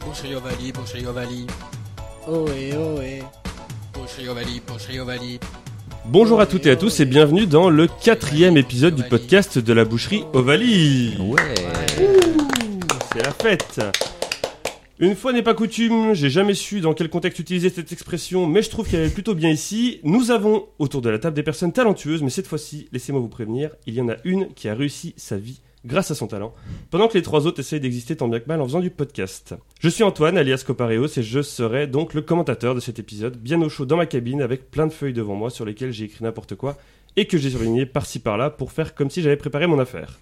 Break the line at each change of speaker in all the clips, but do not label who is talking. Posriovali, Posriovali,
Ohé, ohé.
Posriovali, Posriovali.
Bonjour à toutes et à tous et bienvenue dans le quatrième épisode du podcast de la boucherie Ovalie.
Ouais.
C'est la fête. Une fois n'est pas coutume, j'ai jamais su dans quel contexte utiliser cette expression, mais je trouve qu'elle est plutôt bien ici. Nous avons autour de la table des personnes talentueuses, mais cette fois-ci, laissez-moi vous prévenir, il y en a une qui a réussi sa vie grâce à son talent, pendant que les trois autres essayent d'exister tant bien que mal en faisant du podcast. Je suis Antoine, alias Copareos, et je serai donc le commentateur de cet épisode, bien au chaud dans ma cabine, avec plein de feuilles devant moi sur lesquelles j'ai écrit n'importe quoi, et que j'ai surligné par-ci par-là pour faire comme si j'avais préparé mon affaire.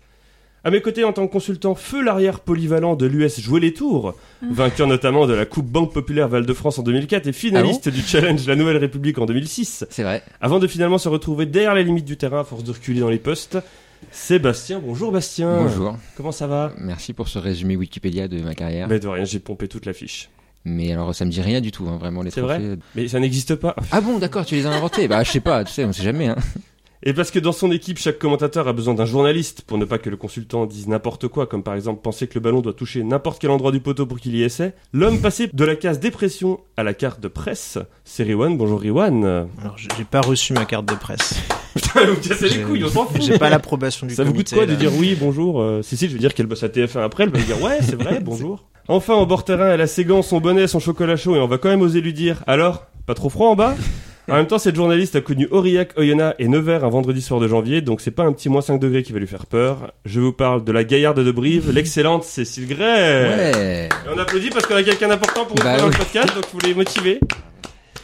À mes côtés, en tant que consultant feu l'arrière polyvalent de l'US Jouer les Tours,
Ah.
vainqueur notamment de la Coupe Banque Populaire Val-de-France en 2004 et finaliste du Challenge La Nouvelle République en 2006,
C'est vrai.
avant de finalement se retrouver derrière les limites du terrain à force de reculer dans les postes, Sébastien. Bonjour Bastien.
Bonjour.
Comment ça va
Merci pour ce résumé Wikipédia de ma carrière.
Bah de rien, j'ai pompé toute la fiche.
Mais alors, ça me dit rien du tout, hein, vraiment les
C'est
trophées.
Mais ça n'existe pas.
Ah bon, d'accord, tu les as inventés. bah, je sais pas, tu sais, on sait jamais. Hein.
Et parce que dans son équipe, chaque commentateur a besoin d'un journaliste pour ne pas que le consultant dise n'importe quoi, comme par exemple penser que le ballon doit toucher n'importe quel endroit du poteau pour qu'il y essaie. L'homme passé de la case dépression à la carte de presse, c'est Riwan. Bonjour Riwan.
Alors, j'ai j'ai pas reçu ma carte de presse.
Putain, vous me cassez les
J'ai-
couilles, on s'en fout.
J'ai pas l'approbation du
Ça vous coûte
comité.
quoi de
là.
dire oui, bonjour euh, Cécile, je vais dire qu'elle bosse à TF1 après, elle va dire ouais, c'est vrai, bonjour. Enfin, en bord terrain, elle a ses gants, son bonnet, son chocolat chaud, et on va quand même oser lui dire alors, pas trop froid en bas En même temps, cette journaliste a connu Aurillac, Oyonnax et Nevers un vendredi soir de janvier, donc c'est pas un petit moins 5 degrés qui va lui faire peur. Je vous parle de la gaillarde de Brive, l'excellente Cécile Gray.
Ouais.
Et on applaudit parce qu'on a quelqu'un d'important pour nous
Bah
faire dans
oui.
le podcast, donc vous les motiver.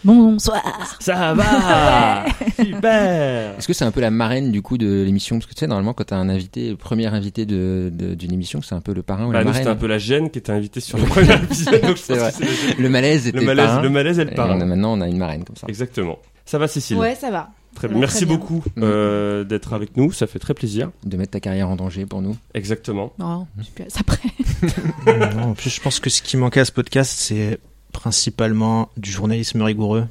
Bonsoir.
Ça va Super
Est-ce que c'est un peu la marraine du coup de l'émission Parce que tu sais, normalement, quand t'as un invité, le premier invité de- de- d'une émission, c'est un peu le parrain ou la
Bah, nous, c'était un
marraine.
peu la gêne qui était invitée sur le premier épisode, donc je
C'est
pense
vrai.
que c'est la gêne.
Le malaise était
Le malaise,
parrain.
le malaise et le
Et
parrain.
on a- maintenant, on a une marraine comme ça.
Exactement. Ça va, Cécile
Ouais, ça va.
Très
ça
bien.
va
Merci
très bien.
beaucoup
Mm.
euh, d'être avec nous. Ça fait très plaisir.
De mettre ta carrière en danger pour nous.
Exactement.
Non, je suis plus à ça près.
Non, en plus, je pense que ce qui manquait à ce podcast, c'est principalement du journalisme rigoureux,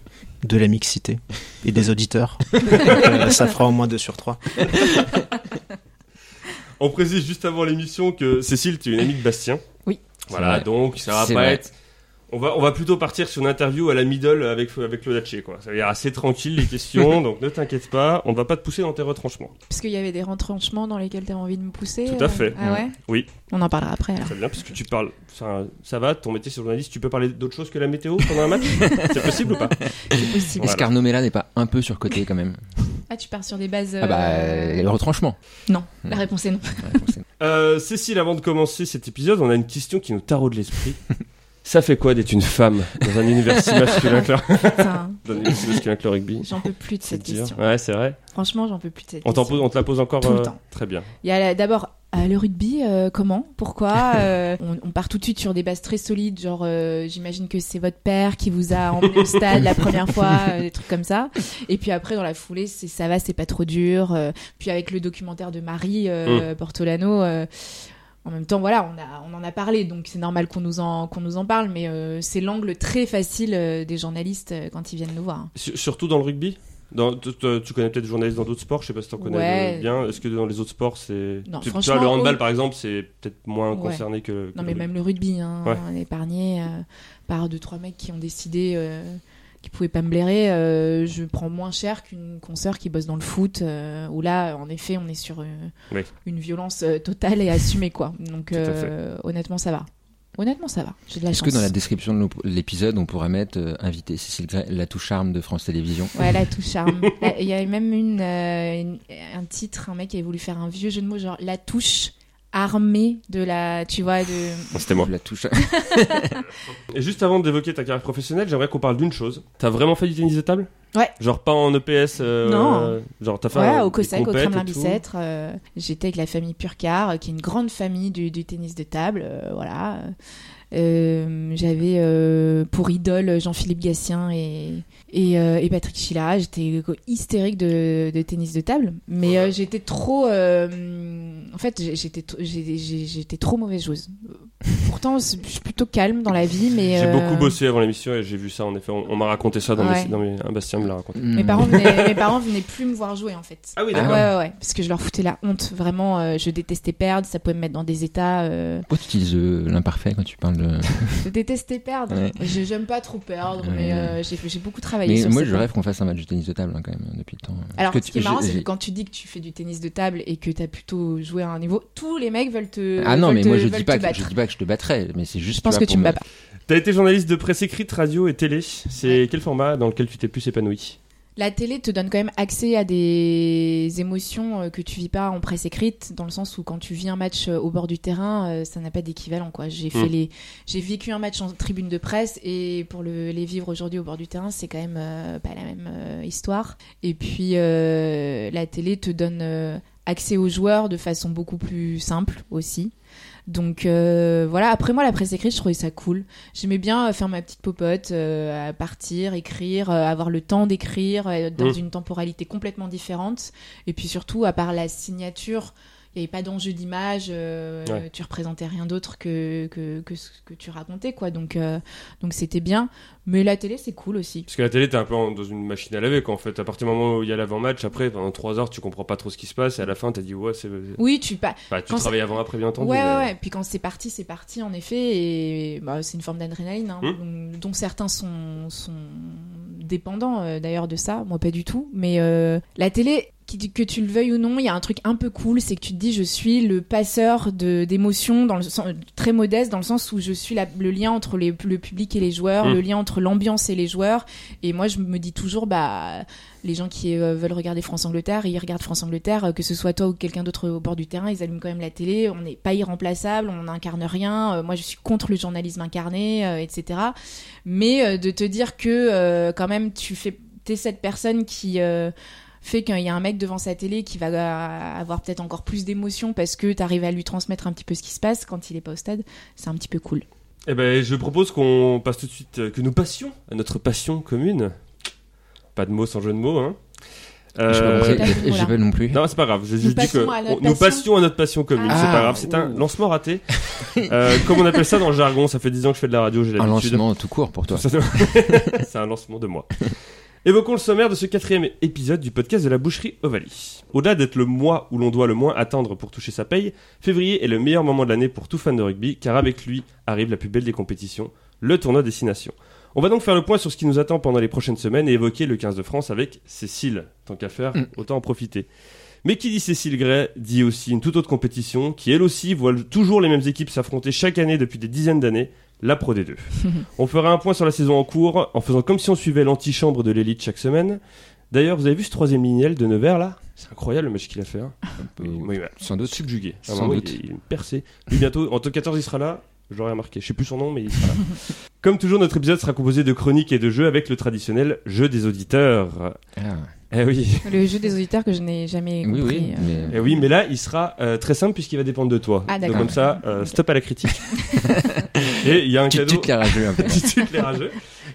de la mixité et des auditeurs. Euh, ça fera au moins deux sur trois.
On précise juste avant l'émission que Cécile, tu es une amie de Bastien.
Oui.
Voilà,
C'est vrai.
donc ça va
C'est
pas
vrai.
être. On va, on va plutôt partir sur une interview à la middle avec, avec Claude Haché, quoi. Ça veut dire assez tranquille les questions, donc ne t'inquiète pas, on va pas te pousser dans tes retranchements.
Parce qu'il y avait des retranchements dans lesquels t'avais envie de me pousser.
Tout à
euh.
fait. Mmh.
Ah ouais
Oui.
On en parlera après alors.
Très bien, parce que tu parles. Ça, ça va, ton métier c'est journaliste, tu peux parler d'autre chose que la météo pendant un match C'est possible ou pas
C'est possible.
Voilà.
Est-ce qu'Arnaud Mella n'est pas un peu surcoté quand même
Ah, tu pars sur des bases.
Ah bah,
euh,
euh, le retranchement.
Non,
Mmh.
la réponse est non.
Ouais, bon, c'est-
Euh, Cécile, avant de commencer cet épisode, on a une question qui nous taraude l'esprit. Ça fait quoi d'être une femme dans un univers si masculin que le,
Putain,
dans un univers si masculin que le rugby
j'en peux plus de cette
C'est dur.
question.
Ouais, c'est vrai.
Franchement, j'en peux plus de cette
On, t'en
question.
pose- on te la pose encore euh,
Tout le temps.
Très bien.
Il y a la- d'abord euh, le rugby, euh, comment Pourquoi Euh, on, on part tout de suite sur des bases très solides, genre euh, j'imagine que c'est votre père qui vous a emmené au stade la première fois, euh, des trucs comme ça. Et puis après, dans la foulée, c'est ça va, c'est pas trop dur. euh, puis avec le documentaire de Marie euh, Portolano. euh, en même temps, voilà, on, a, on en a parlé, donc c'est normal qu'on nous en qu'on nous en parle, mais euh, c'est l'angle très facile euh, des journalistes euh, quand ils viennent nous voir. hein.
Sur- surtout dans le rugby Dans- t- t- Tu connais peut-être des journalistes dans d'autres sports, je sais pas si t'en connais
Ouais.
euh, bien. Est-ce que dans les autres sports, c'est.
Non,
tu, tu
franchement,
vois, le handball
au-
par exemple, c'est peut-être moins
Ouais.
concerné que. que le
Non, mais
rugby.
même le rugby, hein,
Ouais.
on est épargné euh, par deux, trois mecs qui ont décidé euh, qu'ils pouvaient pas me blairer. euh, je prends moins cher qu'une consoeur qui bosse dans le foot, euh, où là, en effet, on est sur euh,
Oui.
une violence euh, totale et assumée, quoi. Donc,
à
euh, honnêtement, ça va. Honnêtement, ça va. J'ai de la
Est-ce
chance.
que dans la description de l'op- l'épisode, on pourrait mettre euh, invité Cécile Gray, la touche charme de France Télévisions
Ouais, la touche charme. Là, Il y avait même une, euh, une- un titre, un mec qui avait voulu faire un vieux jeu de mots, genre la touche armée de la. Tu vois, de.
Bon, C'était moi.
La touche.
Et juste avant d'évoquer ta carrière professionnelle, j'aimerais qu'on parle d'une chose. T'as vraiment fait du tennis de table
Ouais.
Genre pas en EPS euh,
Non.
euh, Genre t'as fait
Ouais,
un-
au
des
COSAC, au
compètes et
Kremlin
tout
Bicêtre. euh, J'étais avec la famille Purcar, euh, qui est une grande famille du, du tennis de table. euh, voilà. Euh, J'avais euh, pour idole Jean-Philippe Gatien et, et, euh, et Patrick Chila. J'étais euh, hystérique de, de tennis de table. Mais euh, j'étais trop. euh, en fait, j'ai- j'étais tr- j'ai- j'ai- j'étais trop mauvaise joueuse. Pourtant, c'est- je suis plutôt calme dans la vie, mais.
J'ai
euh,
beaucoup bossé avant l'émission et j'ai vu ça en effet. On, on m'a raconté ça dans,
Ouais.
mes, dans mes- un Bastien me l'a raconté.
Hmm.
Mes parents, venaient, mes parents venaient plus me voir jouer en fait.
Ah oui,
Ouais,
d'accord.
ouais, ouais, parce que je leur foutais la honte. Vraiment, euh, je détestais perdre, ça pouvait me mettre dans des états. euh,
Pourquoi tu utilises euh, l'imparfait quand tu parles de.
Je détestais perdre.
Ouais.
Je- J'aime pas trop perdre,
Ouais.
mais euh, j'ai j'ai beaucoup travaillé
Mais
sur Euh,
moi,
ces
je
points.
rêve qu'on fasse un match de tennis de table hein, quand même depuis le temps.
Alors,
Parce que
ce
tu-
qui est marrant,
j'ai-
c'est que
j'ai-
quand tu dis que tu fais du tennis de table et que t'as plutôt joué à un niveau, tous les mecs veulent te.
Ah non,
veulent
mais
te-
moi, je
veulent
dis
te
pas que
battre.
je dis pas que je te battrais, mais c'est juste.
Je pense
vois,
que tu
pour
me bats
me-
pas.
T'as été journaliste de presse écrite, radio et télé. C'est quel format dans lequel tu t'es plus épanoui
La télé te donne quand même accès à des émotions euh, que tu vis pas en presse écrite, dans le sens où quand tu vis un match euh, au bord du terrain, euh, ça n'a pas d'équivalent. quoi. J'ai fait les, j'ai vécu un match en tribune de presse et pour le, les vivre aujourd'hui au bord du terrain, c'est quand même euh, pas la même euh, histoire. Et puis euh, la télé te donne euh, accès aux joueurs de façon beaucoup plus simple aussi. Donc euh, voilà, après moi la presse écrite, je trouvais ça cool. J'aimais bien euh, faire ma petite popote, euh, à partir, écrire, euh, avoir le temps d'écrire euh, dans
Mm.
une temporalité complètement différente. Et puis surtout, à part la signature, il n'y avait pas d'enjeu d'image, euh,
Ouais.
tu représentais rien d'autre que, que, que ce que tu racontais, quoi. Donc euh, donc c'était bien. Mais la télé, c'est cool aussi.
Parce que la télé, t'es un peu en- dans une machine à laver, quoi, en fait. À partir du moment où il y a l'avant-match, après, pendant 3 heures, tu comprends pas trop ce qui se passe, et à la fin, t'as dit, ouais, c'est.
Oui, tu pas.
Bah, tu
Quand
travailles avant, après, bien entendu.
ouais, ouais,
mais- euh,
ouais. Puis quand c'est parti, c'est parti, en effet. Et bah, c'est une forme d'adrénaline, hein, dont, dont certains sont, sont dépendants euh, d'ailleurs de ça. Moi, pas du tout. Mais euh, la télé, qui- que tu le veuilles ou non, il y a un truc un peu cool, c'est que tu te dis, je suis le passeur de- d'émotions, dans le sens- très modeste, dans le sens où je suis la- le lien entre les- le public et les joueurs,
Mm.
le lien entre l'ambiance et les joueurs. Et moi, je me dis toujours, bah, les gens qui euh, veulent regarder France-Angleterre, ils regardent France-Angleterre, euh, que ce soit toi ou quelqu'un d'autre au bord du terrain, ils allument quand même la télé, on n'est pas irremplaçable, on n'incarne rien, euh, moi je suis contre le journalisme incarné, euh, etc. Mais euh, de te dire que euh, quand même tu fais, t'es cette personne qui... euh, fait qu'il y a un mec devant sa télé qui va euh, avoir peut-être encore plus d'émotion parce que t'arrives à lui transmettre un petit peu ce qui se passe quand il est pas au stade, c'est un petit peu cool.
Eh ben, je propose qu'on passe tout de suite, euh, que nous passions à notre passion commune. Pas de mots sans jeu de mots, hein.
J'ai pas
Euh,
compris,
Là,
j'ai-
voilà.
j'ai pas non plus.
Non, c'est pas grave. Je, je dis
Nous
que
passons à notre
on- nous
passion.
passions à notre passion commune.
Ah.
c'est pas grave. C'est un
Ouh.
lancement raté. Euh, comme on appelle ça dans le jargon, ça fait 10 ans que je fais de la radio, j'ai
Un
l'habitude.
lancement tout court pour toi.
Ça, c'est- C'est un lancement de moi. Évoquons le sommaire de ce quatrième épisode du podcast de la boucherie Ovalie. Au-delà d'être le mois où l'on doit le moins attendre pour toucher sa paye, février est le meilleur moment de l'année pour tout fan de rugby, car avec lui arrive la plus belle des compétitions, le tournoi Destination. On va donc faire le point sur ce qui nous attend pendant les prochaines semaines et évoquer le 15 de France avec Cécile. Tant qu'à faire,
Mm.
autant en profiter. Mais qui dit Cécile Gray dit aussi une toute autre compétition qui elle aussi voit le- toujours les mêmes équipes s'affronter chaque année depuis des dizaines d'années, la Pro D2. On fera un point sur la saison en cours en faisant comme si on suivait l'antichambre de l'élite chaque semaine. D'ailleurs, vous avez vu ce troisième lignel de Nevers là C'est incroyable le match qu'il a fait. hein.
Euh,
Oui, il m'a
Sans doute.
subjugué.
Sans
Ah, Vraiment,
doute.
Il, il me percé. Lui, bientôt, en top 14, il sera là. J'aurais remarqué. Je sais plus son nom, mais il sera là. comme toujours, notre épisode sera composé de chroniques et de jeux avec le traditionnel jeu des auditeurs.
Ah,
Eh oui.
Le jeu des auditeurs que je n'ai jamais
oui,
compris.
oui.
euh,
mais-
Eh oui, mais là, il sera euh, très simple puisqu'il va dépendre de toi.
Ah,
Donc
d'accord.
comme ça, euh, stop à la critique. et il y a un
Tu
cadeau.
tues la rageux un peu.
Petit éclairageux.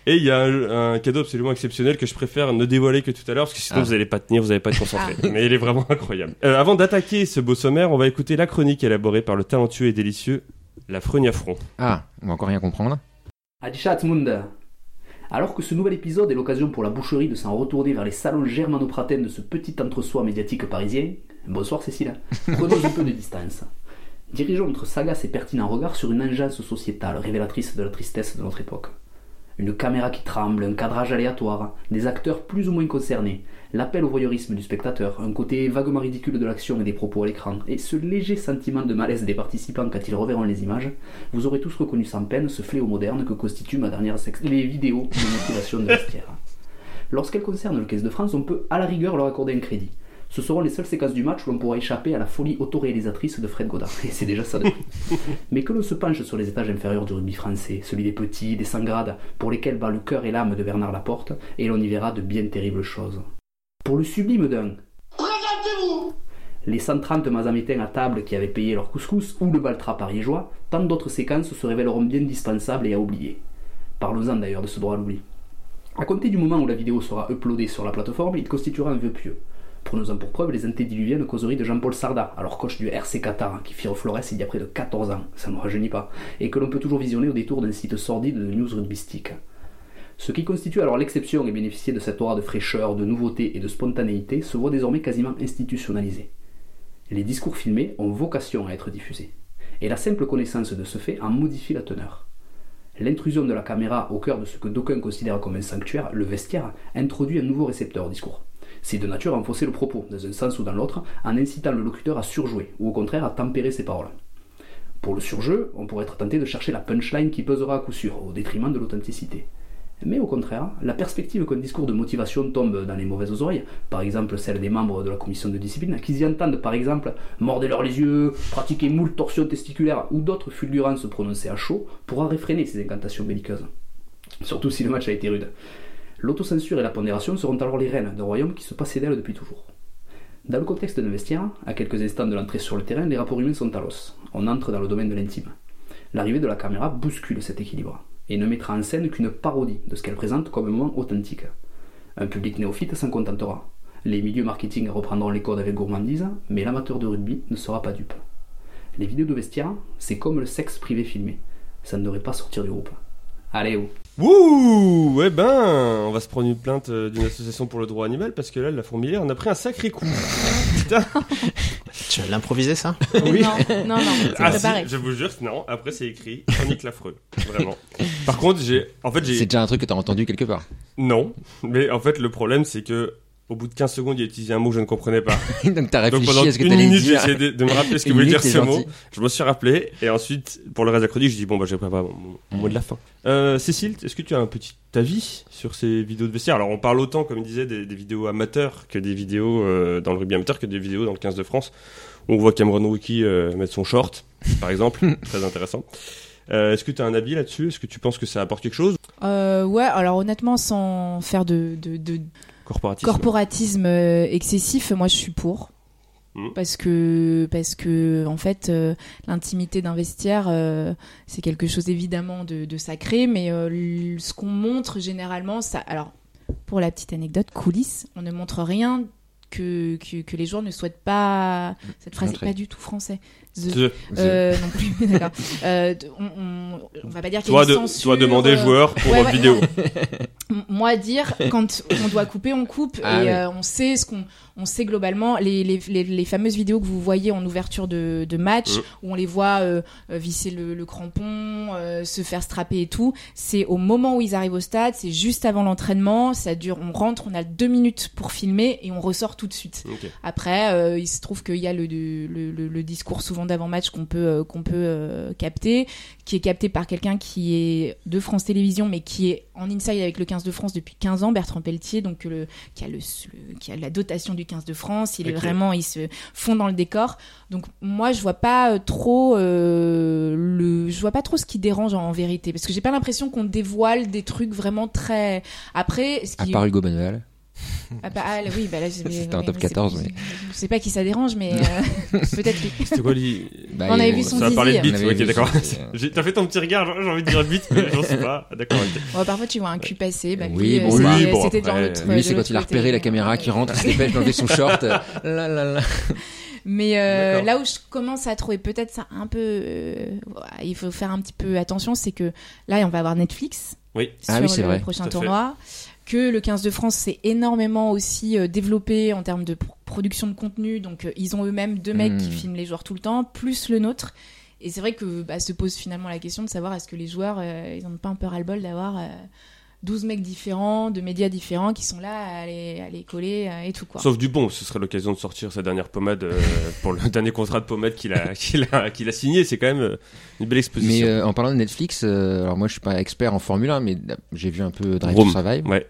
Et il y a un, un cadeau absolument exceptionnel que je préfère ne dévoiler que tout à l'heure, parce que sinon
Ah.
vous n'allez pas tenir, vous n'allez pas être concentré. Mais il est vraiment incroyable. Euh, avant d'attaquer ce beau sommaire, on va écouter la chronique élaborée par le talentueux et délicieux La Frognafron.
Ah, on va encore rien comprendre.
Adichat Munda. Alors que ce nouvel épisode est l'occasion pour la boucherie de s'en retourner vers les salons germanopratènes de ce petit entre-soi médiatique parisien, bonsoir Cécile, prenons un peu de distance. Dirigeons notre sagace et pertinent regard sur une engeance sociétale révélatrice de la tristesse de notre époque. Une caméra qui tremble, un cadrage aléatoire, des acteurs plus ou moins concernés, l'appel au voyeurisme du spectateur, un côté vaguement ridicule de l'action et des propos à l'écran, et ce léger sentiment de malaise des participants quand ils reverront les images, vous aurez tous reconnu sans peine ce fléau moderne que constitue ma dernière sexe, les vidéos de motivation de vestiaire. Lorsqu'elles concernent le 15 de France, on peut à la rigueur leur accorder un crédit. Ce seront les seules séquences du match où l'on pourra échapper à la folie autoréalisatrice de Fred Godard. Et c'est déjà ça de prix. Mais que l'on se penche sur les étages inférieurs du rugby français, celui des petits, des sans grades, pour lesquels bat le cœur et l'âme de Bernard Laporte, et l'on y verra de bien terribles choses. Pour le sublime d'un les 130 mazamétains à table qui avaient payé leur couscous ou le baltra pariégeois, tant d'autres séquences se révéleront bien dispensables et à oublier. Parlons-en d'ailleurs de ce droit à l'oubli. À compter du moment où la vidéo sera uploadée sur la plateforme, il constituera un vœu pieux. Prenons-en pour preuve les antédiluviennes causeries de Jean-Paul Sarda, alors coach du RC Qatar, qui firent Flores il y a près de 14 ans, ça ne rajeunit pas, et que l'on peut toujours visionner au détour d'un site sordide de news rugbystique. Ce qui constitue alors l'exception et bénéficiait de cette aura de fraîcheur, de nouveauté et de spontanéité se voit désormais quasiment institutionnalisé. Les discours filmés ont vocation à être diffusés, et la simple connaissance de ce fait en modifie la teneur. L'intrusion de la caméra au cœur de ce que d'aucuns considèrent comme un sanctuaire, le vestiaire, introduit un nouveau récepteur au discours. C'est de nature à enfoncer le propos, dans un sens ou dans l'autre, en incitant le locuteur à surjouer, ou au contraire à tempérer ses paroles. Pour le surjeu, on pourrait être tenté de chercher la punchline qui pesera à coup sûr, au détriment de l'authenticité. Mais au contraire, la perspective qu'un discours de motivation tombe dans les mauvaises oreilles, par exemple celle des membres de la commission de discipline, qui y entendent par exemple mordez-leur les yeux, pratiquez moule torsion testiculaire ou d'autres fulgurances prononcées à chaud, pourra réfréner ces incantations belliqueuses. Surtout si le match a été rude. L'autocensure et la pondération seront alors les reines d'un royaume qui se passait d'elle depuis toujours. Dans le contexte d'un vestiaire, à quelques instants de l'entrée sur le terrain, les rapports humains sont à l'os. On entre dans le domaine de l'intime. L'arrivée de la caméra bouscule cet équilibre et ne mettra en scène qu'une parodie de ce qu'elle présente comme un moment authentique. Un public néophyte s'en contentera. Les milieux marketing reprendront les codes avec gourmandise, mais l'amateur de rugby ne sera pas dupe. Les vidéos de vestiaire, c'est comme le sexe privé filmé. Ça ne devrait pas sortir du groupe. Allez, oh
Wouh Eh ben, on va se prendre une plainte euh, d'une association pour le droit animal parce que là, la fourmilière, on a pris un sacré coup.
Tu vas l'improviser ça
Oui.
Non, non, non, c'est
Ah si,
préparé.
je vous jure, non. Après, c'est écrit chronique l'affreux, vraiment. Par contre, j'ai, en fait,
C'est
j'ai
déjà un truc que t'as entendu quelque part.
non. Mais en fait, le problème, c'est que au bout de 15 secondes, il a utilisé un mot que je ne comprenais pas.
Donc t'as
Donc
réfléchi
pendant
à ce que
une
t'allais
minute, j'ai
dire.
essayé de, de me rappeler ce que
Une
voulait
minute,
dire ce
t'es
mot.
gentil.
Je me suis rappelé, et ensuite, pour le reste de la chronique, je dis bon bah je prépare mon, mon mot de la fin. Euh, Cécile, est-ce que tu as un petit avis sur ces vidéos de vestiaire Alors on parle autant, comme il disait, des, des vidéos amateurs que des vidéos euh, dans le rugby amateur que des vidéos dans le 15 de France. On voit Cameron Wiki euh, mettre son short, par exemple, très intéressant. Euh, est-ce que tu as un avis là-dessus Est-ce que tu penses que ça apporte quelque chose
Euh, ouais, alors honnêtement, sans faire de, de, de
Corporatisme.
corporatisme euh, excessif, moi je suis pour.
Mhm.
Parce que, parce que, en fait, euh, l'intimité d'un vestiaire, euh, c'est quelque chose évidemment de, de sacré, mais euh, l- ce qu'on montre généralement, ça. Alors, pour la petite anecdote, coulisses, on ne montre rien que, que, que les joueurs ne souhaitent pas. Cette phrase n'est
Montrer.
pas du tout français. The-
The-
euh, non plus, d'accord. Euh, de- on, on, on va pas dire qu'il y
Toi,
a une
de,
censure,
toi demander
euh,
joueur pour
ouais,
votre
ouais,
vidéo.
M- Moi dire quand on doit couper, on coupe
Ah
et
oui.
euh, on sait ce qu'on on sait globalement les, les, les, les fameuses vidéos que vous voyez en ouverture de, de match
Mhm.
où on les voit euh, euh, visser le, le crampon, euh, se faire strapper et tout. C'est au moment où ils arrivent au stade, c'est juste avant l'entraînement, ça dure. On rentre, on a deux minutes pour filmer et on ressort tout de suite.
Ok.
Après, euh, il se trouve qu'il y a le, le, le- le discours souvent d'avant-match qu'on peut, euh, qu'on peut euh, capter, qui est capté par quelqu'un qui est de France Télévisions, mais qui est en inside avec le 15 de France depuis 15 ans, Bertrand Pelletier, donc le, qui, a le, le- qui a la dotation du 15 de France. Il est
Ok.
vraiment, il se fond dans le décor. Donc moi, je vois pas euh, trop euh, le, je vois pas trop ce qui dérange en, en vérité, parce que j'ai pas l'impression qu'on dévoile des trucs vraiment très. Après, ce
À
qui
part Hugo Manuel.
ah, bah, ah, là, oui, bah là, j'ai-
C'était un
mais-
top
mais
14,
c'est-
mais-
Je sais pas qui ça dérange, mais euh, peut-être que.
C'était quoi les-
Bah,
On
il-
avait vu son
Ça va parler de
zizi.
bite,
On avait
ok
vu
d'accord.
son zizi, hein.
J'ai- T'as fait ton petit regard, genre, j'ai envie de dire bite, mais j'en sais pas. Ah, D'accord. ok.
Oh, parfois, tu vois un cul passer. Bah,
Oui,
lui, euh,
bon,
c'était-
oui, bon,
c'était
après,
dans l'autre. euh,
Lui,
de
c'est quand
l'autre
il a
côté.
repéré la caméra qui rentre, il se dépêche d'enlever son short. euh, La la la.
Mais euh,
D'accord.
là où je commence à trouver peut-être ça un peu. euh, ouais, il faut faire un petit peu attention, c'est que là, on va avoir Netflix.
Oui.
Sur
Ah oui, c'est
le
vrai.
prochain
Tout à fait.
tournoi. Que le 15 de France s'est énormément aussi euh, développé en termes de pro- production de contenu. Donc, euh, ils ont eux-mêmes deux mecs qui
Hmm.
filment les joueurs tout le temps, plus le nôtre. Et c'est vrai que bah, se pose finalement la question de savoir est-ce que les joueurs, euh, ils n'ont pas un peu ras-le-bol d'avoir. euh, 12 mecs différents, de médias différents qui sont là à les, à les coller euh, et tout quoi.
Sauf du bon, ce serait l'occasion de sortir sa dernière pommade euh, pour le dernier contrat de pommade qu'il a, qu'il a, qu'il a signé. C'est quand même euh, une belle
Mais
exposition.
euh, en parlant de Netflix, euh, alors moi je suis pas expert en Formule 1, mais euh, j'ai vu un peu Drive
Rome.
to Survive.
Ouais.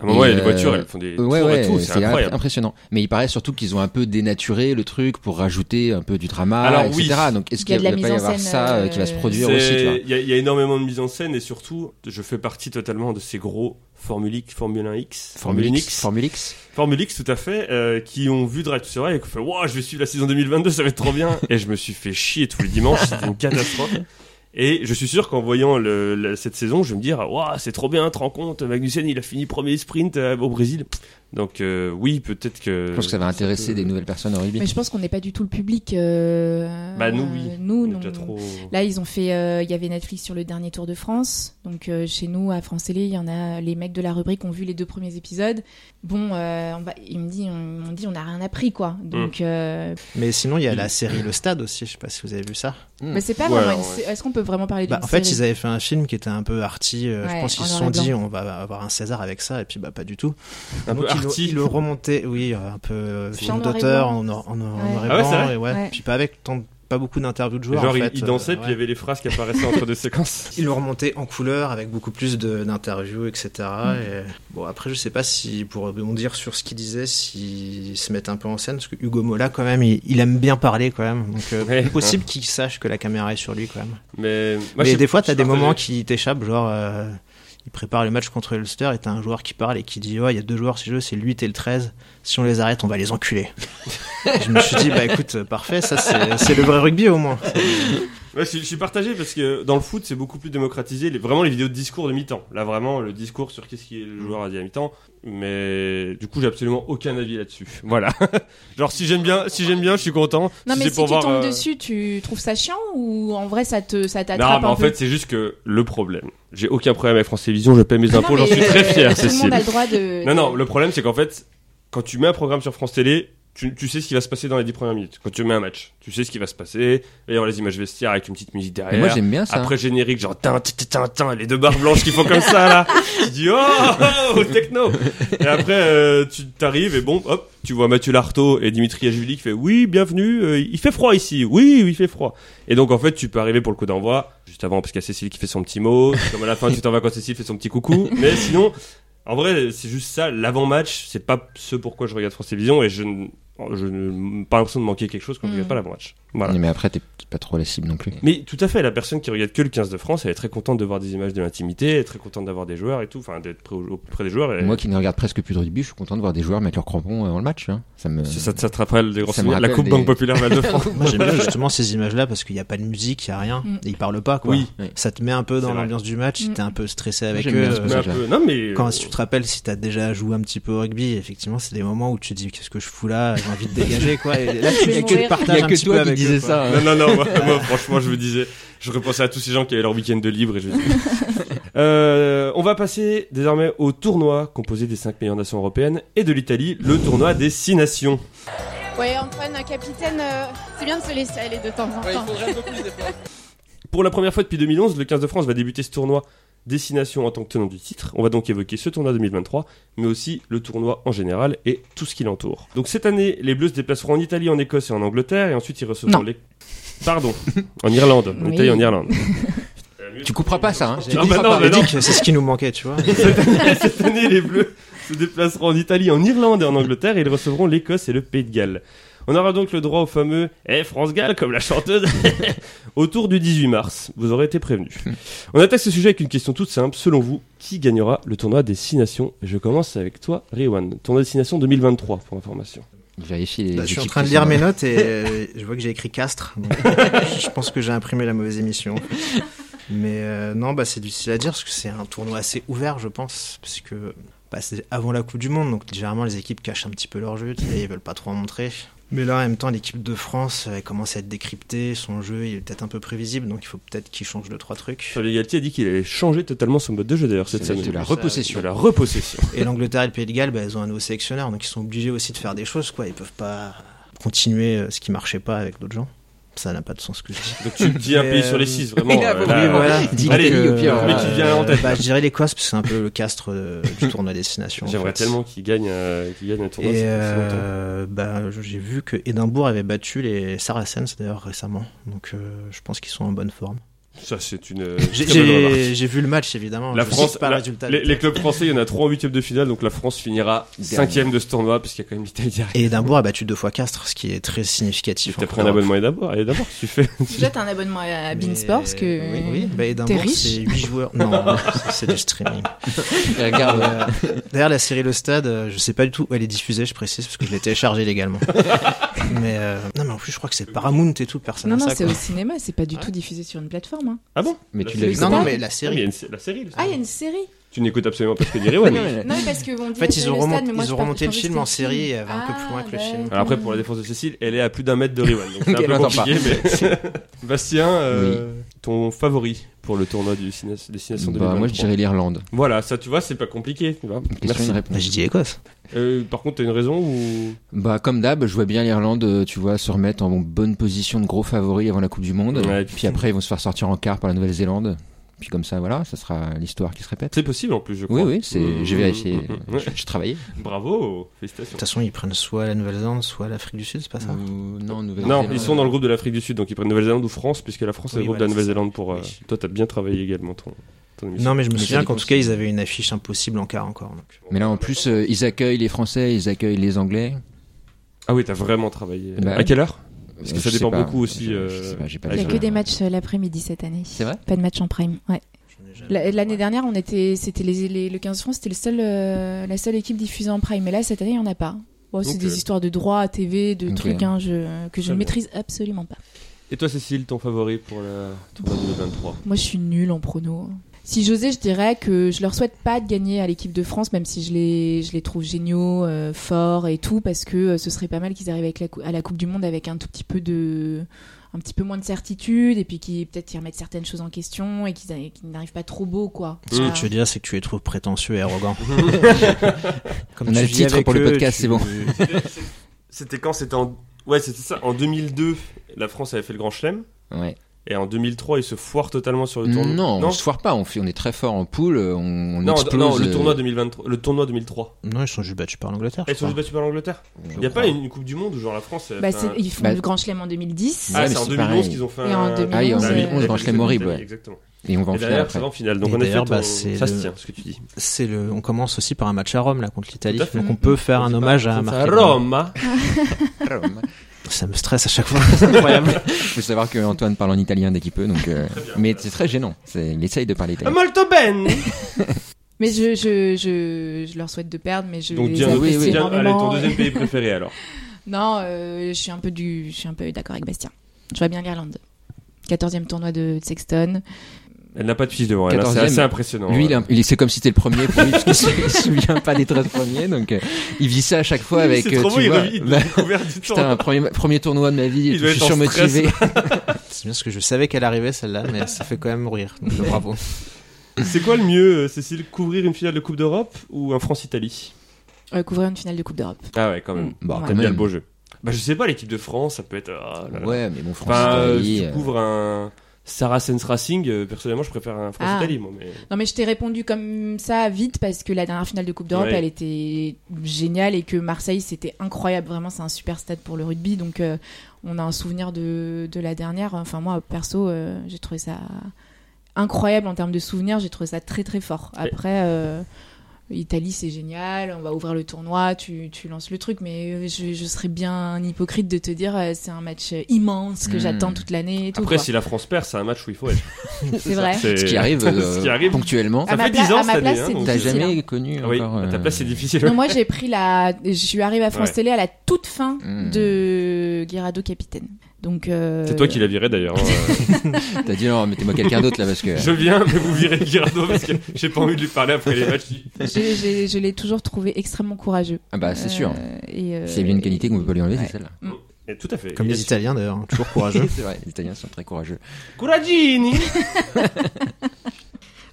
À un moment,
et,
les
euh,
voitures, elles font des
Euh, Ouais,
tours et
ouais,
tout.
c'est
C'est incroyable.
impressionnant. Mais il paraît surtout qu'ils ont un peu dénaturé le truc pour rajouter un peu du drama,
Alors,
etc.
oui.
Donc est-ce
Il y
qu'il
a
va
de la
pas y
mise en
avoir
scène,
ça euh,
euh,
qui va se
C'est-
produire aussi, tu vois
Il y, a- il y a énormément de mise en scène et surtout, je fais partie totalement de ces gros formuliques, Formule Euh, 1X,
Formule X, Formule X.
Formule X, tout à fait, euh, qui ont vu Drive to Survive et qui ont fait Waouh, je vais suivre la saison 2022, ça va être trop bien. et je me suis fait chier tous les dimanches, c'était une catastrophe. Et je suis sûr qu'en voyant le- la- cette saison, je vais me dire Waouh, c'est trop bien, te rends compte, Magnussen, il a fini premier sprint euh, au Brésil. Donc euh, oui, peut-être que.
Je pense que ça va intéresser des nouvelles personnes au rugby.
Mais je pense qu'on n'est pas du tout le public. euh,
Bah nous oui.
euh, Nous,
On est
non.
déjà trop.
Là, ils ont fait. euh, Il y avait Netflix sur le dernier Tour de France. Donc, euh, chez nous, à France Télé, il y en a. Les mecs de la rubrique ont vu les deux premiers épisodes. Bon, euh, on va, ils me disent, on, on dit, on n'a rien appris, quoi.
Hmm.
Donc, euh,
Mais sinon, il y a la série Le Stade aussi, je sais pas si vous avez vu ça.
mais c'est pas
Ouais,
vraiment. une
ouais.
sé- Est-ce qu'on peut vraiment parler d'une
Bah, en fait,
série
ils avaient fait un film qui était un peu arty. euh, je
Ouais,
pense qu'ils
en
se
noir
sont
et blanc.
dit, on va avoir un César avec ça, et puis bah pas du tout.
Un
Donc,
peu
ils l'ont-
arty.
Ils le remonté, oui, euh, un peu euh,
C'est
film
en noir et
d'auteur,
blanc.
en or- en noir
Ouais.
en noir et
Ah ouais, c'est
blanc,
vrai
et ouais,
Ouais.
Puis pas avec tant, pas beaucoup d'interviews de joueurs.
Genre
en
il-
fait,
il
euh,
dansait,
ouais.
puis il y avait les phrases qui apparaissaient entre deux séquences.
Ils l'ont remonté en couleur avec beaucoup plus de- d'interviews, etc.
Mm.
Et, bon, après, je sais pas si, pour rebondir sur ce qu'il disait, s'ils se mettent un peu en scène, parce que Hugo Mola, quand même, il, il aime bien parler, quand même. Donc, euh,
Ouais.
possible qu'il sache que la caméra est sur lui, quand même.
Mais, moi, je
Mais
sais-
des fois, t'as
je
des
partageais-
moments qui t'échappent, genre, euh, il prépare le match contre Ulster et t'as un joueur qui parle et qui dit Ouais, il y a deux joueurs chez eux, c'est le 8 et le 13. Si on les arrête, on va les enculer. je me suis dit Bah écoute, euh, parfait, ça c'est c'est le vrai rugby au moins.
Ouais, je, suis- je suis partagé parce que dans le foot, c'est beaucoup plus démocratisé. Les- vraiment les vidéos de discours de mi-temps. Là, vraiment, le discours sur qu'est-ce que le joueur a dit à mi-temps. Mais du coup, j'ai absolument aucun avis là-dessus. Voilà. Genre, si j'aime bien, si j'aime bien, je suis content.
Non, mais
c'est
si
pour
tu
voir,
tombes
euh,
dessus, tu trouves ça chiant ou en vrai, ça te, ça t'attrape
Non, mais
un
en
peu
fait, c'est juste que le problème. J'ai aucun problème avec France Télévisions, je paie mes impôts, bah, j'en
mais,
suis très
euh,
fier,
Tout le monde
Cécile.
a le droit de.
Non, non, le problème, c'est qu'en fait, quand tu mets un programme sur France Télé, tu, tu sais ce qui va se passer dans les 10 premières minutes. Quand tu mets un match, tu sais ce qui va se passer. Il va y avoir les images vestiaires avec une petite musique
Mais
derrière.
moi j'aime bien ça.
Après générique, genre tin, tin, tin, tin, les deux barres blanches qui font comme ça là. Tu dis oh, oh, techno. Et après euh, tu t'arrives et bon hop, tu vois Mathieu Lartaud et Dimitri Ajvili qui fait oui bienvenue, euh, il fait froid ici, oui il fait froid. Et donc en fait tu peux arriver pour le coup d'envoi juste avant parce qu'il y a Cécile qui fait son petit mot, comme à la fin tu t'en vas quand Cécile fait son petit coucou. Mais sinon en vrai c'est juste ça, l'avant-match c'est pas ce pourquoi je regarde France Télévisions et je ne je n'ai pas l'impression de manquer quelque chose quand je
Mm.
regarde pas l'avant-match. Voilà.
Mais après t'es peut-être pas trop la cible non plus.
Mais tout à fait, la personne qui regarde que le 15 de France, elle est très contente de voir des images de l'intimité, elle est très contente d'avoir des joueurs et tout, enfin d'être près, au- auprès des joueurs. Et...
Moi qui ne regarde presque plus de rugby, je suis content de voir des joueurs mettre leurs crampons avant le match. hein. Ça me.
ça, ça te rappelle des gros
Ça me
souvenirs, la
rappelle
Coupe
des-
Banque Populaire Val de France.
Moi j'aime bien justement ces images-là parce qu'il n'y a pas de musique, il n'y a rien,
Mm.
et ils parlent pas quoi.
Oui.
Oui.
Ça te met un peu
C'est
dans
vrai.
l'ambiance du match,
Mm.
t'es un peu stressé avec
j'aime
eux.
bien ce
Mais
euh,
un
ça,
peu- Non mais.
Quand si tu te rappelles, si t'as déjà joué un petit peu au rugby, effectivement, c'est des moments où tu te dis qu'est-ce que je fous là, j'ai envie de dégager quoi. Et là,
Je
il y
vais
a que le
mourir.
partage un petit peu avec eux, quoi.
Non, non, non, moi, moi, franchement, je me disais, je repensais à tous ces gens qui avaient leur week-end de libre et je me disais- Euh, on va passer désormais au tournoi composé des 5 meilleures nations européennes et de l'Italie, le tournoi des 6 nations.
Ouais, Antoine, un capitaine, euh, c'est bien de se laisser aller de temps en temps.
Ouais, il faudrait un peu plus d'efforts.
Pour la première fois depuis 2011, le 15 de France va débuter ce tournoi Destination en tant que tenant du titre. On va donc évoquer ce tournoi 2023, mais aussi le tournoi en général et tout ce qui l'entoure. Donc cette année, les Bleus se déplaceront en Italie, en Écosse et en Angleterre, et ensuite ils recevront
Non.
les... Pardon, en Irlande. En
Oui.
Italie, en Irlande.
Tu couperas pas ça. Hein. Tu
Ah, bah
couperas
non,
pas.
J'ai
bah
dit que c'est ce qui nous manquait, tu vois.
cette année, les Bleus se déplaceront en Italie, en Irlande et en Angleterre, et ils recevront l'Écosse et le Pays de Galles. On aura donc le droit au fameux Eh France Galles comme la chanteuse autour du 18 mars. Vous aurez été prévenus. On attaque ce sujet avec une question toute simple. Selon vous, qui gagnera le tournoi des 6 nations Je commence avec toi, Riwan. Tournoi des 6 nations 2023 pour information.
Vérifie les.
Bah, je suis en
équipes
train de
qui
lire
sont-
mes notes et euh, je vois que j'ai écrit Castres. donc, je pense que j'ai imprimé la mauvaise émission. Mais euh, non, bah, c'est difficile à dire parce que c'est un tournoi assez ouvert, je pense. Parce que bah, c'est avant la Coupe du Monde, donc généralement les équipes cachent un petit peu leur jeu, tu sais, ils veulent pas trop en montrer. Mais là, en même temps, l'équipe de France, elle commence à être décryptée, son jeu il est peut-être un peu prévisible, donc il faut peut-être qu'il change deux, trois trucs.
Fabien Galtier a dit qu'il allait changer totalement son mode de jeu d'ailleurs cette
C'est
semaine.
de la
ça,
repossession.
De la repossession.
Et l'Angleterre et le Pays de Galles, bah, ils ont un nouveau sélectionneur, donc ils sont obligés aussi de faire des choses, quoi. Ils peuvent pas continuer euh, ce qui marchait pas avec d'autres gens. Ça n'a pas de sens ce que je dis.
Donc tu me dis un
Mais,
pays
euh,
sur les 6 vraiment. euh,
Oui,
là,
voilà.
Dis
Allez,
l'Italie, au pire,
mais
voilà.
qui vient en tête.
Bah, je dirais l'Écosse, parce que c'est un peu le castre euh, du tournoi destination. en
J'aimerais
fait.
tellement qu'il gagne, euh, qu'il gagne un tournoi.
Et
c'est- c'est longtemps.
euh, bah, je- j'ai vu que Édimbourg avait battu les Saracens d'ailleurs récemment, donc euh, je pense qu'ils sont en bonne forme.
Ça, c'est une. euh,
J'ai-
très bonne remarque.
J'ai j'ai vu le match évidemment.
La
je
France,
cite pas le
la-
résultat.
Les, les clubs français, il y en a trois en huitième de finale, donc la France finira cinquième de ce tournoi, parce qu'il y a quand même l'Italie derrière.
Et Édimbourg a battu deux fois Castres, ce qui est très significatif.
T'as
en
pris un
Europe.
abonnement et d'abord, et d'abord, tu fais.
Déjà, t'as un abonnement
Mais-
à Beansport parce que.
Oui, oui. Bah, Édimbourg,
t'es riche.
c'est 8 joueurs. Non, c'est- c'est du streaming.
Et regarde,
Euh, D'ailleurs, la série Le Stade, euh, je sais pas du tout où elle est diffusée, je précise, parce que je l'ai téléchargée légalement. mais euh, non, mais en plus, je crois que c'est Paramount et tout, personne
Non,
n'a
non,
ça.
c'est
quoi.
au cinéma, c'est pas du tout diffusé sur une plateforme. hein.
Ah bon
mais
La
tu
série.
l'as vu
Non,
comment
non, mais la
Ah, mais il y
série.
a une sé- la série. le
Ah, il y a
soir.
une série
Tu Tu n'écoutes absolument pas ce que dit Rewan.
Non, mais parce que on dit
En fait,
j'ai
ils
vu
ont,
le
remont-
stade, mais moi,
ils
je
ont
pars-
remonté
je
le
pensais
film
que
en
c'était le
série
film.
et elle va un peu plus loin que le
Ah,
film.
Alors après, pour la défense de Cécile, elle est à plus d'un mètre de Rewan. Donc c'est un
Qu'elle
peu
n'entend
compliqué, mais. Bastien, euh, ton favori pour le tournoi du Ciné- Destination 2023
Bah, moi je dirais l'Irlande.
Voilà, ça tu vois, c'est pas compliqué. Tu vois.
Une question,
Merci.
une
Bah,
réponse.
j'ai dit Écosse.
Euh, par contre, t'as une raison ou.
Bah, comme d'hab, je vois bien l'Irlande, euh, tu vois, se remettre en bonne position de gros favoris avant la Coupe du Monde.
Ouais, et puis-
puis après, ils vont se faire sortir en quart par la Nouvelle-Zélande. Puis comme ça, voilà, ça sera l'histoire qui se répète.
C'est possible en plus, je crois.
Oui, oui, c'est.
Mmh,
J'ai
mmh,
vérifié.
mmh, mmh, mmh.
J'ai j'ai travaillé.
Bravo,
De
félicitations.
toute façon, ils prennent soit la Nouvelle-Zélande, soit l'afrique du Sud, c'est pas ça
Ou- Euh, Non,
Ah, Non,
Nouvelle-Zélande.
ils sont dans le groupe de l'Afrique du Sud, donc ils prennent Nouvelle-Zélande ou France, puisque la France est
Oui,
le groupe
voilà,
de
c'est ça.
la Nouvelle-Zélande pour. euh,
Oui.
Toi, t'as bien travaillé également ton, ton émission.
Non, mais je me
Mais
souviens
c'est
qu'en
des
tout cas, ils avaient une affiche impossible en quart encore. donc.
Mais là, en plus, euh, ils accueillent les Français, ils accueillent les Anglais.
Ah oui, t'as vraiment travaillé.
Bah
à
oui.
quelle heure Parce que
Euh,
ça
je sais
dépend
pas.
beaucoup aussi,
Je-
euh,
je sais pas, j'ai pas
Il n'y a
Ouais,
vu.
que des matchs euh, l'après-midi cette année.
C'est vrai
Pas de match en prime. Ouais. La- L'année dernière, on était, c'était les, les- le 15 France, c'était le seul, euh, la seule équipe diffusée en prime. Mais là, cette année, il n'y en a pas. Bon, c'est
Ok.
des histoires de droit, TV, de
Ok.
trucs hein, je-
Très
que je ne
bien.
maîtrise absolument pas.
Et toi, Cécile, ton favori pour la tournoi 2023
Moi, je suis nulle en prono. Si j'osais, je dirais que je leur souhaite pas de gagner à l'équipe de France, même si je les, je les trouve géniaux, euh, forts et tout, parce que euh, ce serait pas mal qu'ils arrivent avec la cou- à la Coupe du Monde avec un tout petit peu de, un petit peu moins de certitude, et puis qu'ils peut-être qu'ils remettent certaines choses en question et qu'ils a- qu'ils n'arrivent pas trop beau, quoi.
Mmh.
Ce
Ah.
que tu veux dire, c'est que tu les trouves prétentieux et arrogants. Comme
On
tu
a le
vis
titre
avec
pour le
eux,
podcast,
tu-
c'est bon.
C'était quand C'était en. Ouais, c'était ça. En 2002, la France avait fait le Grand Chelem.
Ouais.
Et en 2003, ils se foirent totalement sur le tournoi.
Non,
non,
on se foire pas, on, fait, on est très fort en poule, euh, on, on
non,
explose.
non, le
euh,
tournoi 2023. Le tournoi 2003.
Non, ils sont juste battus par l'Angleterre.
Ah,
je
Ils sont
crois.
juste battus par l'angleterre.
je
Il n'y a
crois.
pas une une Coupe du Monde où genre la France. elle
Bah,
fait un-
c'est- ils font
Bah-
le Grand Chelem en 2010.
Ouais,
Ah,
mais
c'est en
c'est
2011
pareil.
qu'ils ont fait
Et en
un.
2011,
Ah, et en
L'Italie,
2011, grand
l'Italie,
chelem horrible.
Exactement.
Et on va en
Et
finale
derrière,
après.
ça va en finale.
Et
Donc en effet,
d'ailleurs, bah,
ton-
c'est
ça se
le-
tient ce que tu dis.
C'est le. On commence aussi par un match à Rome là contre l'Italie,
Tout à fait.
donc on peut faire un hommage à
Ça,
Marc.
hein.
Roma.
Ça me stresse à chaque fois. C'est incroyable.
Il faut savoir que Antoine parle en italien dès qu'il peut, donc. euh, mais c'est très gênant. c'est- Il essaye de parler italien.
Molto ben.
Mais je, je, je, je leur souhaite de perdre, mais je
Donc
les euh,
bien,
apprécie
oui, oui.
bien, allez, ton
énormément.
deuxième pays préféré alors.
Non, euh, je suis un peu du, je suis un peu d'accord avec Bastien. Je vois bien l'Irlande. 14e tournoi de Sexton.
Elle n'a pas de fiche devant elle. hein, C'est
14e.
assez impressionnant. hein.
Lui, il est un- il est- c'est comme si c'était le premier pour lui, parce qu'il se, il se souvient pas des 13 premiers, donc euh, il vit ça à chaque fois avec.
C'est
euh,
trop
tu
beau, il
vois,
revit- il
bah,
a découvert du
Putain,
temps.
premier, premier tournoi de ma vie,
Il
et tout,
doit
je suis
être en stress.
surmotivé.
C'est bien parce que je savais qu'elle arrivait celle-là, mais ça fait quand même rire. Donc, bravo.
C'est quoi le mieux, euh, Cécile Couvrir une finale de Coupe d'Europe ou un France-Italie
Euh, couvrir une finale de Coupe d'europe.
Ah ouais, quand même.
Bon,
Ouais.
quand
T'aimes bien
même.
le beau jeu. Bah, je sais pas, l'équipe de France, ça peut être. ah là là.
Ouais, mais bon, France,
Enfin, euh, si
Italie,
tu
euh,
couvres un Saracens Racing, euh, personnellement, je préfère un France-Italie,
Ah.
moi. Mais...
Non mais je t'ai répondu comme ça vite parce que la dernière finale de Coupe d'Europe,
Ouais.
elle était géniale et que Marseille c'était incroyable. Vraiment, c'est un super stade pour le rugby. Donc euh, on a un souvenir de, de la dernière. Enfin moi perso, euh, j'ai trouvé ça incroyable en termes de souvenirs. J'ai trouvé ça très très fort. Après. euh, Italie, c'est génial, on va ouvrir le tournoi, tu, tu lances le truc, mais euh, je, je serais bien hypocrite de te dire euh, c'est un match immense que
Hmm.
j'attends toute l'année et tout.
Après,
quoi. Eh.
si la France perd, c'est un match où il faut être.
c'est vrai.
ce qui arrive
Ce
euh,
qui arrive.
ponctuellement.
Ça
ma
fait
pla-
10 ans
à ma
cette année.
place,
hein,
c'est
donc-
T'as
difficile,
jamais connu
Ah oui,
encore.
à ta
euh,
place, c'est difficile.
Non, moi j'ai pris la. Je suis arrivée à France
Ouais.
Télé à la toute fin
Mm.
de Guirado Capitaine. Donc. euh,
C'est toi qui l'as viré d'ailleurs. hein.
T'as dit non, mettez-moi quelqu'un d'autre là parce que.
je viens, mais vous virez Girardo parce que j'ai pas envie de lui parler après les matchs.
j'ai- j'ai- Je l'ai toujours trouvé extrêmement courageux.
Ah bah c'est sûr.
Euh, et, euh,
S'il y a bien une qualité qu'on peut pas lui enlever,
ouais.
c'est celle-là.
Et tout à fait.
Comme
Il y a
les
su-
Italiens d'ailleurs, hein, toujours courageux.
C'est vrai, les Italiens sont très courageux.
Couragini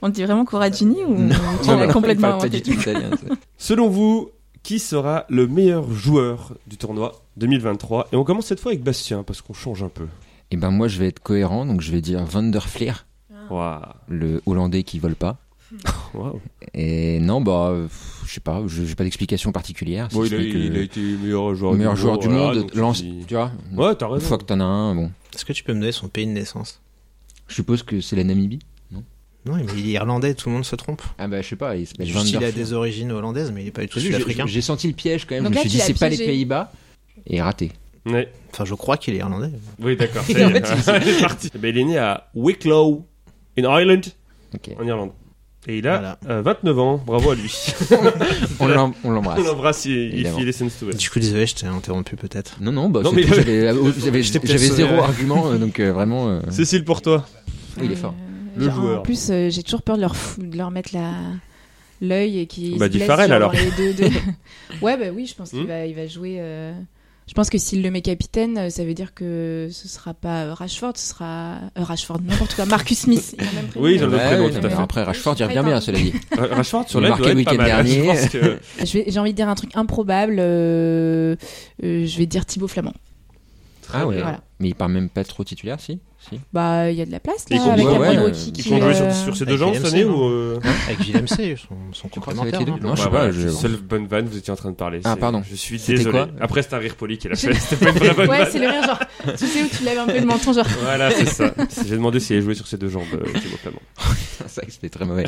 On dit vraiment Coragini ou tu
Non,
l'as
non,
complètement
pas, pas
inventé
du tout italien. ça.
Selon vous, qui sera le meilleur joueur du tournoi 2023 Et on commence cette fois avec Bastien parce qu'on change un peu.
Et ben moi je vais être cohérent, donc je vais dire Van der Fleer,
Ah. Waouh.
le Hollandais qui vole pas.
Waouh.
Et non, bah euh, pff, je sais pas, je- j'ai pas d'explication particulière. si
Bon,
ce
il, a,
n'est que
il a été meilleur joueur
le meilleur
du
joueur
monde.
du
voilà,
monde,
donc tu
lance,
dis-
tu vois.
Ouais, t'as
Une
raison.
fois que t'en as un, bon.
Est-ce que tu peux me donner son pays de naissance
Je suppose que c'est la Namibie.
Non, mais il est irlandais, tout le monde se trompe.
Ah bah je sais pas, il s'appelle Van
Juste, il
der
a
Fleer.
des origines hollandaises, mais il est pas du tout
J'ai vu, j'ai-
sud-africain.
J'ai senti le piège quand même,
Donc
je
là,
me suis
tu
dit
l'as
c'est pas les
piégé.
Pays-Bas. Et raté.
Ouais.
Enfin, je crois qu'il est irlandais.
Oui, d'accord. ça y est. C'est parti. Eh ben, il est né à Wicklow, in Ireland,
Ok.
en Irlande. Et il a euh, 29 ans. Bravo à lui.
On l'em- on
On
l'embrasse.
l'embrasse et
Ah, Évidemment. Mmh.
il listens to it.
Du coup, désolé, je t'ai interrompu peut-être.
Non, non, bah,
Non,
c'est
mais-
tout, j'avais j'avais-
J'étais peut-être
j'avais zéro
sonné.
argument, euh, donc euh, vraiment, euh,
Cécile, pour toi
il est fort.
Euh,
Le
genre,
joueur.
En plus, euh, j'ai toujours peur de leur, fou- de leur mettre la. l'œil et qui
Bah,
se
dis
blesse
Farrell,
genre
alors.
dans les deux- deux- ouais, bah oui, je pense
Hmm.
qu'il va, il va jouer. euh, Je pense que s'il le met capitaine, euh, ça veut dire que ce sera pas euh, Rashford, ce sera euh, Rashford, n'importe quoi, Marcus Smith. il a même
Oui,
prévenu.
dans le
Ouais,
prénom,
ouais,
tout
non,
à
mais
fait.
Après, Rashford, il revient
Attends.
bien, cela dit.
Ra- Rashford sur
Il a
l'aide
marqué
doit
le
être pas
week-end
mal. Je
dernier.
pense que-
Je vais- J'ai envie de dire un truc improbable. euh, euh, je vais dire Thibaut Flamand.
Ah ouais.
Voilà.
Mais il part même pas trop titulaire, si. si.
Bah, il y a de la place
Et
là,
qu'on-
avec
ouais,
Amel
ouais,
Waki
Ils
qui,
font jouer
euh,
sur, sur ces deux
Avec
jambes
les
cette année
MC,
ou. euh,
Avec JMC, son, son
crois que ça va être
complémentaire.
les
non
deux,
bah
non Ah, je sais
voilà,
pas, je-
c'est la Seule bonne vanne, vous étiez en train de parler.
Ah,
c'est-
pardon.
Je suis
C'était
désolé.
quoi
Après, c'est un rire poli qui l'a fait. C'était pas une vraie bonne
Ouais,
vanne.
c'est le rire, genre, tu sais où tu lèves un peu le menton, genre.
Voilà, c'est ça. C'est- J'ai demandé s'il allait jouer sur ses deux jambes, euh, Thibaut Clément.
C'est vrai que c'était très mauvais.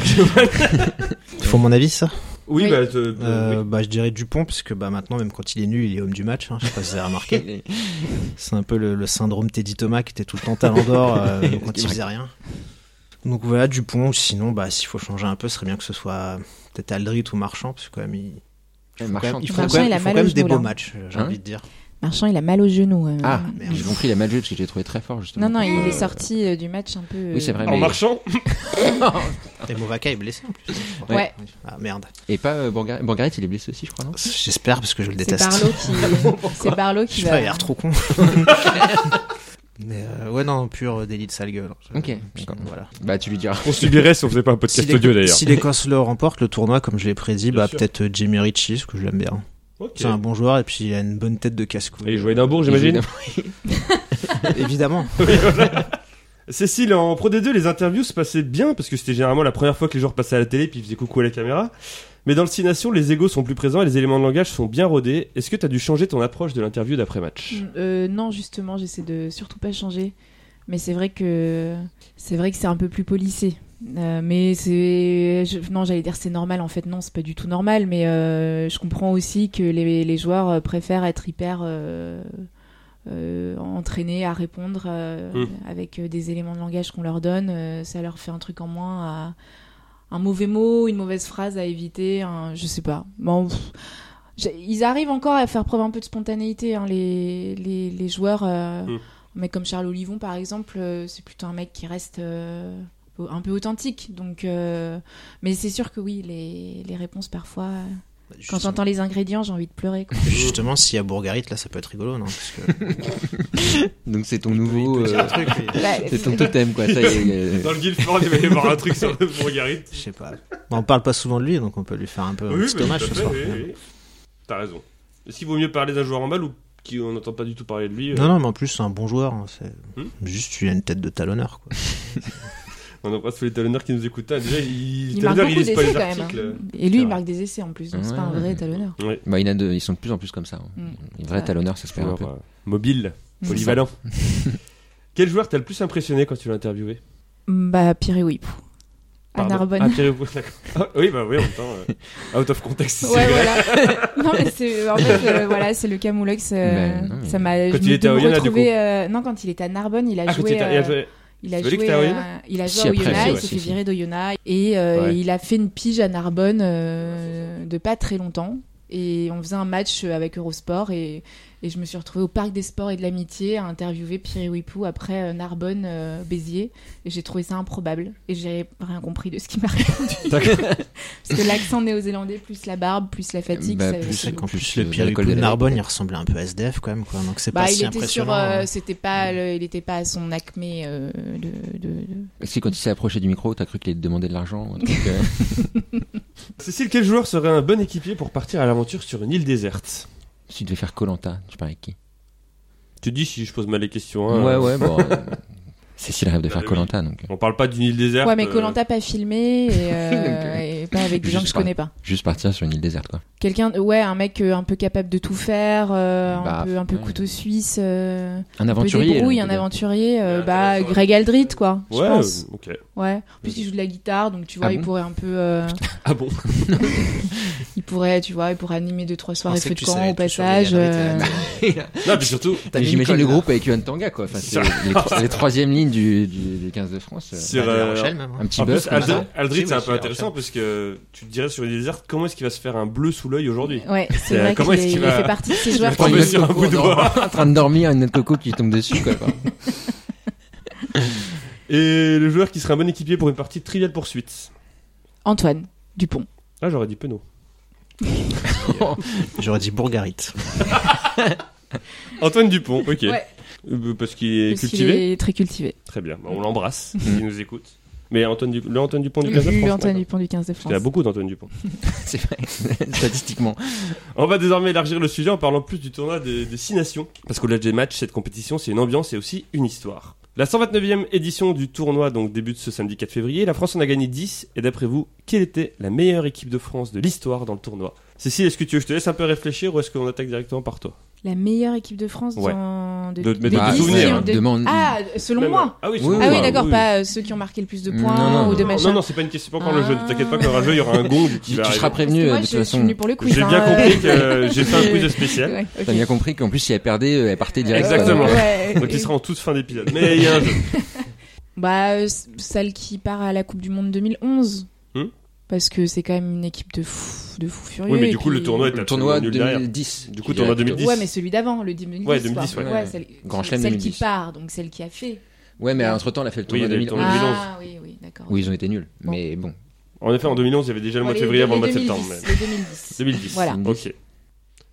Il faut mon avis, ça
Oui,
Oui.
bah. te-
Euh, Bah, je dirais Dupont, parce que bah, maintenant, même quand il est nul, il est homme du match. hein. Je sais pas si vous avez remarqué. C'est un peu le, le syndrome Teddy Thomas qui était tout le temps talent d'or euh, donc quand il faisait rien. Donc voilà, Dupont. Sinon, bah, s'il faut changer un peu, ce serait bien que ce soit peut-être Aldrit ou Marchand, parce que quand même, ils, quand
Ouais,
même-
Marchand,
ils
tu
font
crois
Marchand,
quand même,
il a
ils font
mal
quand
au
même des
genou,
beaux
là.
matchs, j'ai
Hein
envie de dire.
Marchand, il a mal au genou. euh.
Ah,
merde.
j'ai compris, il a mal joué parce que j'ai trouvé très fort, justement.
Non, non, il
contre,
est
euh,
sorti euh, du match un peu. euh,
Oui, c'est vrai,
En
mais-
marchant
Hein
Et Movaka est blessé en plus.
Ouais.
Ah merde.
Et pas euh, Bourgaret, Bourgaret, il est blessé aussi, je crois, non
J'espère parce que je le
C'est
déteste.
Barlow qui, c'est Barlow
Je
qui
sais pas,
va.
il a l'air trop con. Mais euh, ouais, non, pur délit de sale gueule.
Ok,
Sinon,
d'accord.
Voilà.
Bah, tu lui diras.
On subirait si on faisait pas un podcast
Si
audio
l'Éco-
d'ailleurs.
si l'Écosse le remporte, le tournoi, comme je l'ai prédit,
Bien
bah,
sûr.
peut-être euh, Jamie Ritchie, parce que je l'aime bien.
Ok.
C'est un bon joueur et puis il a une bonne tête de casse-cou.
Et il jouait Edimbourg, j'imagine.
Évidemment.
Cécile, en Pro D2, les interviews se passaient bien parce que c'était généralement la première fois que les joueurs passaient à la télé puis ils faisaient coucou à la caméra. Mais dans le 6 Nations, les égos sont plus présents et les éléments de langage sont bien rodés. Est-ce que t'as dû changer ton approche de l'interview d'après-match
Euh, non, justement, j'essaie de surtout pas changer. Mais c'est vrai que c'est vrai que c'est un peu plus policé. Euh, mais c'est je- non, j'allais dire c'est normal. En fait, non, c'est pas du tout normal. Mais euh, je comprends aussi que les, les joueurs euh, préfèrent être hyper euh, euh, entraînés à répondre euh,
Mm.
avec euh, des éléments de langage qu'on leur donne. Euh, ça leur fait un truc en moins à un mauvais mot, une mauvaise phrase à éviter. Un, je sais pas. Bon, pff, j'ai- Ils arrivent encore à faire preuve un peu de spontanéité, hein, les, les, les joueurs. euh,
Mm.
un mec comme Charles Olivon, par exemple, euh, c'est plutôt un mec qui reste euh, un peu authentique. Donc, euh, mais c'est sûr que oui, les, les réponses parfois. euh, Quand j'entends les ingrédients, j'ai envie de pleurer. quoi.
Justement, s'il y a Bourgarit, là, ça peut être rigolo, non Parce que
Donc, c'est ton nouveau.
c'est
euh,
un truc, oui.
Là,
C'est ton totem, quoi. Ça y est. euh,
le Guildford, il va y avoir un truc sur le Bourgarit.
Je sais pas. Bon, on parle pas souvent de lui, donc on peut lui faire un peu un petit hommage ce soir. quand même.
T'as raison. Est-ce qu'il vaut mieux parler d'un joueur en balle ou qu'on n'entend pas du tout parler de lui euh,
Non, non, mais en plus, c'est un bon joueur. hein, c'est-
Hmm
Juste, il a une tête de talonneur. Quoi.
On embrasse tous les talonneurs qui nous écoutent. Ah, déjà, il,
il
talonneurs,
marque beaucoup
lisent pas
d'essais
les
quand même.
articles.
hein. Et lui,
C'est
il
vrai.
marque des essais en plus, donc c'est
Ouais,
pas un
ouais.
vrai talonneur.
Bah, il y en a deux, ils sont de plus en plus comme ça. hein.
Mm.
Les vrais
Ouais.
talonneurs, ça se perd un
Joueur,
peu.
euh, mobile,
Mm.
polyvalent. Quel joueur t'as le plus impressionné quand tu l'as interviewé
Bah, Piré Whipou. À
Pardon.
Narbonne.
Ah, Pierre Hugo, d'accord. Ah, oui, bah oui, en même temps. euh, out of context. c'est
Ouais,
vrai.
voilà. non, mais c'est, en fait, euh, voilà, c'est le Camoulox. euh,
Ben, non, mais-
ça m'a.
Quand
je
il
me-
était
de
à
me
Oyonnax, du
retrouver, euh, non, quand il était à Narbonne, il a
Ah,
joué.
côté-
euh,
euh,
il a
Tu veux dire que
joué.
t'es à
euh,
Oyonnax
il a
Si,
joué à
après,
Oyonnax,
si,
il
ouais,
s'est
si,
fait
si.
virer d'Oyonnax et euh,
Ouais.
il a fait une pige à Narbonne euh, de pas très longtemps. Et on faisait un match avec Eurosport et, et je me suis retrouvée au Parc des Sports et de l'Amitié à interviewer Pierre Whipou après euh, Narbonne euh, Béziers et j'ai trouvé ça improbable et j'ai rien compris de ce qu'il m'a répondu. Parce que l'accent néo-zélandais plus la barbe plus la fatigue.
Bah,
ça-
plus
ça-
C'est qu'en
plus,
plus,
euh,
le Pierre
l'école
de
de la-
Narbonne, il ressemblait un peu à SDF quand même. Quoi. Donc, c'est
Bah,
pas
il
si
était sur,
impressionnant.
euh,
hein.
c'était pas, le- il était pas à son acmé euh, de, de- de-
Est-ce que quand il s'est approché du micro, t'as cru qu'il allait te demander de l'argent ou un truc, euh,
Cécile, quel joueur serait un bon équipier pour partir à l'aventure sur une île déserte
Si tu devais faire Colanta, tu parlais avec qui
Tu dis si je pose mal les questions. hein.
Ouais, ouais, bon. euh, Cécile rêve de faire
Bah oui.
Colanta, donc. euh,
On parle pas d'une île déserte.
Ouais, mais
euh,
Colanta pas filmé et, euh,
Donc,
et pas avec des gens que
Juste
je connais pas.
Juste partir sur une île déserte, quoi.
Quelqu'un, ouais, un mec euh, un peu capable de tout faire, euh,
Bah,
un peu, un peu
ouais.
couteau suisse, euh,
Un
un peu
aventurier.
débrouille,
là,
un
donc,
aventurier, euh,
Ouais,
bah
intéressant.
Greg Aldrit quoi. Je
Ouais,
pense.
euh, ok.
Ouais. En plus il joue de la guitare, donc tu vois,
Ah
il
bon
pourrait un peu, euh,
Ah bon
il pourrait, tu vois, il pourrait animer deux trois soirées
pensais
feu
que tu
de camp
savais
au
tout sur
passage.
Greg Aldrit,
euh,
Non, mais surtout,
T'as
Mais
mis
J'imagine
une
le
colle,
groupe avec Yohan Tanga, quoi. Enfin, c'est les, tro- les troisième lignes du, du, du 15 de France. euh,
sur.
Bah, de La
euh,
Rochelle, même, hein.
Un petit
en
bœuf.
plus,
comme ça.
Aldri- Aldrit,
Oui,
c'est un
oui,
peu
c'est
intéressant
Rochelle.
parce que tu te dirais sur une île déserte, comment est-ce qu'il va se faire un bleu sous l'œil aujourd'hui
Ouais, c'est
Euh,
vrai
comment
qu'il
est-ce qu'il
est- il
va-
fait partie de ces joueurs
Prends
qui
une
tomber
note
sur un
coco
bout de
dans- en train de dormir, une note coco qui tombe dessus, quoi. enfin.
Et le joueur qui serait un bon équipier pour une partie de Trivial Poursuite
Antoine Dupont.
Ah, j'aurais dit Penaud.
J'aurais dit Bourgarit.
Antoine Dupont, ok.
Ouais.
Euh, parce qu'il est
Parce qu'il
cultivé.
est très cultivé.
Très bien, Bah, on l'embrasse s'il nous écoute. Mais Antoine Dupont, le Antoine Dupont du 15 de France.
Lui, Antoine
d'accord.
Dupont du 15 de
Parce qu'il
France.
y a beaucoup d'Antoine Dupont.
C'est vrai, statistiquement.
On va désormais élargir le sujet en parlant plus du tournoi de, de six nations. Parce qu'au-delà des matchs, cette compétition, c'est une ambiance et aussi une histoire. La 129e édition du tournoi donc débute ce samedi 4 février. La France en a gagné 10. Et d'après vous, quelle était la meilleure équipe de France de l'histoire dans le tournoi Cécile, est-ce que tu veux, je te laisse un peu réfléchir ou est-ce qu'on attaque directement par toi
La meilleure équipe de France
Ouais.
dans...
De- mais
des
de
Bah,
dix-
souvenirs, hein.
de-
demande-
Ah, selon
Même-
moi
Ah oui,
Oui,
selon
Ah oui,
moi,
d'accord, pas euh, ceux qui ont marqué le plus de points
Non, non,
ou de
Non,
machin.
Non, non, c'est pas, une question- c'est pas encore le jeu. Ne t'inquiète pas,
Ah.
quand on aura le jeu, il y aura un gong qui
Tu,
va
tu
arriver.
seras
Parce que
prévenu euh,
moi,
de toute
je, je suis
façon.
venue pour le quiz.
J'ai
hein,
bien
euh,
compris que euh, j'ai fait un quiz spécial.
ouais, ok.
T'as bien compris qu'en plus, si elle perdait, euh, elle partait direct.
Exactement.
quoi.
Ouais.
Donc il sera en toute fin d'épisode. Mais il y a un jeu.
Bah, euh, c- celle qui part à la Coupe du Monde 2011.
Hmm.
parce que c'est quand même une équipe de fou, de fou furieux.
Oui, mais
et
du coup, le
puis-
tournoi est
Le euh, tournoi
absolument nul derrière.
2010.
Du coup,
Je
tournoi
dirais
2010.
Ouais, mais celui d'avant, le 2010.
Ouais, 2010,
quoi.
ouais.
Ouais.
celle,
Grand
celle
Chelem
qui
2010.
part, donc celle qui a fait.
Ouais, mais entre-temps, elle a fait le
Oui,
tournoi
il y a eu le
2011.
tournoi
Ah, oui, oui, d'accord.
Où ils ont été nuls.
Bon.
Mais bon.
En effet, en 2011, il y avait déjà le mois de février avant le mois de septembre. mais-
Le 2010.
2010.
Voilà.
Ok.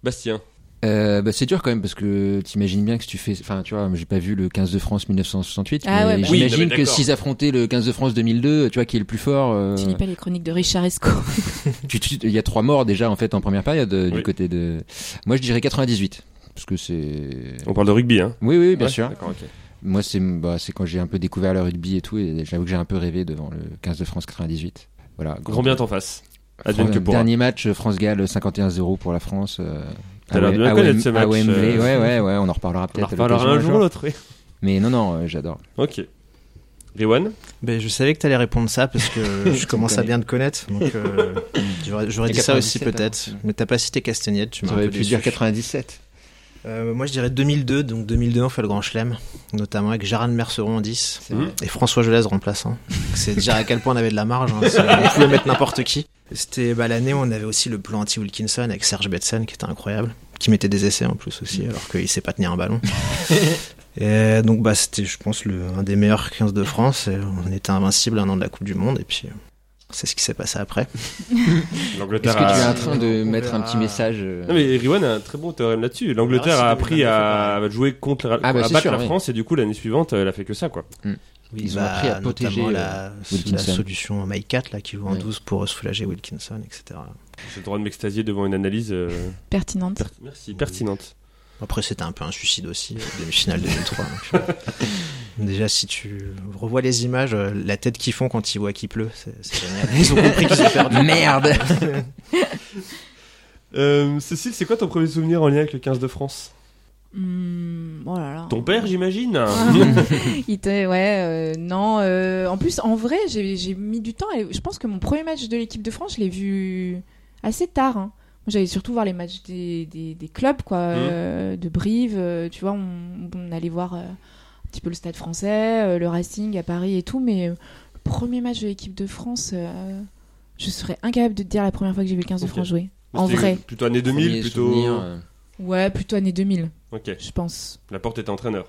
Bastien.
Euh, bah, c'est dur quand même parce que t'imagines bien que si tu fais. Enfin, tu vois, j'ai pas vu le 15 de France 1968.
Ah
mais
ouais, bah.
Oui,
J'imagine
non, mais
que
d'accord.
s'ils affrontaient le 15 de France 2002, tu vois, qui est le plus fort. euh,
Tu lis pas les chroniques de Richard Esco.
tu- tu- Il y a trois morts déjà en fait en première période euh,
Oui.
du côté de. Moi, je dirais 98. Parce que c'est.
On parle de rugby, hein
Oui, oui, bien
Ouais,
sûr.
D'accord, ok.
Moi, c'est bah, c'est quand j'ai un peu découvert le rugby et tout, et j'avoue que j'ai un peu rêvé devant le 15 de France 98. Voilà.
Grand bien t'en face. Advienne
Fran-
que pourra.
Dernier match, euh, France-Galles 51-0 pour la France. euh,
T'as
à
l'air de
Wem-
bien
à
connaître
Wem-
ce match,
À Wembley,
euh.
ouais, ouais, ouais, on en reparlera
On en
peut-être. à
reparlera un
l'occasion
jour ou l'autre. oui.
Mais non, non, euh, j'adore.
Ok. Rewan
Ben, je savais que t'allais répondre ça parce que je commence à bien te connaître. Donc, euh, j'aurais, j'aurais dit ça aussi
97,
peut-être.
hein.
Mais t'as pas cité Castagnette, tu m'as un
J'aurais
peu
pu
déçu.
dire 97.
Euh, moi, je dirais 2002. Donc 2002, on fait le Grand Chelem, notamment avec Gérard Merceron en 10
C'est
Mhm.
vrai.
et François Gelès remplaçant. Donc, C'est dire à quel point on avait de la marge. hein. C'est- On pouvait mettre n'importe qui. C'était bah, l'année où on avait aussi le plan anti-Wilkinson avec Serge Betson qui était incroyable, qui mettait des essais en plus aussi, alors qu'il sait pas tenir un ballon. Et donc bah c'était je pense le un des meilleurs 15 de France et on était invincible un an de la Coupe du monde et puis euh, c'est ce qui s'est passé après.
L'Angleterre
Est-ce que tu es
a-
en train de
on
mettre un
verra.
petit message euh,
Non mais Rewan a un très bon théorème là-dessus. L'Angleterre
Ah, c'est
a appris
2022,
à à jouer contre, la-
Ah,
à
bah, c'est
battre
sûr,
la
oui.
France et du coup l'année suivante elle a fait que ça quoi.
Ils ont appris à protéger,
bah, notamment
euh,
la, la
Wilkinson.
solution Mike 4 là qui joue en
Ouais.
12 pour soulager Wilkinson etc.
J'ai le droit de m'extasier devant une analyse euh,
Pertinente.
per- merci, pertinente.
Après, c'était un peu un suicide aussi, euh, demi-finale 2003. donc, euh, Déjà, si tu revois les images, euh, la tête qu'ils font quand ils voient qu'il pleut, c'est c'est génial. Ils ont compris qu'ils ont perdu.
Merde
Euh, Cécile, c'est quoi ton premier souvenir en lien avec le 15 de France
Hmm, oh là là.
Ton père j'imagine
Il était, ouais, euh, non. euh, en plus, en vrai, j'ai j'ai mis du temps. et je pense que mon premier match de l'équipe de France, je l'ai vu assez tard. hein. Moi, j'allais surtout voir les matchs des, des- des clubs, quoi, euh, de Brive. euh, tu vois, on, on allait voir euh, un petit peu le Stade Français, euh, le Racing à Paris et tout. Mais euh, le premier match de l'équipe de France, euh, je serais incapable de te dire la première fois que j'ai vu le 15 de
Ok.
France jouer. En
C'était
vrai.
Plutôt année 2000
Premier
plutôt.
souvenir, euh,
Ouais, plutôt année 2000,
Ok.
je pense.
La porte était entraîneur.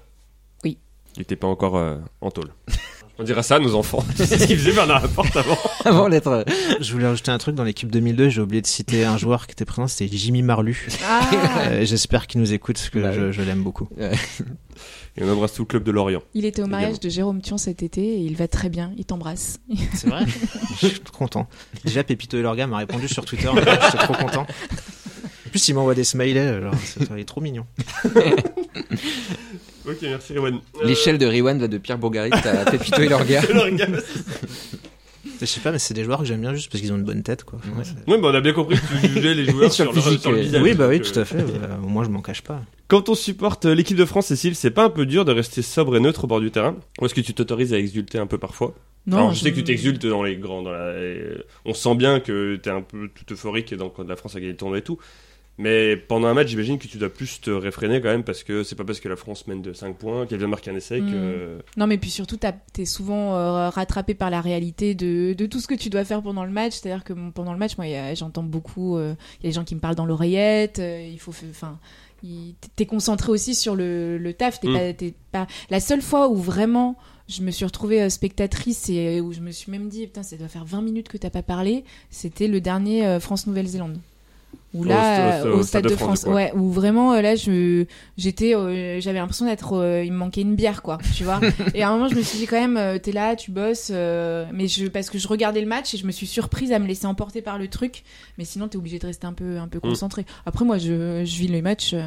Oui.
Il n'était pas encore euh, en tôle. On dira ça à nos enfants. C'est ce qu'ils faisaient Bernard Laporte avant.
Avant d'être. euh,
Je voulais rajouter un truc dans l'équipe 2002, j'ai oublié de citer un joueur qui était présent, c'était Jimmy Marlu.
Ah
Euh, J'espère qu'il nous écoute parce que
Bah oui.
je, je l'aime beaucoup.
Et on embrasse tout le club de Lorient.
Il était au mariage
Également.
de Jérôme Thion cet été et il va très bien, il t'embrasse.
C'est vrai Je suis content. Déjà, Pépito et Lorga m'a répondu sur Twitter, en fait, je suis trop content. En plus, il m'envoie des smileys, euh, genre, c'est- il est trop mignon.
Ok, merci Euh, Rewan.
L'échelle de Rewan va de Pierre Bourgarit à Pepito et Lorga.
Je sais pas, mais c'est des joueurs que j'aime bien juste parce qu'ils ont une bonne tête, quoi. Enfin,
Ouais.
c'est-
Oui, bah, on a bien compris que tu jugeais les joueurs sur,
Sur
le
le physique,
sur le
euh,
visage.
Oui, bah oui,
Donc,
tout
euh,
à fait. Bah, moi, je m'en cache pas.
Quand on supporte euh, l'équipe de France, Cécile, c'est pas un peu dur de rester sobre et neutre au bord du terrain Ou est-ce que tu t'autorises à exulter un peu parfois Alors, je sais que tu t'exultes dans les grands. Dans la... euh, On sent bien que t'es un peu tout euphorique dans... quand la France a gagné le tournoi et tout. Mais pendant un match, j'imagine que tu dois plus te réfréner quand même parce que c'est pas parce que la France mène de 5 points qu'elle vient de marquer un essai
Mm.
que.
Non, mais puis surtout, t'as- t'es souvent euh, rattrapé par la réalité de, de tout ce que tu dois faire pendant le match. C'est-à-dire que mon- pendant le match, moi, il y a- j'entends beaucoup. euh, Il y a des gens qui me parlent dans l'oreillette. euh, il faut, fa- enfin, il- t'es concentré aussi sur le, le taf. T'es
Mm.
pas, t'es pas... La seule fois où vraiment je me suis retrouvée euh, spectatrice et euh, où je me suis même dit, putain, ça doit faire 20 minutes que t'as pas parlé, c'était le dernier euh, France-Nouvelle-Zélande. Où
Au
là,
sta-
euh, au, Stade de France,
quoi.
ouais, où vraiment euh, là, je, j'étais, euh, j'avais l'impression d'être, euh, il me manquait une bière, quoi, tu vois. et à un moment, je me suis dit quand même, euh, t'es là, tu bosses, euh, mais je, parce que je regardais le match et je me suis surprise à me laisser emporter par le truc mais sinon t'es obligé de rester un peu un peu concentré après moi je, je vis les matchs euh,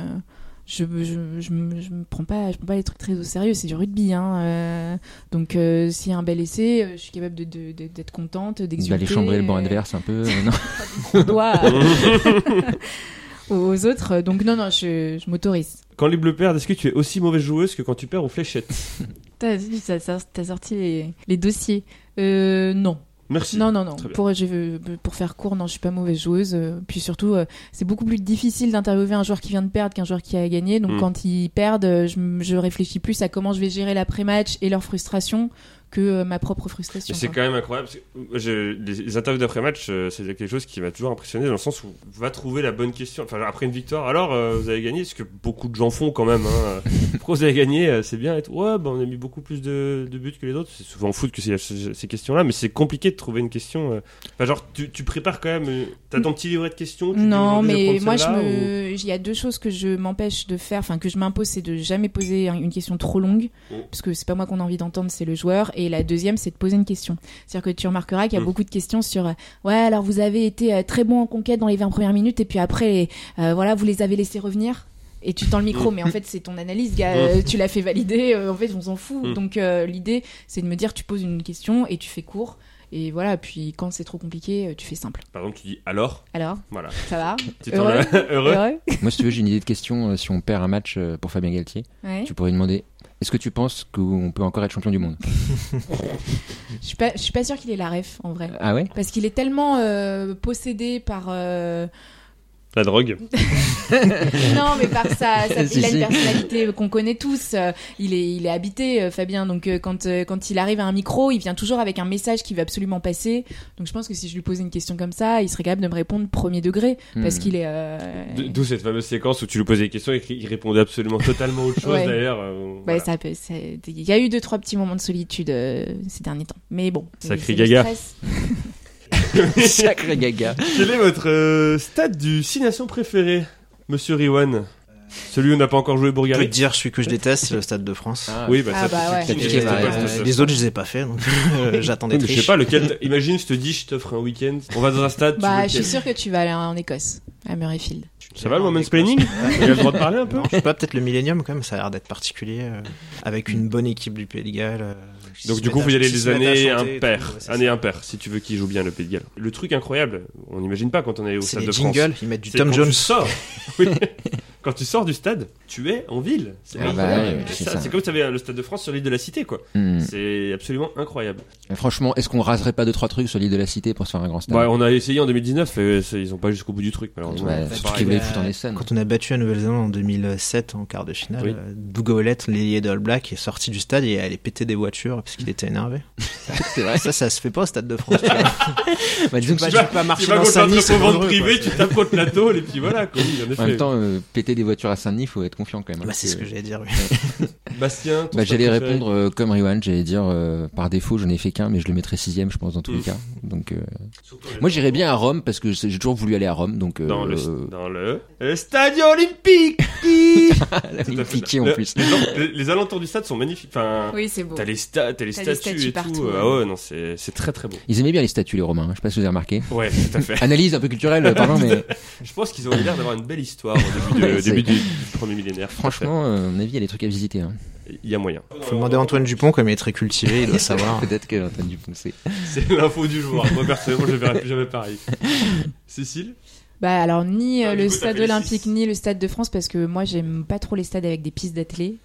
je, je, je, me- je me prends pas je prends pas les trucs très au sérieux c'est du rugby hein euh, donc euh, s'il y a un bel essai euh, je suis capable de, de- de- d'être contente d'exulter
D'aller chambrer le banc
euh,
adverse un peu. euh, non.
du doigt, euh, aux autres donc non non je, je m'autorise
Quand les bleus perdent, est-ce que tu es aussi mauvaise joueuse que quand tu perds aux fléchettes
t'as, t'as- t'as- t'as sorti les, les dossiers Euh, non
Merci.
Non, non, non.
Très bien.
Pour, je- pour faire court, non, je suis pas mauvaise joueuse. Euh, Puis surtout, euh, c'est beaucoup plus difficile d'interviewer un joueur qui vient de perdre qu'un joueur qui a gagné. Donc
Mm.
quand ils perdent, euh, je, m- je réfléchis plus à comment je vais gérer l'après-match et leur frustration que euh, ma propre frustration.
Mais c'est
quoi.
quand même incroyable. parce que, euh, je- les, les interviews d'après-match, euh, c'est quelque chose qui m'a toujours impressionné dans le sens où va trouver la bonne question. Enfin, après une victoire, alors euh, vous avez gagné, ce que beaucoup de gens font quand même. hein. Pourquoi vous avez gagné euh, C'est bien. Et tout. ouais, bah, on a mis beaucoup plus de, de buts que les autres. C'est souvent en foot que c'est ces ces questions-là, mais c'est compliqué de trouver une question. euh. Enfin, genre, tu, tu prépares quand même. euh, T'as ton petit livret de questions. Tu te dis,
Non,
aujourd'hui,
mais
vais
moi,
prendre celle-là,
je
ou-
me... il y a deux choses que je m'empêche de faire, enfin que je m'impose, c'est de jamais poser un- une question trop longue,
Mm.
parce que c'est pas moi qu'on a envie d'entendre, c'est le joueur. Et la deuxième, c'est de poser une question. C'est-à-dire que tu remarqueras qu'il y a
Mm.
beaucoup de questions sur, euh, ouais, alors vous avez été euh, très bon en conquête dans les 20 premières minutes, et puis après, euh, voilà, vous les avez laissés revenir. Et tu tends le micro, mais en fait, c'est ton analyse, gars,
Mm.
euh, tu l'as fait valider, euh, en fait, on s'en fout.
Mm.
Donc, euh, l'idée, c'est de me dire, tu poses une question et tu fais court. Et voilà, puis quand c'est trop compliqué, euh, tu fais simple.
Par exemple, tu dis alors.
Alors,
Voilà.
ça va
Tu t'en vas- heureux.
Heureux
Moi, si tu veux, j'ai une idée de question. euh, Si on perd un match euh, pour Fabien Galtier,
Ouais.
tu pourrais demander est-ce que tu penses qu'on peut encore être champion du monde
Je suis pas, je suis pas sûre qu'il ait la ref en vrai.
Ah ouais
Parce qu'il est tellement euh, possédé par. euh,
La drogue.
Non, mais par sa. sa-
Si,
il a
si.
une personnalité qu'on connaît tous. euh, Il est, il est habité, euh, Fabien. Donc euh, quand, euh, quand il arrive à un micro, il vient toujours avec un message qui veut absolument passer. Donc je pense que si je lui posais une question comme ça, il serait capable de me répondre premier degré. Parce
Hmm.
qu'il est. euh,
D- D'où cette fameuse séquence où tu lui posais des questions et qu'il répondait absolument totalement autre chose
Ouais. Bah,
d'ailleurs. euh,
Ouais,
voilà.
ça peut- ça- Il y a eu deux, trois petits moments de solitude euh, ces derniers temps. Mais bon.
Sacré
c'est le
gaga.
stress.
Sacré gaga.
Quel est votre euh, stade du Six Nations préféré, monsieur Riwan Celui où on n'a pas encore joué
Je peux
Bourgari
te dire, celui que je déteste, c'est le Stade de France.
Oui, bah, ça,
Ah, bah
c'est-
ouais.
c'est-
T'as
c'est-
piqué
c'est-
ma
c'est-
réponse,
c'est-
ouais.
c'est-
Euh,
c'est-
les autres, je les ai pas fait, donc euh, j'attends des
Oui, mais Je sais
triches.
pas, lequel. Imagine, je te dis, je t'offre un week-end. On va dans un stade. tu veux
Bah, je
lequel
suis sûre que tu vas aller en Écosse, à Murrayfield.
Ça va le woman's planning Il a le droit de parler un peu
Non, je sais pas, peut-être le Millennium quand même, ça a l'air d'être particulier, euh, avec une bonne équipe du Pays de Galles. euh, qui
Donc
se
du
met
coup,
à-
vous y allez
qui
les
se met à
années
chanter et tout,
impaires,
ouais, c'est
années
ça.
impaires, si tu veux qu'il joue bien le Pays de Galles. Le truc incroyable, on n'imagine pas quand on est au
C'est
stade
les
de France.
jingles, ils mettent du
C'est
Tom
quand
Jones.
Tu sors. Oui. quand tu sors du stade, tu es en ville. C'est
Ah bah
incroyable.
ouais,
C'est
c'est
ça,
ça.
c'est comme tu avais le stade de France sur l'île de la Cité, quoi.
Hmm.
C'est absolument incroyable.
Mais Franchement, est-ce qu'on raserait pas deux trois trucs sur l'île de la Cité pour se faire un grand stade
Bah, on a essayé en 2019, et euh, c'est- ils ont pas jusqu'au bout du truc, malheureusement.
Ouais,
bah,
surtout
pareil,
qu'ils voulaient
bah,
foutre en Essonne.
Quand on a battu la Nouvelle-Zélande en 2007 en quart de finale,
Oui.
euh, Doug Howlett, l'ailier de All Black, est sorti du stade et allait péter des voitures parce qu'il était énervé.
Mm. C'est vrai.
Ça, ça se fait pas au stade de France. tu vois.
Bah, disons que
Tu
tu-
vas pas
Tu
marcher
vas
dans
contre
Saint-Denis, c'est
un vente
dangereux,
privée,
quoi.
tu tapes contre la tôle, et puis voilà, quoi. Oui, en
En
effet.
même temps, euh, péter des voitures à Saint-Denis, faut être confiant quand même. hein,
Bah,
parce
c'est ce
que-
que j'allais dire. oui.
Bastien, ton
Bah,
stade
j'allais
préféré
répondre euh, comme Riwan, j'allais dire euh, par défaut, je n'ai fait qu'un, mais je le mettrais sixième, je pense, dans tous
Mm.
les cas. Donc, euh, moi, j'irais bien à Rome parce que j'ai j'ai toujours voulu aller à Rome. Donc, euh,
Dans le,
euh,
dans le, le Stadio Olympique
la
Tout à
ville
fait.
piquée, en
Le-
plus.
Les, gens- les- les alentours du stade sont magnifiques. Enfin,
Oui, c'est beau.
t'as les, sta- t'as les
T'as les
statues
statues
et
partout,
tout.
ouais.
Ah ouais, non, c'est c'est très très beau.
Ils aimaient bien les statues, les Romains. hein, Je sais pas si vous avez remarqué.
Ouais, tout à fait.
Analyse un peu culturelle, euh, pardon, mais
Je pense qu'ils ont eu l'air d'avoir une belle histoire au début, de-
Ouais,
au début
c'est-
du, du premier millénaire.
franchement, euh, à mon avis, il y a des trucs à visiter. hein.
il y a moyen.
Faut demander à Antoine Dupont, comme il est très cultivé, il doit savoir.
Peut-être que Antoine Dupont sait.
C'est l'info du jour. Moi, personnellement, je verrai plus jamais pareil. Cécile
Bah alors ni
Ah,
euh,
du
le
coup, t'as
stade
fait les
olympique
six.
ni le stade de France parce que moi j'aime pas trop les stades avec des pistes d'athlé.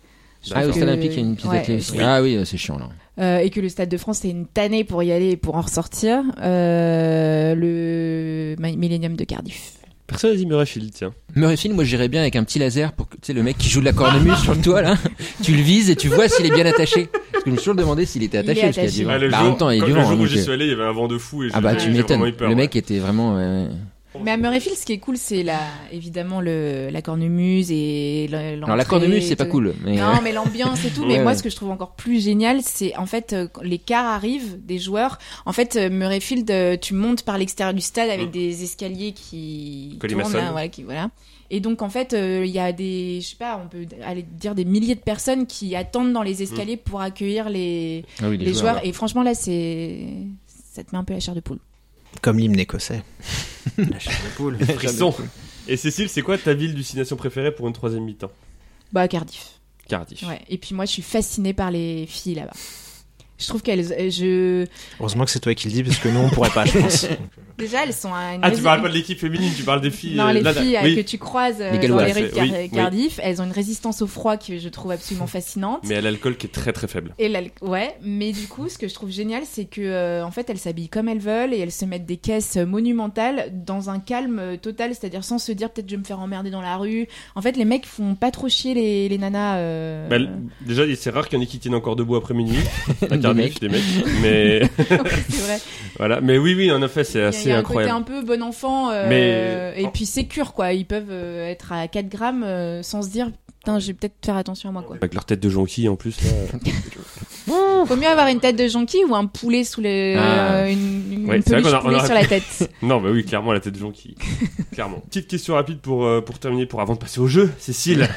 Ah,
Parce
au Stade
que-
Olympique, il y a une piste
ouais,
d'athlé aussi.
oui.
Ah oui, euh, c'est chiant, là.
Euh, et que le stade de France c'est une tannée pour y aller et pour en ressortir. Euh, le Ma- Millennium de Cardiff.
Personne n'a dit Murrayfield, tiens.
Murrayfield, moi, j'irais bien avec un petit laser pour que, tu sais, le mec qui joue de la cornemuse sur le toit, là, tu le vises et tu vois s'il est bien attaché. Parce que je me suis toujours demandé s'il était
Il est
attaché. parce qu'il y a du
attaché.
vent.
Ah, le
Bah,
jour,
en même temps, il y a
quand-
du
le
vent.
jour
hein,
où
donc,
j'y
euh,
suis allé, il y avait un vent de fou. Et
Ah
j'ai-
bah
j'ai
tu m'étonnes.
vraiment eu peur,
Le
ouais.
mec était vraiment. euh,
On
Mais à Murrayfield, ce qui est cool, c'est la, évidemment le, la cornemuse et le- l'entrée
Alors la cornemuse,
et
c'est pas
tout.
cool. Mais euh,
Non, mais l'ambiance et tout. mais
Ouais,
moi,
ouais.
ce que je trouve encore plus génial, c'est en fait euh, quand les cars arrivent des joueurs. En fait, euh, Murrayfield, euh, tu montes par l'extérieur du stade avec
Mm.
des escaliers qui
Colimaçon.
tournent, là, voilà, qui voilà. Et donc en fait, euh, il y a des, je sais pas, on peut aller dire des milliers de personnes qui attendent
Mm.
dans les escaliers pour accueillir les,
ah oui,
les, joueurs. Et franchement, là, c'est, ça te met un peu la chair de poule.
Comme l'hymne écossais. La chair de poule.
Frisson. Et Cécile, c'est quoi ta ville destination préférée pour une troisième mi-temps
Bah Cardiff.
Cardiff.
Ouais. Et puis moi, je suis fascinée par les filles là-bas. Je trouve qu'elles, euh, je,
Heureusement que c'est toi qui le dis, parce que nous, on pourrait pas, je pense.
déjà, elles sont à une
Ah, tu
rési-
parles pas de l'équipe féminine, tu parles des filles.
Non,
euh,
les
là, là.
filles euh,
Oui,
que tu croises euh,
Les
dans
Galloises,
les rues de Car-
oui, oui.
Cardiff, elles ont une résistance au froid que je trouve absolument fascinante.
Mais à l'alcool qui est très très faible.
Et l'al- ouais, mais du coup, ce que je trouve génial, c'est que euh, en fait, elles s'habillent comme elles veulent et elles se mettent des caisses monumentales dans un calme euh, total, c'est-à-dire sans se dire peut-être je vais me faire emmerder dans la rue. En fait, les mecs font pas trop chier les, les nanas. euh,
Bah, l- déjà, c'est rare qu'il y en ait qui tiennent encore debout après minuit. À
Des
Cardiff,
mecs.
des mecs. Mais
c'est vrai.
voilà. Mais oui, oui, en effet, c'est
Il y a-
assez
il y a un
incroyable.
côté un peu bon enfant euh,
Mais-
et puis c'est cure quoi. Ils peuvent euh, être à 4 grammes euh, sans se dire putain je vais peut-être faire attention à moi quoi.
Avec leur tête de jonquille en plus. Là.
Faut mieux avoir une tête de jonquille ou un poulet sous les
Ah.
euh, une, une
Ouais, c'est vrai
peluche
qu'on a- on
poulet
aurait-
sur la tête.
non, bah oui, clairement, la tête de jonquille. clairement. Petite question rapide pour, euh, pour terminer, pour avant de passer au jeu, Cécile.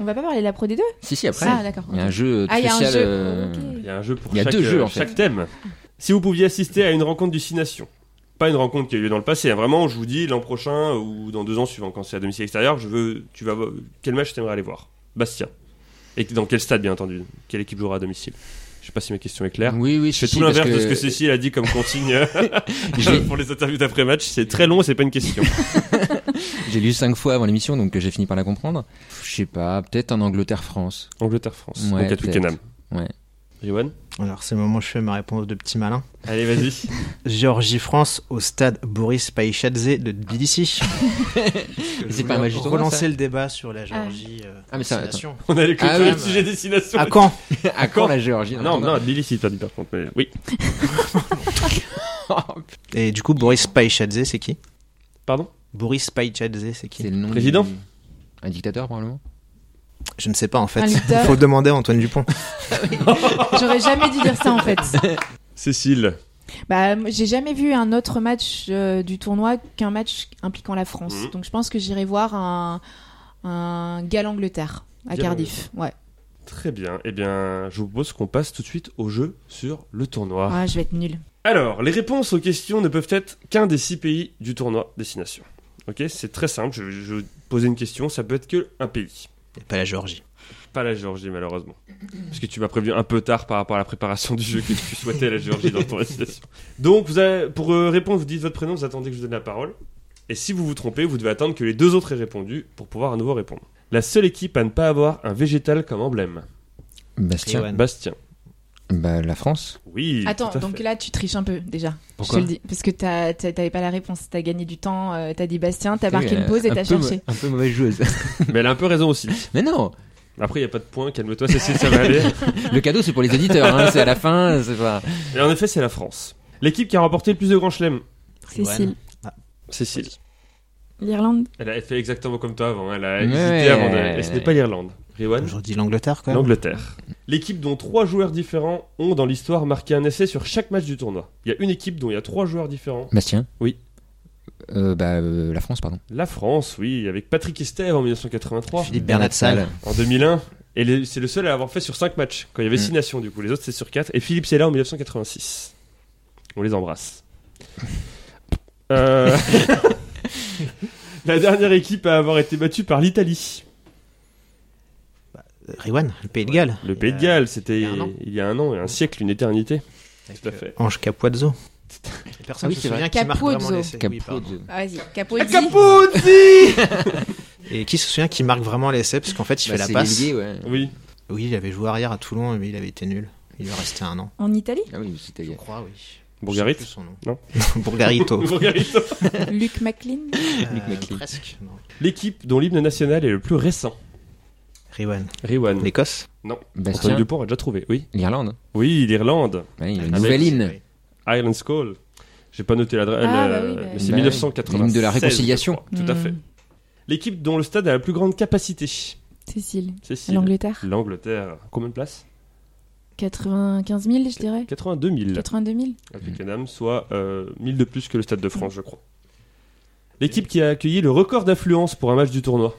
On va pas parler de la Pro D2
Si, si, après.
Ah d'accord.
Il y a un jeu
Ah, il y a un
spécial.
jeu.
euh,
Ok.
Il y a un jeu pour
Il y a
chaque,
deux jeux,
euh,
en fait.
chaque thème. Si vous pouviez assister à une rencontre du Six Nations, pas une rencontre qui a eu lieu dans le passé, hein, vraiment, je vous dis l'an prochain ou dans deux ans suivant, quand c'est à domicile extérieur, je veux, tu vas, quel match t'aimerais aller voir Bastia. Et dans quel stade, bien entendu Quelle équipe jouera à domicile Je sais pas si ma question est claire.
Oui, oui,
Je fais
si,
tout l'inverse
parce
de ce que Cécile a dit comme consigne euh,
J'ai-
pour les interviews d'après-match. C'est très long, c'est pas une question.
J'ai lu cinq fois avant l'émission, donc euh, j'ai fini par la comprendre. Je sais pas, peut-être en Angleterre-France.
Angleterre-France,
Ouais,
donc à
peut-être.
Twickenham.
Ouais.
Johan
Alors, c'est le moment où je fais ma réponse de petit malin.
Allez, vas-y.
Géorgie-France au stade Boris Païchadze de Tbilissi.
Et
Je
c'est
voulais
pas un match du tournoi,
relancer
ça
le débat sur la Géorgie. euh,
Ah, mais ça,
destination.
On allait
Ah
clôturer
oui. Ah,
le sujet destination.
À quand
À quand la Géorgie dans le
Ah, Non,
tournoi
non, Billy, c'est perdu par contre. Mais oui.
Et du coup, Boris Païchadze, c'est qui
Pardon
Boris Païchadze, c'est qui
C'est le nom.
Président
du- Un dictateur, probablement.
Je ne sais pas en
Un
fait.
leader.
Faut demander à Antoine Dupont.
J'aurais jamais dû dire ça en fait.
Cécile.
Bah moi, j'ai jamais vu un autre match euh, du tournoi qu'un match impliquant la France.
Mhm.
Donc je pense que j'irai voir un un gala Angleterre à
Galles
Cardiff. Ouais.
Très bien. Eh bien, je vous propose qu'on passe tout de suite au jeu sur le tournoi.
Ah je vais être nulle.
Alors, les réponses aux questions ne peuvent être qu'un des six pays du tournoi destination. Ok, c'est très simple. Je, je vais poser une question, ça peut être que un pays.
Et pas la Géorgie.
Pas la Géorgie, malheureusement. Parce que tu m'as prévenu un peu tard par rapport à la préparation du jeu que tu souhaitais la Géorgie dans ton destination. Donc, vous avez- pour euh, répondre, vous dites votre prénom, vous attendez que je vous donne la parole. Et si vous vous trompez, vous devez attendre que les deux autres aient répondu pour pouvoir à nouveau répondre. La seule équipe à ne pas avoir un végétal comme emblème.
Bastien.
Johan.
Bastien.
Bah, la France.
Oui.
Attends,
tout à
donc
fait.
là tu triches un peu déjà.
Pourquoi
je te le dis, parce que t'as- t'as- t'avais pas la réponse, t'as gagné du temps, euh, t'as dit Bastien, t'as marqué
Oui,
une pause et
euh, un
t'as
peu mau-
cherché.
Un peu mauvaise joueuse.
Mais elle a un peu raison aussi.
Mais non
Après, il n'y a pas de point, calme-toi, Cécile, ça va aller.
Le cadeau, c'est pour les auditeurs. hein, C'est à la fin. C'est pas.
Et en effet, c'est la France. L'équipe qui a remporté le plus de grands chelems.
Cécile,
Cécile.
l'Irlande,
Elle a fait exactement comme toi avant, elle a
Ouais.
hésité avant. de- Et ce n'est pas l'Irlande. Riwan
Aujourd'hui, l'Angleterre quand même.
L'Angleterre. L'équipe dont trois joueurs différents ont dans l'histoire marqué un essai sur chaque match du tournoi. Il y a une équipe dont il y a trois joueurs différents.
Bastien
Oui.
Euh, bah, euh, la France, pardon.
La France, oui, avec Patrick Estève en 1983,
Philippe Bernat Salle.
en 2001. Et les- c'est le seul à l'avoir fait sur cinq matchs, quand il y avait
Mm.
six nations du coup. Les autres, c'est sur quatre. Et Philippe Sella en 1986. On les embrasse. Euh, La dernière équipe à avoir été battue par l'Italie.
Euh, Riwan, le Pays de Galles.
Le Pays de
Et, euh,
Galles, c'était
il y a un an.
il y a un an et un siècle, une éternité.
avec,
Tout à
euh,
fait.
Ange Capozzo. Personne
Ah oui,
se
c'est
souvient
vrai.
qui marque
Capuzzo.
vraiment l'essai. Oui,
Capro.
pardon.
Ah, vas-y, Capozzi.
Et qui se souvient qui marque vraiment l'essai parce qu'en fait, il
Bah,
fait
c'est
la passe.
Lillier, ouais.
Oui.
Oui, il avait joué arrière à Toulon, mais il avait été nul. Il lui restait un an.
en Italie,
Ah oui, c'était
Je crois, oui.
Bourgarit
Je sais plus son nom. Euh,
Non.
Bourgarito.
Bourgarito.
Luc McLean,
Euh,
Nick McLean.
Presque. non.
L'équipe dont l'hymne national est le plus récent.
Riwan.
Riwan.
L'Écosse.
Antoine
Bastien.
Dupont a déjà trouvé, oui.
L'Irlande. hein.
Ah, Oui, l'Irlande.
Ouais, il y a une
Avec-
nouvelle hymne.
Ireland's Call. J'ai pas noté l'adresse.
Ah,
la-
bah oui, bah oui.
C'est
Bah,
1996.
l'hymne de la réconciliation.
je crois. Tout à fait.
Hmm.
L'équipe dont le stade a la plus grande capacité.
Cécile.
Cécile.
L'Angleterre.
L'Angleterre. Combien de places
95 000, je dirais.
82 000.
82 000.
à Twickenham, soit euh, 1000 de plus que le
Mm.
Stade de France, je crois. L'équipe qui a accueilli le record d'affluence pour un match du tournoi.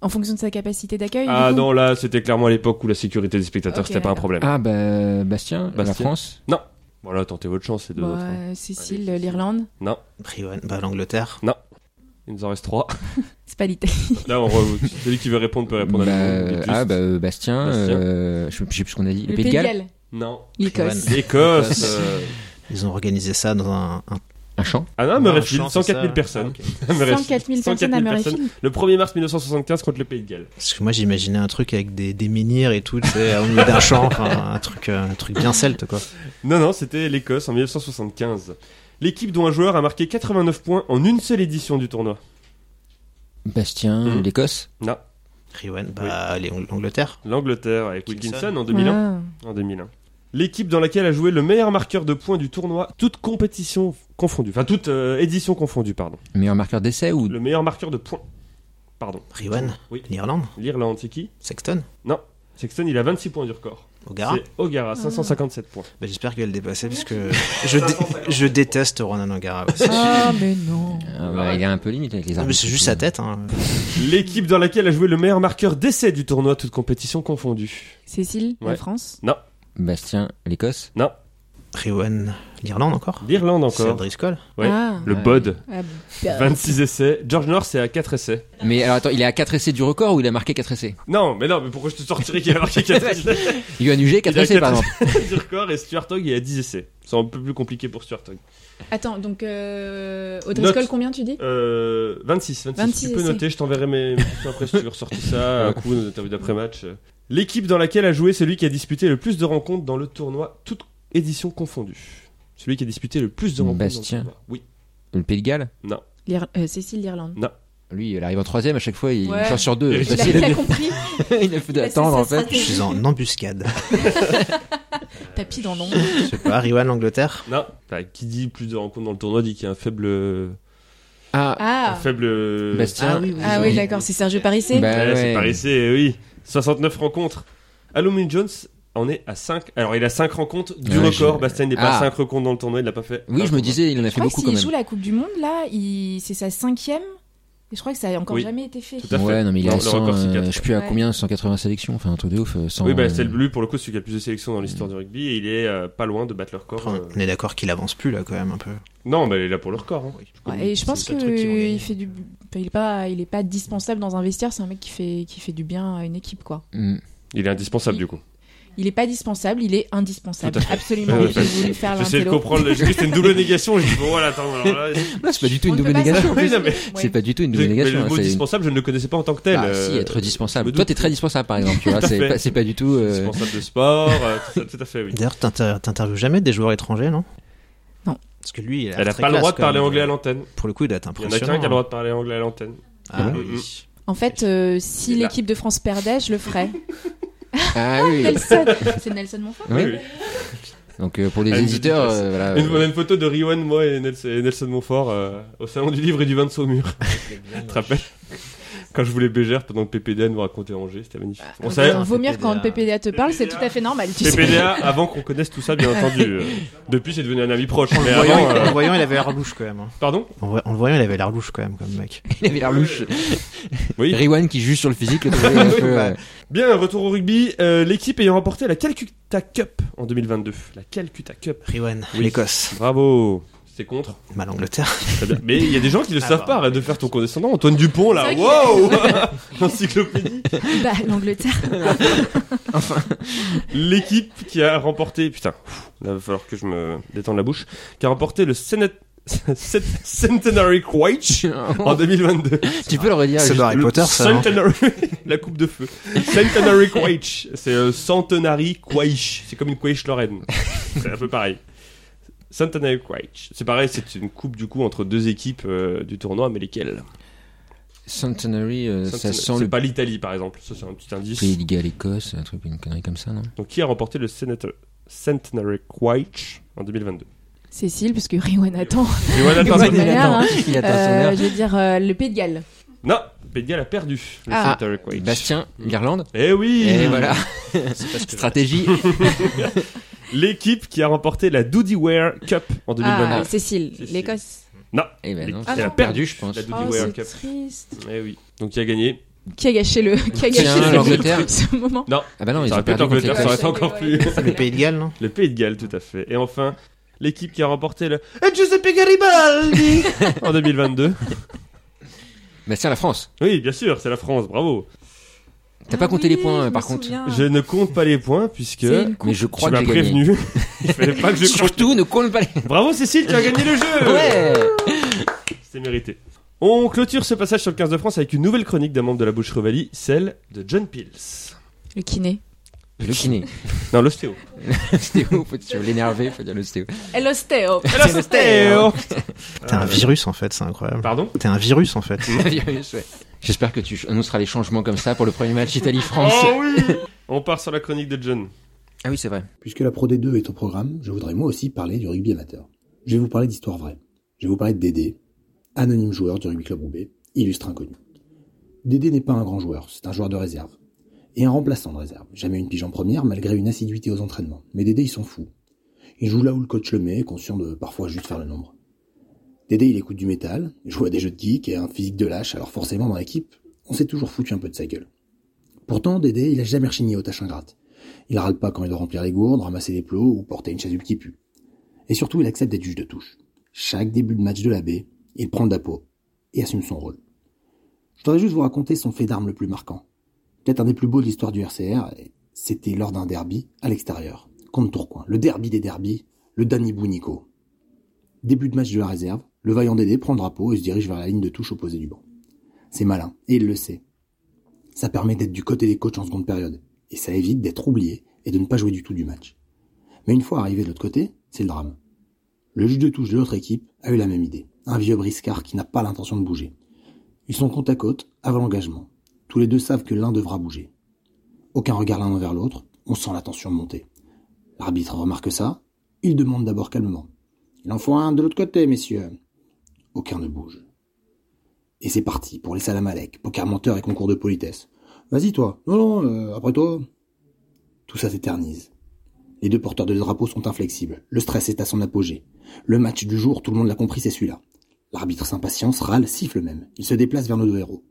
En fonction de sa capacité d'accueil.
Ah
du coup
non, là, c'était clairement à l'époque où la sécurité des spectateurs,
Ok,
c'était pas un
d'accord.
problème.
Ah, bah, Bastien, la
Bastien.
France.
Voilà, tentez votre chance, c'est deux
Bon,
autres. hein.
euh, Cécile,
Allez,
l'Irlande.
Brian, bah, l'Angleterre.
Il nous en reste trois.
C'est pas l'Italie.
Là, on re- celui qui veut répondre peut répondre
Bah,
à la
euh, Ah, bah, euh, Bastien,
Bastien.
euh, je sais je sais plus ce qu'on a dit. Le
Le
Pays de Galles.
Non.
L'Écosse.
L'Écosse.
L'Écosse.
euh,
Ils ont organisé ça dans un. un-
Un champ.
Ah non,
un
Murrayfield,
champ, c'est
104 000
ça
personnes.
Ah, ok.
104 000 personnes à Murrayfield.
Le 1er mars 1975 contre le Pays de Galles.
Parce que moi j'imaginais un truc avec des, des menhirs et tout, tu sais, au milieu d'un champ, enfin, un truc, euh, un truc bien celte quoi.
Non, non, c'était l'Écosse en 1975. L'équipe dont un joueur a marqué 89 points en une seule édition du tournoi.
Bastien,
Hmm.
l'Écosse.
Non.
Riwan, bah les- l'Angleterre.
L'Angleterre avec Wilkinson
Wilkinson.
en 2001.
Ah.
En 2001. L'équipe dans laquelle a joué le meilleur marqueur de points du tournoi, toute compétition confondue, enfin toute euh, édition confondue, pardon.
Meilleur marqueur d'essai ou.
Le meilleur marqueur de points, pardon.
Riwan,
Oui.
l'Irlande,
L'Irlande, c'est qui
Sexton,
Sexton, il a 26 points du record.
O'Gara.
C'est O'Gara, 557 points.
Bah, J'espère qu'elle dépassait parce que je, dé- je déteste Ronan O'Gara. ouais.
Ah, mais non.
Ah, bah, il est un peu limite avec les
Non,
Ah,
armes.
mais c'est juste sa tête. Hein.
L'équipe dans laquelle a joué le meilleur marqueur d'essai du tournoi, toute compétition confondue.
Cécile,
Ouais.
la France.
Bastien, l'Écosse.
Riwan, l'Irlande encore.
L'Irlande
C'est
encore.
Driscoll.
Ouais.
Ah.
Le
Ouais.
Bod,
Ah,
26 essais. George North est à 4 essais.
Mais alors attends, il est à 4 essais du record ou il a marqué 4 essais
Non, mais non, mais pourquoi je te sortirais qu'il a marqué 4 essais
Yohan Huget, 4
Il a
essais par
quatre
exemple.
du record et Stuart Hogg est à 10 essais. C'est un peu plus compliqué pour Stuart Hogg.
Attends, donc euh,
Note.
Audrey Scholl, combien tu dis
Euh, 26, 26.
26,
tu peux
essais.
noter, je t'enverrai mes mes questions après si tu veux ressortir ça, un coup, nos interviews d'après-match. L'équipe dans laquelle a joué celui qui a disputé le plus de rencontres dans le tournoi, toute édition confondue. Celui qui a disputé le plus de rencontres. dans le
Bastien.
tournoi. Oui.
Le Pays de Galles.
L'Ir- euh, Cécile, l'Irlande.
Lui, il arrive en troisième à chaque fois, il
Ouais.
sort sur deux.
Il
Il a,
Facile.
il a compris.
il a fait d'attendre en
sa
fait.
Je suis en embuscade.
Tapis dans l'ombre.
Je sais pas, Riwan, l'Angleterre.
Non. Enfin, qui dit plus de rencontres dans le tournoi dit qu'il y a un faible.
Ah,
Un
Ah,
faible.
Bastien.
ah oui, oui,
ah oui, d'accord, c'est Sergio Parissé.
Bah,
Ouais,
ouais.
c'est par ici, eh oui. 69 rencontres. Alumni Jones en est à 5. Alors, il a 5 rencontres du
Ouais,
record.
je-
Bastien n'est pas à
Ah.
5 rencontres dans le tournoi, il l'a pas fait.
Oui,
Un
je me
tournoi.
disais, il en a
je
fait
crois
beaucoup
que
quand
s'il
même.
joue la Coupe du Monde, là, il... c'est sa cinquième. Et je crois que ça a encore
Oui.
jamais été fait.
Tout à fait.
Ouais, non, mais il
Non,
a
le
100,
record, c'est
euh,
quatre.
je sais plus à
Ouais.
combien, 180 sélections, enfin un truc de ouf. euh, 100,
Oui, bah, c'est
euh,
le- lui, pour le coup, celui qui a le plus de sélections dans
Mm.
l'histoire du rugby, et il est euh, pas loin de battre le record.
Après,
euh.
On est d'accord qu'il avance plus là quand même un peu.
Non, mais il est là pour le record. hein.
Ouais, et je
C'est
pense
le seul truc qu'ils ont gagné.
qu'il fait du. enfin, il, est pas... il est pas dispensable dans un vestiaire, c'est un mec qui fait... qui fait du bien à une équipe, quoi.
mm.
Il est indispensable, du coup.
Il est pas dispensable, il est indispensable.
Tout à fait.
Absolument.
Ouais,
J'ai voulu faire
J'essaie de
l'intello.
comprendre, j'ai cru que c'était une double négation, j'ai dit bon, voilà, attends, alors là.
Là, c'est pas du tout
On
une
ne
double
peut pas
négation.
savoir.
Oui, non, mais-
C'est pas du tout une
Mais
double négation.
le
hein,
mot
c'est-
dispensable, je ne le connaissais pas en tant que tel.
Ah,
euh,
si, être dispensable.
me
Toi,
doute.
t'es très dispensable par exemple, tu vois.
Tout à
C'est
fait.
pas, c'est pas du tout. euh,
Dispensable de sport, euh, tout, ça, tout à fait, oui.
D'ailleurs, t'inter- t'interviews jamais des joueurs étrangers, non
Non.
Parce que lui, il a
Elle n'a pas le droit de parler
euh,
anglais à l'antenne.
Pour le coup, il doit être
Il y en a
impressionnant.
qu'un qui a le
hein.
droit de parler anglais à l'antenne.
Ah,
Mhm.
oui.
En fait, euh, si
Il est là.
l'équipe de France perdait, je le ferais.
Ah oui.
Nelson. C'est Nelson Monfort.
Oui.
Oui, oui.
Donc euh, pour les
Ah, une
éditeurs,
dédicace.
euh, voilà.
Une- on a
euh,
une photo de Riwan, moi et Nelson, et Nelson Montfort euh, au salon du livre et du vin de Saumur. Tu te rappelles Quand je voulais bégère pendant que PPDA nous racontait Angers, c'était
Ah,
magnifique. On savait,
un
Vomir quand le
PPDA.
PPDA te parle, c'est tout à fait normal. Tu sais.
PPDA, avant qu'on connaisse tout ça, bien entendu. euh, depuis, c'est devenu un ami proche.
En
Mais
le voyant,
avant,
il- en
euh,
le voyant, il avait l'air louche quand même. hein.
Pardon
En, vrai- en le voyant, il avait l'air louche quand même, comme mec.
Il avait l'air louche.
Oui.
Riwan qui juge sur le physique, le trouvé un
Oui,
peu,
bah.
euh,
Bien, retour au rugby. euh, L'équipe ayant remporté la Calcutta Cup en 2022. La Calcutta Cup.
Riwan,
Oui.
l'Écosse,
Bravo. C'est contre.
mal l'Angleterre.
Très bien. Mais il y a des gens qui ne le
Ah,
savent
bah.
pas. Arrête de faire ton condescendant. Antoine Dupont, là.
C'est vrai
Wow Encyclopédie.
Bah, l'Angleterre.
L'équipe qui a remporté. Putain, pff, là, va falloir que je me détende la bouche. Qui a remporté le Senate- Cent- Centenary Quatch en 2022.
Oh, tu peux le redire.
C'est
juste-
dans Harry
Le
Potter, ça.
hein.
non
Centenary, la coupe de feu. Centenary Quatch, c'est euh, Centenary Quatch. C'est comme une Quatch Lorraine. C'est un peu pareil. Centenary Quatch. C'est pareil, c'est une coupe du coup entre deux équipes euh, du tournoi, mais lesquelles
Centenary, euh, ça
Centenary-
sent
C'est
le
pas l'Italie par exemple, ça c'est un petit indice.
Pays de Galles, Écosse, un truc, une connerie comme ça, non
Donc qui a remporté le Senate- Centenary Quatch en 2022
Cécile, parce que Riwan attend.
Johan attend
Ouais,
son-
il a l'air, hein.
Il attend son
Euh,
heure.
je vais dire euh, le Pays de Galles.
Non, Pédial a perdu. Le
Ah.
Celtic Quake.
Bastien, l'Irlande.
Eh oui
Et voilà,
C'est parce que-
stratégie.
L'équipe qui a remporté la Doodyware Cup en 2021.
Ah, Cécile,
Cécile.
l'Écosse.
Eh ben non,
Ah
elle a
non.
perdu, je pense.
La
Oh,
Doodyware
c'est
Cup.
triste.
Eh oui. Donc qui a gagné
Qui a gâché le, qui a
Tiens,
gâché le-
l'Angleterre.
ce moment
Non,
Ah bah non, ils
ça
ont
aurait pu être
perdu contre
l'Angleterre, ça aurait
l'Écosse.
été encore plus.
Le Pays de Galles, non
Le pays de Galles, tout à fait. Et enfin, l'équipe qui a remporté le Giuseppe Garibaldi en 2022.
Bastien, la France.
Oui, bien sûr, c'est la France, bravo.
T'as pas compté les points, par contre.
Ah Je ne compte pas les points puisque
Ah. C'est une
tu
coupe.
Mais je crois que
m'as
j'ai gagné.
prévenu. Il fallait pas que je compte.
Surtout, ne compte pas les.
Bravo Cécile, tu as gagné le jeu
Ouais
C'est mérité. On clôture ce passage sur le 15 de France avec une nouvelle chronique d'un membre de la Bouche Revalie, celle de John Pills.
Le kiné.
Le kiné.
Non, l'ostéo.
L'ostéo, faut tu veux l'énerver, faut dire l'ostéo.
Et l'ostéo.
L'ostéo Ah,
T'es un virus en fait, c'est incroyable.
Pardon
T'es un virus en fait.
Mm.
Virus, ouais. J'espère que tu annonceras les changements comme ça pour le premier match Italie-France.
Oh oui On part sur la chronique de John.
Ah oui, c'est vrai.
Puisque la Pro D2 est au programme, je voudrais moi aussi parler du rugby amateur. Je vais vous parler d'histoire vraie. Je vais vous parler de Dédé, anonyme joueur du rugby club Roubaix, illustre inconnu. Dédé n'est pas un grand joueur, c'est un joueur de réserve. Et un remplaçant de réserve. Jamais une pige en première, malgré une assiduité aux entraînements. Mais Dédé, il s'en fout. Il joue là où le coach le met, conscient de parfois juste faire le nombre. Dédé, il écoute du métal, joue à des jeux de geek et a un physique de lâche, alors forcément dans l'équipe, on s'est toujours foutu un peu de sa gueule. Pourtant, Dédé, il a jamais rechigné aux tâches ingrates. Il râle pas quand il doit remplir les gourdes, ramasser les plots ou porter une chasuble qui pue. Et surtout, il accepte d'être juge de touche. Chaque début de match de la baie, il prend de la peau et assume son rôle. Je voudrais juste vous raconter son fait d'armes le plus marquant. Peut-être un des plus beaux de l'histoire du RCR, et c'était lors d'un derby à l'extérieur, contre Tourcoing, le derby des derbys, le Danibou Nico. Début de match de la réserve, le vaillant Dédé prend le drapeau et se dirige vers la ligne de touche opposée du banc. C'est malin, et il le sait. Ça permet d'être du côté des coachs en seconde période, et ça évite d'être oublié et de ne pas jouer du tout du match. Mais une fois arrivé de l'autre côté, c'est le drame. Le juge de touche de l'autre équipe a eu la même idée, un vieux briscard qui n'a pas l'intention de bouger. Ils sont côte à côte avant l'engagement. Tous les deux savent que l'un devra bouger. Aucun regard l'un envers l'autre, on sent la tension monter. L'arbitre remarque ça, il demande d'abord calmement. Il en faut un de l'autre côté, messieurs. Aucun ne bouge. Et c'est parti pour les salamalek, poker menteur et concours de politesse. Vas-y toi. Non, non, euh, après toi. Tout ça s'éternise. Les deux porteurs de drapeaux sont inflexibles. Le stress est à son apogée. Le match du jour, tout le monde l'a compris, c'est celui-là. L'arbitre s'impatience, râle, siffle même. Il se déplace vers nos deux héros.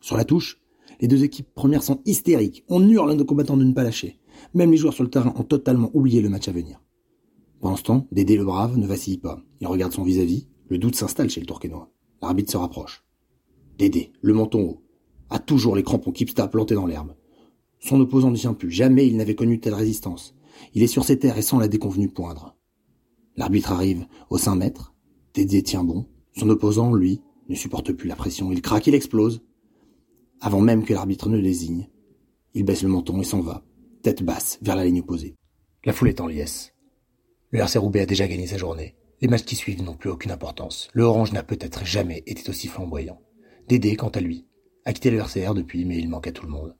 Sur la touche, les deux équipes premières sont hystériques. On hurle à nos combattants de ne pas lâcher. Même les joueurs sur le terrain ont totalement oublié le match à venir. Pendant ce temps, Dédé le brave ne vacille pas. Il regarde son vis-à-vis. Le doute s'installe chez le Tourquenois. L'arbitre se rapproche. Dédé, le menton haut, a toujours les crampons qui plantés dans l'herbe. Son opposant ne tient plus. Jamais il n'avait connu telle résistance. Il est sur ses terres et sent la déconvenue poindre. L'arbitre arrive au 5 mètres. Dédé tient bon. Son opposant, lui, ne supporte plus la pression. Il craque, il explose. Avant même que l'arbitre ne désigne, il baisse le menton et s'en va, tête basse, vers la ligne opposée. La foule est en liesse. Le RC Roubaix a déjà gagné sa journée. Les matchs qui suivent n'ont plus aucune importance. Le orange n'a peut-être jamais été aussi flamboyant. Dédé, quant à lui, a quitté le RCR depuis, mais il manque à tout le monde.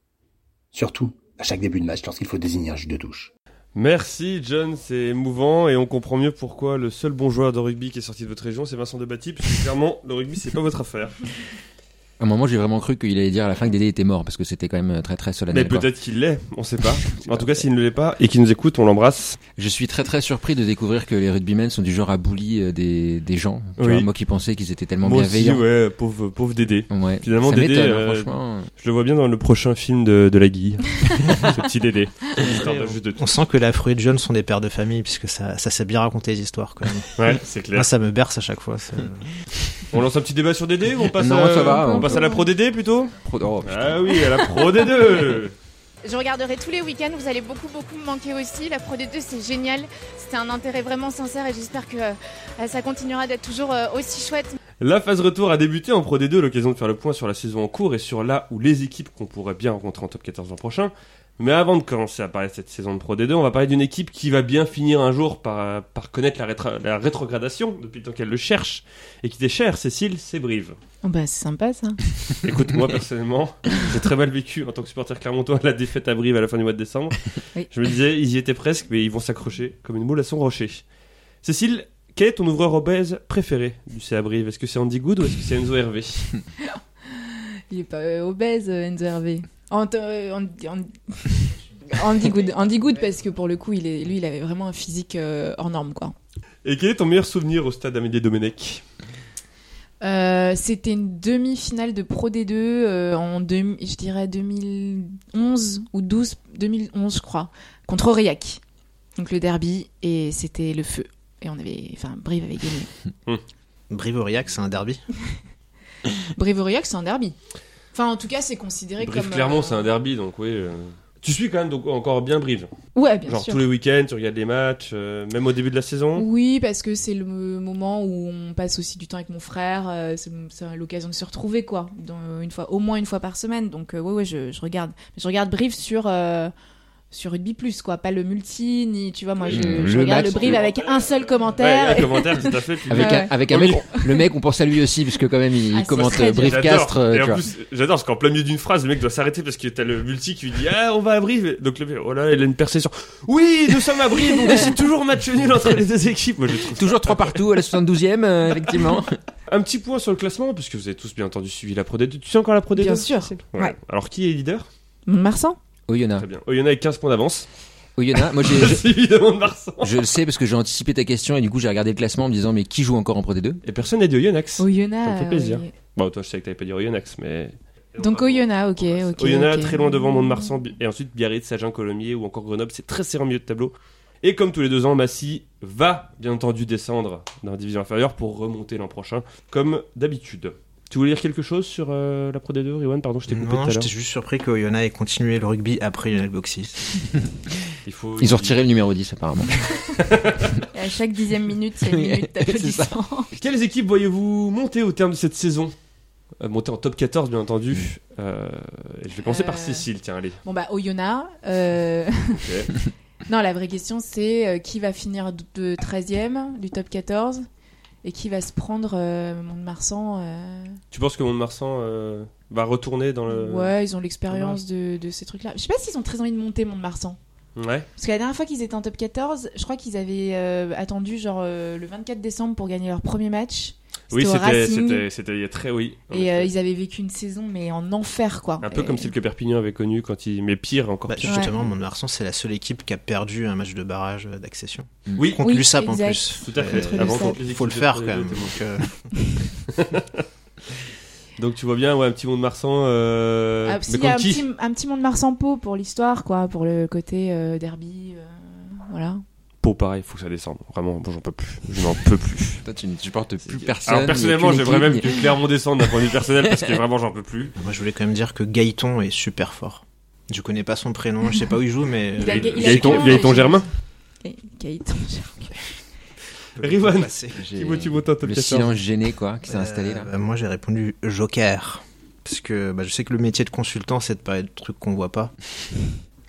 Surtout à chaque début de match lorsqu'il faut désigner un juge de touche.
Merci John, c'est émouvant et on comprend mieux pourquoi le seul bon joueur de rugby qui est sorti de votre région c'est Vincent Debatty, parce que clairement le rugby c'est pas votre affaire.
À un moment, j'ai vraiment cru qu'il allait dire à la fin que Dédé était mort parce que c'était quand même euh, très très
Mais
solennel. quoi.
peut-être qu'il l'est, on sait pas. en tout cas s'il ne l'est pas et qu'il nous écoute, on l'embrasse.
Je suis très très surpris de découvrir que les rugbymen sont du genre à bully euh, des, des gens. Tu
Oui.
vois, moi qui pensais qu'ils étaient tellement
Moi aussi,
bienveillants.
ouais, pauvre, pauvre Dédé.
Ouais.
Finalement,
ça
Dédé,
m'étonne, hein,
euh,
franchement.
Je le vois bien dans le prochain film de, de la Guille. Ce petit Dédé. Histoire de juste de-
On sent que la fruit de John sont des pères de famille, puisque ça, ça sait bien raconter les histoires quand même.
Ouais, c'est
Moi,
clair.
ça me berce à chaque fois. c'est-
On lance un petit débat sur Dédé ou on passe,
Non,
à...
ça va,
on
on
passe
peut-
à la pro Dédé plutôt
Pro- oh, putain.
Ah oui, à la pro Dédé
Je regarderai tous les week-ends, vous allez beaucoup beaucoup me manquer aussi. La Pro D2 c'est génial, c'était un intérêt vraiment sincère et j'espère que euh, ça continuera d'être toujours euh, aussi chouette.
La phase retour a débuté en Pro D2, l'occasion de faire le point sur la saison en cours et sur là où les équipes qu'on pourrait bien rencontrer en top 14 l'an prochain. Mais avant de commencer à parler de cette saison de Pro D2, on va parler d'une équipe qui va bien finir un jour par, euh, par connaître la, rétra- la rétrogradation depuis le temps qu'elle le cherche et qui t'est chère, Cécile, c'est Brive.
Oh, bah, c'est sympa ça.
Écoute, moi personnellement, j'ai très mal vécu en tant que supporter clermontois la défaite à Brive à la fin du mois de décembre.
Oui.
Je me disais, ils y étaient presque, mais ils vont s'accrocher comme une moule à son rocher. Cécile, quel est ton ouvreur obèse préféré du CA Brive Est-ce que c'est Andy Good ou est-ce que c'est Enzo Hervé
Il est pas euh, obèse, euh, Enzo Hervé. Ant- euh, Andy- Andy- Andy Good, Andy Good parce que pour le coup, il est, lui, il avait vraiment un physique euh, hors norme, quoi.
Et quel est ton meilleur souvenir au stade Amédée Domenech
Euh, C'était une demi-finale de Pro D2 euh, en deux- je dirais 2011 ou 12, 2011 je crois, contre Aurillac. Donc le derby et c'était le feu. Et on avait, enfin Brive avait gagné.
Brive-Aurillac, c'est un derby.
Brive Aurillac c'est un derby. Enfin en tout cas c'est considéré
Brive
comme.
Clermont,
euh,
c'est un derby, donc oui. euh. Tu suis quand même donc encore bien Brive.
Ouais bien
Genre
sûr.
tous les week-ends, tu regardes les matchs, euh, même au début de la saison.
Oui, parce que c'est le moment où on passe aussi du temps avec mon frère. euh, c'est- C'est l'occasion de se retrouver, quoi. dans- une fois, au moins une fois par semaine. Donc, euh, ouais, ouais, je, je regarde. Mais je regarde Brive sur. euh, sur Rugby Plus, quoi, pas le multi, ni tu vois, moi je,
Le
je regarde
match.
le Brive avec un seul commentaire.
Ouais, un commentaire tout à fait. puis-
Avec,
Ouais,
un,
ouais.
avec un mec, le mec, on pense à lui aussi, parce que quand même, il
Ah, c'est
commente
très
euh,
dur.
Brive
J'adore.
Castre. euh,
Et
tu
en
vois.
plus, j'adore parce qu'en plein milieu d'une phrase, le mec doit s'arrêter parce que t'as le multi qui lui dit Ah, on va à Brive. Donc le mec, oh là, il a une percée sur Oui, nous sommes à Brive, on décide toujours match nul entre les deux équipes. Moi, je trouve ça-
Toujours trois partout à la 72e, euh, effectivement.
Un petit point sur le classement, parce que vous avez tous bien entendu suivi la Pro D2. Tu sais encore la Pro D2
Bien sûr.
Ouais.
Ouais.
Alors qui est leader
Marsan
Oyonnax.
Très bien. Oh, il y en a avec 15 points d'avance.
Oyonnax, moi, j'ai, Ah. je,
C'est évidemment de Marsan.
je le sais parce que j'ai anticipé ta question et du coup, j'ai regardé le classement en me disant, mais qui joue encore en Pro D2
Et personne n'a dit Oyonnax.
Oyonnax.
Ça me fait plaisir.
ouais.
Bon, toi, je sais que t'avais pas dit Oyonnax, mais.
Donc Oyonnax, ok, ok.
Oyonnax,
ok.
très loin devant Mont-de-Marsan, Bi- et ensuite Biarritz, Sagin, Colomiers ou encore Grenoble, c'est très serré en milieu de tableau. Et comme tous les deux ans, Massy va bien entendu descendre dans la division inférieure pour remonter l'an prochain, comme d'habitude. Tu voulais dire quelque chose sur euh, la Pro D2, Riwan Pardon, je t'ai coupé
Non,
tout à l'heure.
j'étais juste surpris que Yona ait continué le rugby après Lionel Boxis.
Il faut-
Ils ont retiré le numéro 10, apparemment.
Et à chaque dixième minute, c'est une
Oui,
minute
c'est ça.
d'applaudissement.
Quelles équipes voyez-vous monter au terme de cette saison Euh, Monter en top 14, bien entendu.
Mm.
Euh, et je vais commencer
Euh.
par Cécile, tiens, allez.
Bon bah Oyonnax. euh, non, la vraie question c'est euh, qui va finir d- de 13e du top 14 et qui va se prendre euh, Mont-de-Marsan. euh,
Tu penses que Mont-de-Marsan euh, va retourner dans le.
Ouais, ils ont l'expérience de, de ces trucs-là. Je sais pas s'ils ont très envie de monter Mont-de-Marsan.
Ouais.
Parce que la dernière fois qu'ils étaient en top 14, je crois qu'ils avaient euh, attendu genre euh, le 24 décembre pour gagner leur premier match.
Oui,
au
c'était-
Racing.
c'était c'était il y a très. Oui. en
Et euh,
effet.
ils avaient vécu une saison mais en enfer quoi.
Un peu
Et-
comme celle que Perpignan avait connue quand il. Mais pire, encore
Bah,
pire.
justement, Mont-de-Marsan, c'est la seule équipe qui a perdu un match de barrage euh, d'accession.
Oui,
Contre
Oui,
l'USAP en
exact.
plus.
tout à fait.
Contre
Euh,
le Avant,
faut,
SAP.
toutes les
faut le
équipes
faire
de
quand
Pro D2
même.
étaient
Donc, euh,
Donc tu vois bien, ouais, un petit Mont-de-Marsan. Euh...
Ah, si,
mais
il y a un
contre qui
petit, un petit Mont-de-Marsan Pau pour l'histoire quoi, pour le côté euh, derby. euh, voilà.
Pau, pareil, faut que ça descende. Vraiment, bon, j'en peux plus. Je n'en peux plus.
Toi, tu ne supportes plus
Alors personnellement, j'aimerais même
que
que Clermont descende d'un point de vue personnel parce que vraiment, j'en peux plus.
moi, je voulais quand même dire que Gaëton est super fort. Je connais pas son prénom, je sais pas où il joue, mais.
Il a-
euh,
il a-
je-
Gaëton-
clairement-
Gaëton Germain
Kay- Kate,
je peux
Rivan.
pas passer.
J'ai-
Qui vaut- tu votes un top
Le
14.
silence gêné, quoi, qui s'est installé là.
Euh, bah, moi, j'ai répondu Joker. Parce que bah, je sais que le métier de consultant, c'est de parler de trucs qu'on voit pas.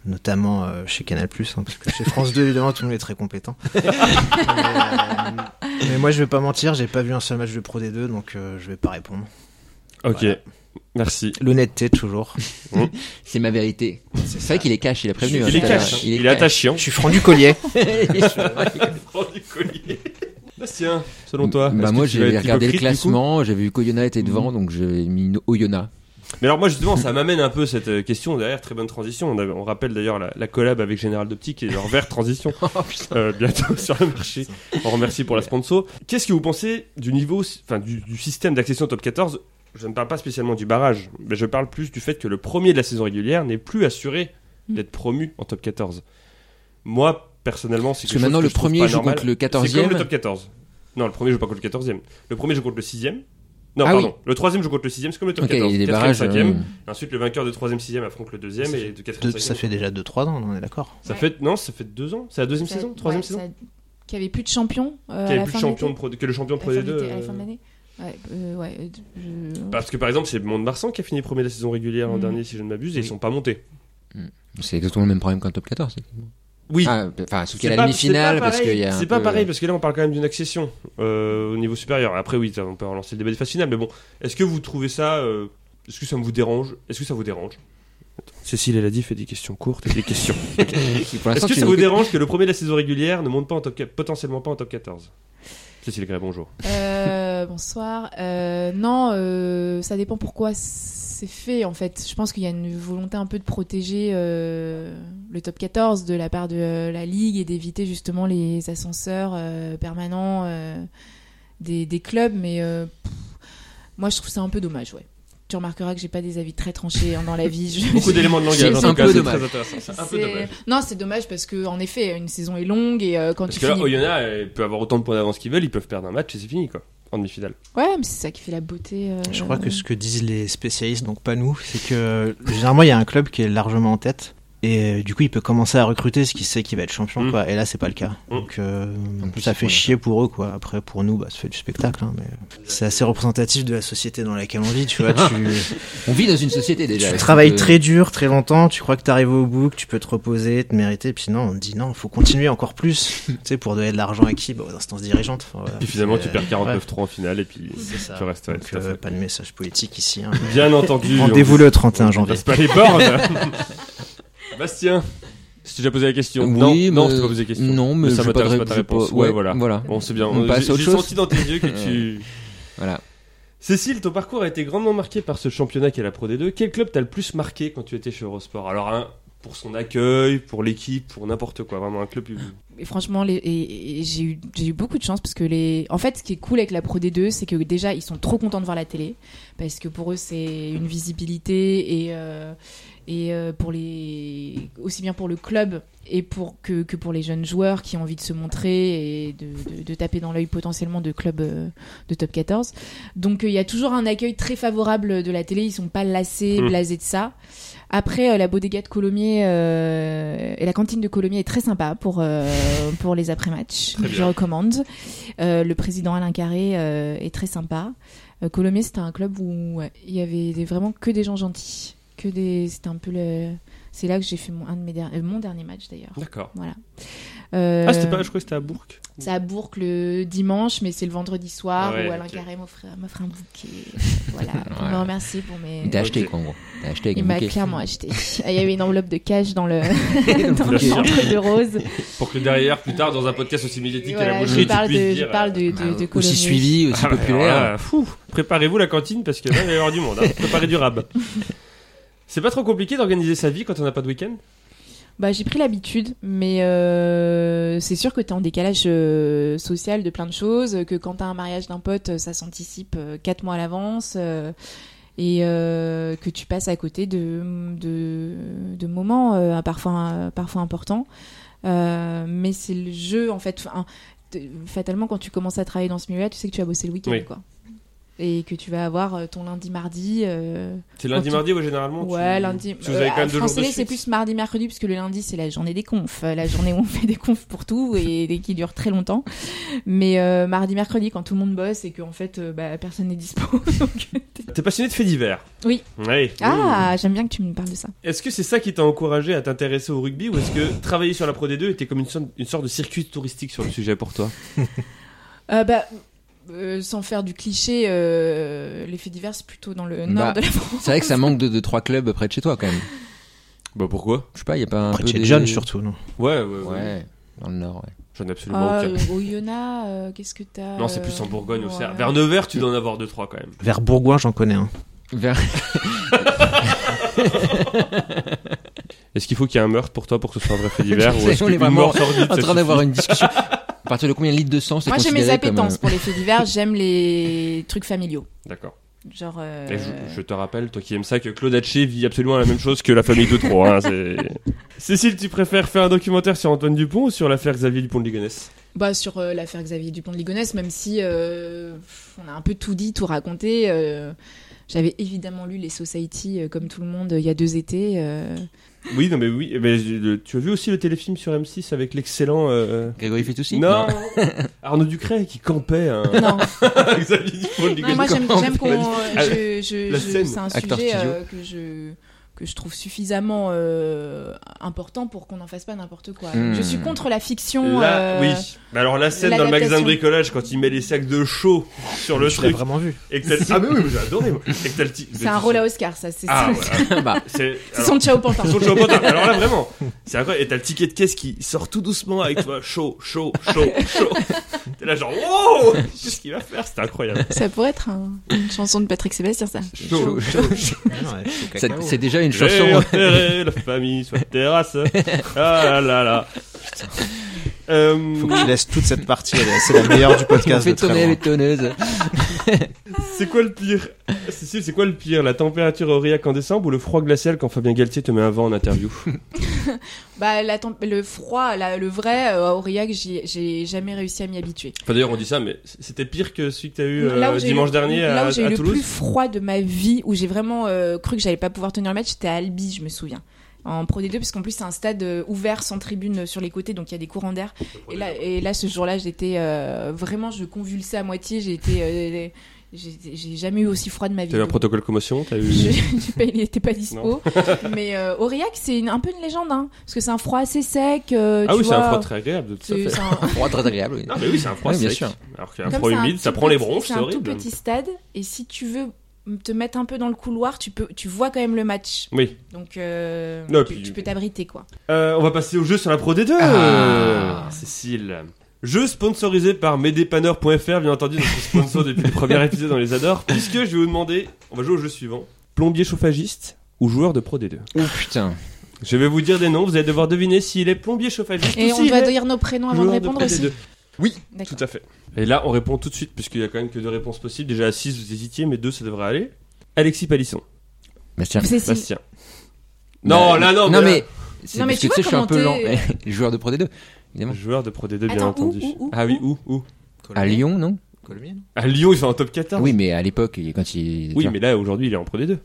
Notamment euh, chez Canal, hein, parce que chez France 2, évidemment, tout le monde est très compétent. mais, euh, mais moi, je vais pas mentir, j'ai pas vu un seul match de Pro D2, donc euh, je vais pas répondre.
Ok,
Voilà.
merci.
L'honnêteté, toujours.
C'est ma vérité. C'est vrai qu'il est cash, il a prévenu. hein,
il est
tout à l'heure.
cash, il est attachant.
Je suis franc du collier.
Oh, Bastien, selon toi est-ce
Bah
que
moi
tu vas
j'ai
être
regardé le
hypocrite, du coup Mhm.
classement, j'avais vu qu'Oyona était devant, donc j'ai mis une Oyona.
Mais alors moi justement ça m'amène un peu cette euh, question derrière très bonne transition. On, avait- on rappelle d'ailleurs la, la collab avec Général d'Optique et leur vert transition
Oh,
euh, bientôt sur le marché. On remercie pour la sponsor. Qu'est-ce que vous pensez du niveau, enfin du, du système d'accession au top 14 Je ne parle pas spécialement du barrage, mais je parle plus du fait que le premier de la saison régulière n'est plus assuré d'être promu en top 14. Moi personnellement c'est
Parce
quelque
que
chose
maintenant, le
je trouve
premier
pas
joue
normal.
contre le
C'est comme le
14e.
top 14. Non le premier joue pas contre le 14e. Le premier joue contre le 6e. Non,
Ah oui.
pardon. Le troisième joue contre le sixième, c'est comme le top
Ok,
14.
il y a des
Quatrième,
barrages.
cinquième.
euh,
Ensuite, le vainqueur de 3ème, 6ème affronte le 2ème et de 4ème,
Deux- ça
5ème.
fait déjà 2-3 ans, on est d'accord.
Ça fait. Non, ça fait 2 ans. C'est la 2ème saison 3ème saison
Qui avait plus de champion
Qui
euh, à
avait
la
plus
fin
de champion de Pro- que le champion de Pro
l'été, à la fin de l'été, à la fin de
D2.
l'année. Ouais, euh, ouais, euh, je-
Parce que par exemple, c'est Mont-de-Marsan qui a fini premier de la saison régulière l'an
Mm.
dernier, si je ne m'abuse, et ils
Oui.
sont pas montés.
C'est exactement le même problème qu'un top 14.
Oui.
Ah, Enfin, sauf
C'est
qu'il y a la
pas-
demi-finale
c'est pas
parce qu'il y a.
pareil.
un
C'est pas
peu-
pareil parce que là on parle quand même d'une accession euh, au niveau supérieur. Après oui, ça, on peut relancer le débat des phases finales, mais bon, est-ce que vous trouvez ça, euh, est-ce que ça me vous dérange Est-ce que ça vous dérange Cécile et Ladif fait des questions courtes et des questions.
Pour
Est-ce
l'instant,
que
tu
ça
n'es
vous dérange que le premier de la saison régulière ne monte pas en top, quat- potentiellement pas en top 14 Cécile Gray, bonjour.
Euh, bonsoir. Euh, non, euh, ça dépend pourquoi c'est fait en fait. Je pense qu'il y a une volonté un peu de protéger euh, le top 14 de la part de euh, la ligue et d'éviter justement les ascenseurs euh, permanents euh, des, des clubs. Mais euh, pff, moi, je trouve ça un peu dommage, ouais. Tu remarqueras que j'ai pas des avis très tranchés hein, dans la vie. Je-
Beaucoup d'éléments de langage,
c'est
en
un
tout cas,
peu
c'est
dommage.
très intéressant. C'est un peu
C'est-
dommage.
Non, c'est dommage parce que en effet, une saison est longue et euh, quand
Parce
tu
que là,
finis-
Oyonnax euh, peut avoir autant de points d'avance qu'ils veulent, ils peuvent perdre un match et c'est fini, quoi. En demi-finale.
Ouais, mais c'est ça qui fait la beauté. euh,
Je crois que ce que disent les spécialistes, donc pas nous, c'est que généralement il y a un club qui est largement en tête et euh, du coup il peut commencer à recruter ce qu'il sait qu'il va être champion
Mm.
quoi. Et là c'est pas le cas.
Mm.
Donc euh,
En plus,
ça
ils font
fait
les
chier pour eux quoi. Après pour nous bah ça fait du spectacle hein, mais c'est assez représentatif de la société dans laquelle on vit. Tu vois, tu,
On vit dans une société déjà.
tu travailles
Euh,
très dur, très longtemps. Tu crois que t'arrives au bout, que tu peux te reposer, te mériter. Puis non, on te dit non, faut continuer encore plus. tu sais pour donner de l'argent à qui Bah, Aux instances dirigeantes. Enfin, voilà.
Et finalement, tu
Euh,
perds
ouais.
49-3 en finale et puis
C'est ça.
tu restes. ouais,
Donc,
tout à
euh,
fait.
pas de message politique ici. hein.
Bien entendu. on
Rendez-vous le 31 janvier.
dépasse pas les bornes. Bastien, si tu déjà posé la question. non,
Oui,
non,
mais-
je t'ai pas posé la question.
Non, mais
ça
je vais
m'intéresse
ré-
pas ta
je vais
réponse. Ouais, voilà. Bon, c'est bien. Euh,
On passe à
J'ai
autre
j'ai
chose
senti dans tes yeux que tu.
Voilà.
Cécile, ton parcours a été grandement marqué par ce championnat qu'est la Pro D2. Quel club t'a le plus marqué quand tu étais chez Eurosport Alors, un, pour son accueil, pour l'équipe, pour n'importe quoi. Vraiment un club.
Et franchement, les- et- et j'ai eu, j'ai eu beaucoup de chance parce que les. En fait, ce qui est cool avec la Pro D2, c'est que déjà, ils sont trop contents de voir la télé parce que pour eux, c'est une visibilité et, euh, et euh, pour les. aussi bien pour le club et pour que, que pour les jeunes joueurs qui ont envie de se montrer et de, de- de taper dans l'œil potentiellement de clubs euh, de top 14. Donc, euh, il y a toujours un accueil très favorable de la télé. Ils sont pas lassés,
Mm.
blasés de ça. Après, euh, la bodega de Colomiers euh, et la cantine de Colomiers est très sympa pour, euh, pour les après-matchs.
Très
Je
bien.
recommande. Euh, le président Alain Carré euh, est très sympa. Euh, Colomiers, c'était un club où ouais, il y avait des- vraiment que des gens gentils. Que des, c'était un peu le. C'est là que j'ai fait mon, un de mes der- euh, mon dernier match d'ailleurs.
D'accord.
Voilà. Euh,
Ah, c'était pas. Je crois que c'était à Bourg.
C'est à Bourg Euh, le dimanche, mais c'est le vendredi soir
Ah Ouais,
où Alain
ok.
Carré m'offrait, m'offrait un bouquet. voilà, pour
Ouais.
me remercier pour mes.
T'as acheté quoi en gros T'as acheté avec
Il
un
m'a
bouquet.
clairement acheté. Ah, Il y avait une enveloppe de cash dans le,
le
dans le
bouquet.
centre de Rose.
Pour que derrière, plus tard, dans un podcast aussi médiatique à
Voilà,
la
je
boucherie, tu
parle
puisses
de,
dire. euh,
je parle de, de,
Bah,
de
aussi
Colomiers.
suivi, aussi
Ah ouais, alors
populaire.
là, fou, préparez-vous la cantine parce que là, il va y avoir du monde. hein. Préparez du rab. C'est pas trop compliqué d'organiser sa vie quand on n'a pas de week-end
Bah, j'ai pris l'habitude, mais euh, c'est sûr que t'es en décalage euh, social de plein de choses, que quand t'as un mariage d'un pote, ça s'anticipe euh, quatre mois à l'avance, euh, et euh, que tu passes à côté de, de, de moments euh, parfois, euh, parfois importants. Euh, mais c'est le jeu, en fait. Enfin, t- fatalement, quand tu commences à travailler dans ce milieu-là, tu sais que tu vas bosser le week-end,
Oui.
quoi. Et que tu vas avoir euh, ton lundi, mardi. euh,
C'est lundi,
Quand tu-
mardi, ouais, généralement tu-
Ouais, lundi.
Parce que vous avez
Euh,
quand même deux
France
jours de
Télé,
suite.
c'est plus mardi, mercredi, puisque le lundi, c'est la journée des confs. euh, La journée où on fait des confs pour tout et, et qui dure très longtemps. Mais euh, mardi, mercredi, quand tout le monde bosse et que, en fait, euh, bah, personne n'est dispo. donc-
T'es passionné de faits divers
Oui.
Ouais.
Ah, j'aime bien que tu me parles de ça.
Est-ce que c'est ça qui t'a encouragé à t'intéresser au rugby ou est-ce que travailler sur la Pro D2 était comme une sorte, une sorte de circuit touristique sur le sujet pour toi
Euh, bah, euh, sans faire du cliché, euh, les faits divers, c'est plutôt dans le
Bah,
nord de la France.
C'est vrai que ça manque de, de trois clubs près de chez toi quand même.
Bah pourquoi
Je sais pas, il y a pas un
Après,
peu
chez
des-
John surtout, non
Ouais, ouais, ouais.
Ouais, dans le nord. Ouais.
J'en ai absolument
Ah,
aucun.
euh, au Yona, euh, qu'est-ce que t'as
Non, c'est plus
euh,
en Bourgogne, au
ouais.
Cerf. Vers Nevers, tu dois en avoir deux, trois quand même.
Vers Bourgoin, j'en connais un.
Vers-
Est-ce qu'il faut qu'il y ait un meurtre pour toi pour que ce soit un vrai fait divers
Je
ou est-ce
sais, on est
qu'une
vraiment
mort sordide
en
ça
train
suffit
d'avoir une discussion. À partir de combien de litres de sang c'est
Moi, j'ai mes
considéré comme,
appétences
euh,
pour les faits divers. J'aime les trucs familiaux.
D'accord.
Genre. euh,
Et Eh, je, je te rappelle, toi qui aimes ça, que Claude Hatché vit absolument la même chose que la famille de Troyes. hein, c'est- Cécile, tu préfères faire un documentaire sur Antoine Dupont ou sur l'affaire Xavier Dupont de Ligonnès
Bah sur euh, l'affaire Xavier Dupont de Ligonnès, même si euh, on a un peu tout dit, tout raconté. euh, J'avais évidemment lu les Society euh, comme tout le monde il y a deux étés. euh.
Oui, non, mais oui. Mais, je- le- tu as vu aussi le téléfilm sur M6 avec l'excellent. euh,
Grégory Fitoussi
Non, Arnaud Ducret qui campait un...
Non,
Xavier Dupont de
non,
Ligonnès.
moi j'aime
comment
j'aime qu'on.
Ah,
je- je-
la
je-
scène,
C'est un
acteur
sujet
studio.
euh, que je que je trouve suffisamment euh, important pour qu'on n'en fasse pas n'importe quoi.
Hmm.
Je suis contre la fiction.
Là,
euh,
oui. Mais alors la scène dans le magasin de
L'adaptation.
bricolage quand il met les sacs de chaud sur le
Je l'ai
truc
vraiment vu.
et que t'as le- ah mais oui mais j'ai adoré moi. Et que t'as le ti-
C'est un rôle à Oscar, ça. C'est
Ah ouais.
Bah,
C'est
c'est son ciao pantin.
alors, sur le chapeau, t'as- alors là vraiment c'est incroyable et t'as le ticket de caisse qui sort tout doucement avec toi chaud chaud chaud chaud. T'es là genre wow qu'est-ce qu'il va faire c'était incroyable.
Ça pourrait être un- une chanson de Patrick Sébastien, ça.
Chaud.
Ah Ouais, c'est
ça-
cacao.
c'est déjà une chanson.
J'ai enterré la famille sur la terrasse. Ah là là là. Euh,
Faut que tu laisses toute cette partie, elle est- c'est la meilleure du
Ils m'ont
podcast
fait
de très
tourner
loin.
les tonneuses.
C'est quoi le pire Cécile, c'est quoi le pire La température à Aurillac en décembre ou le froid glacial quand Fabien Galtier te met un vent en interview
Bah, la temp- le froid, la- le vrai, euh, à Aurillac, j'y- j'ai jamais réussi à m'y habituer.
Enfin d'ailleurs on dit ça, mais c'était pire que celui que t'as eu
Là où
euh,
j'ai eu
dimanche
le-
dernier à,
là où j'ai eu
à
le plus
Toulouse.
froid de ma vie, où j'ai vraiment euh, cru que j'allais pas pouvoir tenir le match, c'était à Albi, je me souviens. En Pro D2, parce qu'en plus c'est un stade euh, ouvert sans tribune euh, sur les côtés, donc il y a des courants d'air. Et là, et là, ce jour-là, j'étais euh, vraiment, je convulsais à moitié. J'ai été, euh, j'ai j'ai jamais eu aussi froid de ma vie.
T'as eu un
Donc,
protocole commotion, t'as eu.
je- j'ai pas- il n'était pas dispo. Mais euh, Aurillac, c'est une- un peu une légende, hein, parce que c'est un froid assez sec. euh,
Ah
tu
oui, c'est
vois,
un froid très agréable. Tout à
c'est-
fait.
c'est un-
Froid Oh, très agréable. oui.
Non mais oui, c'est un froid
Ouais, bien
sec.
sûr.
Alors qu'un
Comme
froid
c'est un
humide, ça
tout
prend les
petit-
bronches, c'est
un
horrible.
tout petit stade, et si tu veux te mettre un peu dans le couloir, tu peux, tu vois quand même le match.
Oui.
Donc euh,
Non,
tu,
Ah, puis-
tu peux t'abriter quoi.
Euh, on va passer au jeu sur la Pro D2.
Ah.
Cécile. Jeu sponsorisé par medepanner.fr, bien entendu, notre sponsor depuis le premier épisode, on les adore. Puisque je vais vous demander, on va jouer au jeu suivant plombier chauffagiste ou joueur de Pro D2
Oh putain.
Je vais vous dire des noms, vous allez devoir deviner s'il est plombier chauffagiste
Et
ou
on
s'il
doit
est
dire nos prénoms avant de
joueur
répondre
Pro
aussi.
D2.
D'accord.
Tout à fait. Et là, on répond tout de suite, puisqu'il y a quand même que deux réponses possibles. Déjà à 6, vous hésitiez, mais deux, ça devrait aller. Alexis Palisson.
Bastien.
Cécile.
Bastien. Non, là, Bah, non, mais là-
Non, mais. c'est
Non, mais
parce
tu
que tu sais, je suis
vois
un peu lent.
comment
Joueur de Pro D2. Évidemment.
Joueur de Pro D2, bien
Attends, où,
entendu.
où, où,
ah oui, où, où
À Lyon, non
Colomiers, non
À Ah, Lyon, ils sont en top 14.
Oui, mais à l'époque, il- quand il.
Oui,
tu vois.
mais là, aujourd'hui, il est en Pro D2.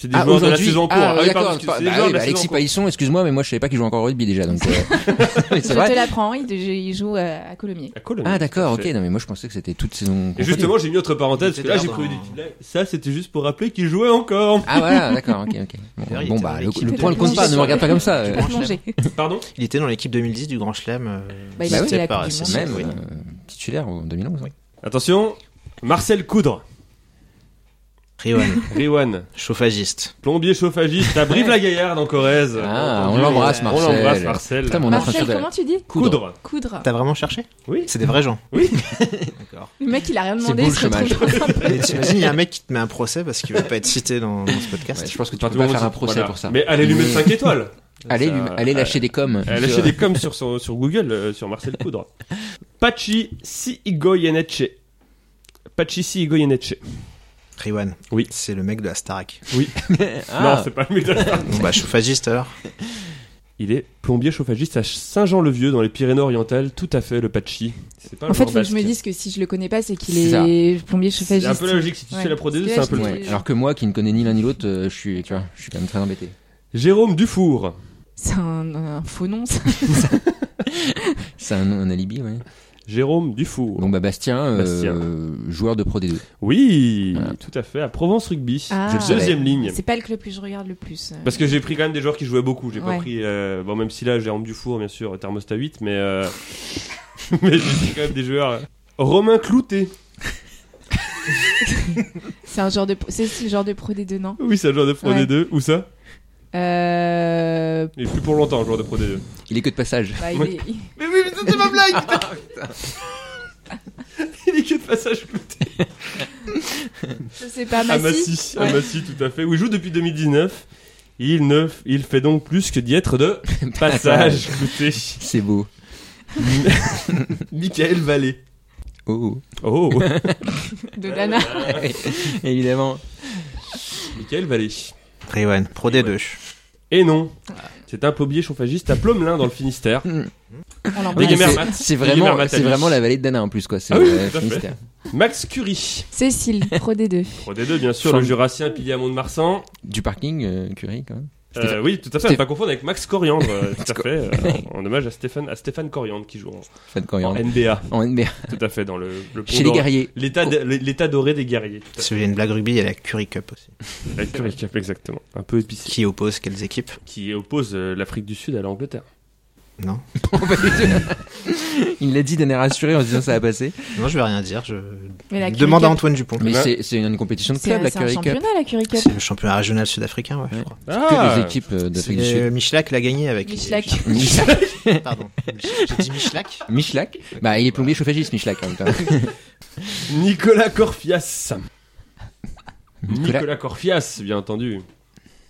C'est des
Ah,
joueurs de la
aujourd'hui-
saison en cours.
Ah,
Ah oui, pardon,
d'accord.
excuse-
Bah,
c'est des
bah
joueurs de
oui,
la saison
bah,
en
Alexis
cours.
Paillisson, excuse-moi, mais moi, je savais pas qu'il jouait encore au rugby déjà. Donc, euh,
Bah,
mais
Je
c'est
te
vrai.
l'apprends, il, il joue euh, à Colomiers.
À Colomiers,
Ah, d'accord,
tout à
ok.
fait.
Non, mais moi, je pensais que c'était toute saison.
Et hein. justement, j'ai mis autre parenthèse, parce que là, j'ai
Dans-
trouvé des petites blagues. Ça, c'était juste pour rappeler qu'il jouait encore.
Ah, voilà, d'accord, ok, ok. Bon,
D'ailleurs, il était
bon,
dans
bah, le,
l'équipe
le
de
point ne compte pas, ne me regarde pas comme ça. euh.
Plongé.
Pardon
Il était dans l'équipe 2010 du Grand Chelem. euh,
Bah, il
c'était
a fait la
par
Coupe du
SS,
Monde.
Même
oui.
euh, titulaire en 2011. oui.
Attention, Marcel Coudre,
Riwan,
Riwan,
chauffagiste.
plombier chauffagiste à Brive-la-Gaillarde en Corrèze.
Ah, on l'embrasse, Marcel.
On l'embrasse, Marcel.
Putain, mon enfant,
Marcel,
de-
comment tu dis
Coudre.
Coudre.
T'as vraiment cherché
Oui.
C'est des vrais gens.
Le mec, il a rien demandé.
beau,
il
le
se retrouve
chômage.
dans un-
Et T'imagines, il y a un mec qui te met un procès parce qu'il veut pas être cité dans, dans ce
Ouais,
podcast.
je pense que tu peux
Tout le
pas
monde
faire un
dit-
procès
voilà.
pour ça.
Mais allez lui mettre
Mais-
5 étoiles.
Allez, lui-
Ça-
allez lâcher des coms.
Elle a
euh,
lâché Euh, des coms sur, son- sur Google, euh, sur Marcel Coudre. Pachi Sigoyeneche. Pachi Sigoyeneche.
Riwan.
Oui.
C'est le mec de la Starac.
Non,
Ah,
c'est pas le métal.
Bon, bah, chauffagiste alors.
Il est plombier chauffagiste à Saint-Jean-le-Vieux, dans les Pyrénées-Orientales. Tout à fait, le Pachi. bah, C'est pas un
En fait,
joueur
faut que je me
basque.
dise que si je le connais pas, c'est qu'il
C'est ça.
est plombier
C'est un
chauffagiste.
peu la logique, si tu
Ouais.
sais la Pro D2,
Parce
c'est
que
un
là,
peu
je
logique.
dis-
ouais. Alors que moi, qui ne connais ni l'un ni l'autre, euh, je suis, tu vois, je suis quand même très embêté.
Jérôme Dufour.
C'est un, un faux nom. ça.
C'est un, un alibi, ouais.
Jérôme Dufour.
Donc bah Bastien, euh,
Oh. Bastien.
joueur de Pro D2.
Oui,
Voilà.
tout à fait, à Provence Rugby.
Ah. Je le savais.
Deuxième ligne.
C'est pas le club que je regarde le plus.
Parce que j'ai pris quand même des joueurs qui jouaient beaucoup. J'ai pas
Ouais.
pris. euh, bon, même si là, Jérôme Dufour, bien sûr, thermostat 8, mais. euh, mais j'ai pris quand même des joueurs. euh, Romain Clouté.
C'est un genre de, c'est ce genre de pro des deux non
Oui, c'est un joueur de Pro
Ouais.
D2. Où ça
Euh,
Il est plus pour longtemps, joueur de Pro D2.
Il est que de passage.
bah, il
Ouais.
est- il-
Mais oui, mais c'était ma blague Il est que de passage Clouté.
je sais pas,
À
Massy.
Massy. À Massy, tout à fait. Où il joue depuis 2019. Il, ne, il fait donc plus que d'y être de passage Clouté.
C'est beau.
Michael Vallée.
Oh,
Oh
de Dana.
oh. évidemment.
Michael Vallée.
Riwan, pro D2.
Et non, c'est un plombier chauffagiste à Plomelin dans le Finistère.
Oui,
On
Des
l'embrasse.
mais
gamers
c'est-
mat.
c'est
Des gamers
vraiment,
mat à
c'est
lui.
vraiment la vallée de Dana en plus quoi. C'est
Ah oui,
euh,
tout à fait.
Finistère.
Max Curie.
Cécile, pro des deux.
Pro D2, bien sûr,
Sans-
le Jurassien pilier à Mont-de-Marsan.
Du parking, euh, Curie quand même.
Euh,
Stéphane-
oui, tout à fait, à
Stéphane-
ne pas confondre avec Max Coriandre, euh, tout à
Co-
fait, euh, en, en hommage à Stéphane, à Stéphane Coriandre qui joue en,
Fan quand
en NBA,
en NBA.
tout à fait, dans le, le pont
Chez les
d'or-
guerriers.
L'état de- l'état doré des guerriers, tout à
Si vous voulez une blague rugby, il y a la Curry Cup aussi.
fait. La Curie Cup, exactement. Un peu épicé.
Qui oppose quelles équipes
Qui oppose euh, l'Afrique du Sud à l'Angleterre.
Non
Il l'a dit d'un air assuré en se disant ça va passer.
Eh
Non, je vais rien dire. Je
Mais la
demande à
Curie Cup,
Antoine Dupont.
Mais
Ouais.
c'est- c'est une compétition de
c'est
club, la
c'est un
Curry Cup.
championnat, la Curie Cup.
C'est le championnat régional sud-africain, ouais.
Ouais.
je crois.
Ah.
Que des équipes euh,
C'est
d'Afrique du Sud.
euh, Michelak l'a gagné avec.
Michelak.
Michelak.
Pardon. J'ai dit Michelak.
Michelak. Bah, il est plombier chauffagiste, Michelak, en même temps.
Nicolas Corfias.
Nicolas.
Nicolas Corfias, bien entendu.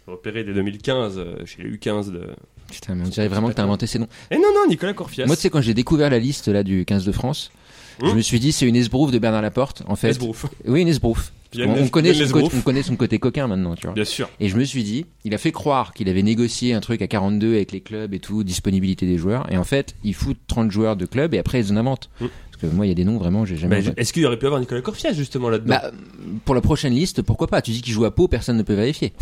Repéré dès 2015 euh, chez les U15 de.
Putain, mais on dirait vraiment que t'as inventé ces noms.
Eh non, non, Nicolas Corfias.
Moi, tu sais, quand j'ai découvert la liste là du 15 de France,
Hmm.
je me suis dit, c'est une esbrouffe de Bernard Laporte, en fait.
Hasbrouf.
Oui, une esbrouffe.
Il y a
On,
une-
on connaît
il y a une
son côté,
esbrouffe.
on connaît son côté coquin maintenant, tu vois.
Bien sûr.
Et je me suis dit, il a fait croire qu'il avait négocié un truc à 42 avec les clubs et tout, disponibilité des joueurs. Et en fait, il fout 30 joueurs de club et après, ils en inventent.
Mm.
Parce que moi, il y a des noms vraiment, j'ai jamais.
Mais
entendu.
Bah, Est-ce qu'il aurait pu avoir Nicolas Corfias justement là-dedans
Bah, pour la prochaine liste, pourquoi pas Tu dis qu'il joue à Pau, personne ne peut vérifier.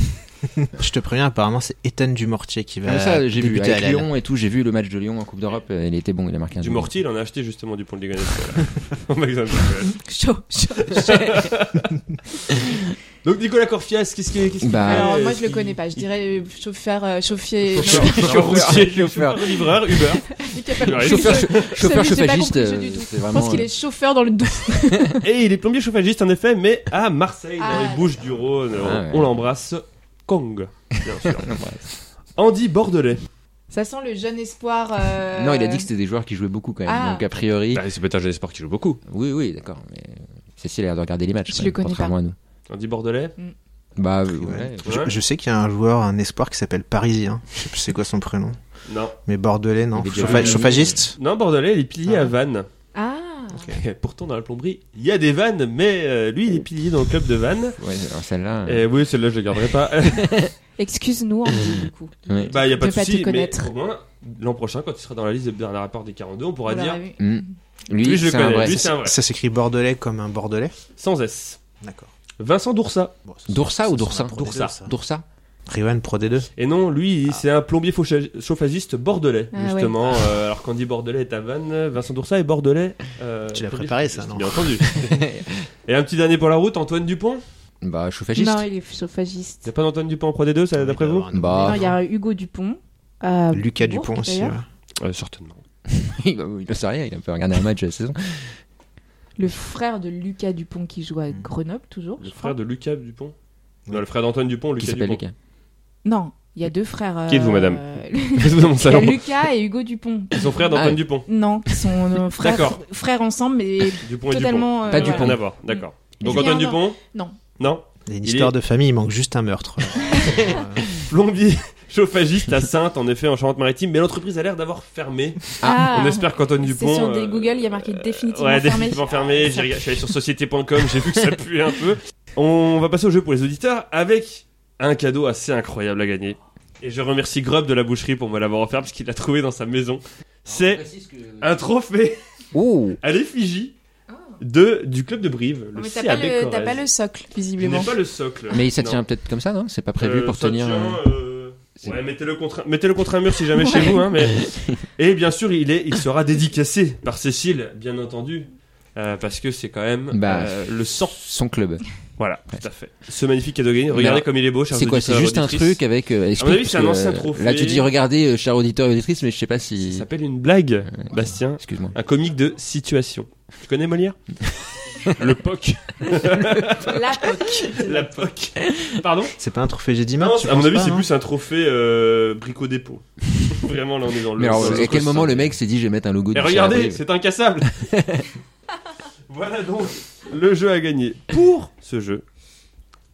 Je te préviens, apparemment, c'est Ethan Dumortier qui va.
Comme Ah, ça, j'ai vu
débuter Euh, à
avec
la-
Lyon et tout, j'ai vu le match de Lyon en Coupe d'Europe, euh, il était bon, il a marqué un
Du
but.
Mortier, il en a acheté justement du pont de Ligonnès. Voilà. Au magasin de Ligonnès.
Chaud, chaud.
Donc Nicolas Corfias, qu'est-ce qu'il qu'est-ce qu'il
Bah,
fait,
Alors, Ah, moi,
euh,
je le
il-
connais pas. Je
il-
dirais euh, chauffeur, euh, chauffier.
Chauffeur, chauffeur, routier, chauffeur, livreur, Uber.
Il était pas-
Ouais.
Chauffeur,
Je
chauffeur
savais, j'ai pas
chauffagiste,
compris le jeu
euh,
du tout.
c'est
Je
vraiment.
pense qu'il est chauffeur dans le dos.
Et il est plombier chauffagiste en effet, mais à Marseille, dans
Ah,
les Bouches du Rhône.
Ah, ouais.
On l'embrasse. Kong, bien sûr. Andy Bordelais.
Ça sent le jeune espoir. euh,
Non, il a dit que c'était des joueurs qui jouaient beaucoup quand même.
Ah.
Donc a priori,
c'est peut-être un jeune espoir qui joue beaucoup.
oui, oui, d'accord. Mais euh, Cécile a l'air de regarder les matchs.
Je
quand
le
même,
connais
contrairement à nous.
Andy Bordelais.
Bah, ouais.
Je, je sais qu'il y a un joueur, un espoir qui s'appelle Parisien. Je sais plus c'est quoi son prénom.
Non.
Mais Bordelais, non.
Il est
Chauffa-
déjà-
Chauffagiste
Non, Bordelais, il est pilier
Ah.
à Vannes.
Ah,
Et Pourtant, dans la plomberie, il y a des vannes, mais euh, lui, il est pilier dans le club de Vannes.
Ouais, alors celle-là.
Et oui, celle-là, je la garderai pas.
excuse-nous, Andy, du coup.
euh, ouais.
bah, il n'y a pas
De
de
pas te
souci. Mais
connaître.
au moins, l'an prochain, quand il sera dans la liste de Bernard Rapport des 42, on pourra
On
dire
l'aurait
Mm.
vu.
Lui,
Lui, je le
c'est un
connais,
vrai.
lui, c'est un vrai.
Ça s'écrit Bordelais comme un Bordelais.
sans S.
D'accord.
Vincent Doursat.
Bon, ça-
Doursa
ça
ou
sent
Doursa
la Pro D2,
Doursa.
ça.
Doursa
Riwan Pro D2.
Et non, lui, c'est un plombier faucha- chauffagiste bordelais,
Ah,
justement. Euh, alors qu'Andy Bordelais est à Vannes, Vincent Doursat est bordelais. euh,
Tu l'as
plombier
préparé,
chauffagiste,
ça, non
Bien entendu. Et un petit dernier pour la route, Antoine Dupont.
Bah, chauffagiste.
Non, il est chauffagiste.
Il n'y a pas d'Antoine Dupont en Pro D2, ça, d'après vous
Bah,
Non, il y a Hugo Dupont. euh,
Lucas
Bourg,
Dupont aussi.
d'ailleurs.
ouais.
Euh, Certainement.
il ne sait rien, il a pas regardé un match de la saison.
Le frère de Lucas Dupont qui joue à Grenoble, toujours.
Hmm. Le
je
frère
crois.
de Lucas Dupont Non,
Oui.
le frère d'Antoine Dupont,
Qui
Lucas
s'appelle
Dupont.
Lucas.
Non, il y a deux frères. euh,
Qui êtes-vous, madame
il
Faites-vous dans mon
y a
salon.
Lucas et Hugo Dupont.
Son frère d'Antoine
Ah.
Dupont.
Non, qui sont euh, frères,
D'accord.
frères ensemble, mais
Dupont et
totalement. euh,
Pas
Dupont.
voilà.
Rien à voir, d'accord. Donc
Rien
Antoine
à
Dupont
Non.
Non.
Il y a une
Il
histoire
est-
de famille, il manque juste un meurtre.
Plombier chauffagiste à Sainte, en effet, en Charente-Maritime, mais l'entreprise a l'air d'avoir fermé.
Ah,
On espère qu'Antoine
C'est
Dupont.
sur
euh,
des Google, il y a marqué Ah, définitivement
Ouais,
fermé.
définitivement fermé. J'ai regardé- Je suis allé sur société.com, j'ai vu que ça puait un peu. On va passer au jeu pour les auditeurs avec un cadeau assez incroyable à gagner. Et je remercie Grub de la boucherie pour me l'avoir offert parce qu'il l'a trouvé dans sa maison. C'est un trophée
Oh
à l'effigie de, du club de Brive.
Ah. Non,
Le
mais t'as
CAB
pas, le- t'as
Corrèze.
pas le socle,
Il n'est
visiblement.
pas le socle.
Mais ça
Non.
tient peut-être comme ça, non C'est pas prévu
Euh,
pour
ça
tenir.
tient,
euh,
euh,
c'est-
ouais, mettez-le contre, un- mettez-le contre un mur si jamais chez vous. Hein, mais... Et bien sûr, il, est, il sera dédicacé par Cécile, bien entendu. euh, parce que c'est quand même
Bah,
euh, le sang.
Son club.
Voilà, tout à fait. Ce magnifique cadeau gagné. Regardez
alors,
comme il est beau, chers
C'est quoi C'est
auditeurs,
juste un
auditrices.
truc avec. euh, explique,
avis, c'est un
parce que,
ancien
euh,
trophée.
Là, tu dis regardez, euh, cher auditeur et auditrice, mais je sais pas
Ça
si.
s'appelle une blague, Bastien.
Excuse-moi.
Un comique de situation. Tu connais Molière Le POC.
La POC.
La POC. Pardon
C'est pas un trophée j'ai dit
Non,
meurtre, tu
à mon
penses
avis,
pas,
c'est
hein.
non
plus un trophée euh, bricot-dépôt. Vraiment, là, on est dans le.
Mais alors,
dans le
à quel
sang.
moment le mec s'est dit je vais mettre un logo
Et
du
regardez,
CRB?
c'est incassable Voilà donc le jeu à gagner. Pour ce jeu,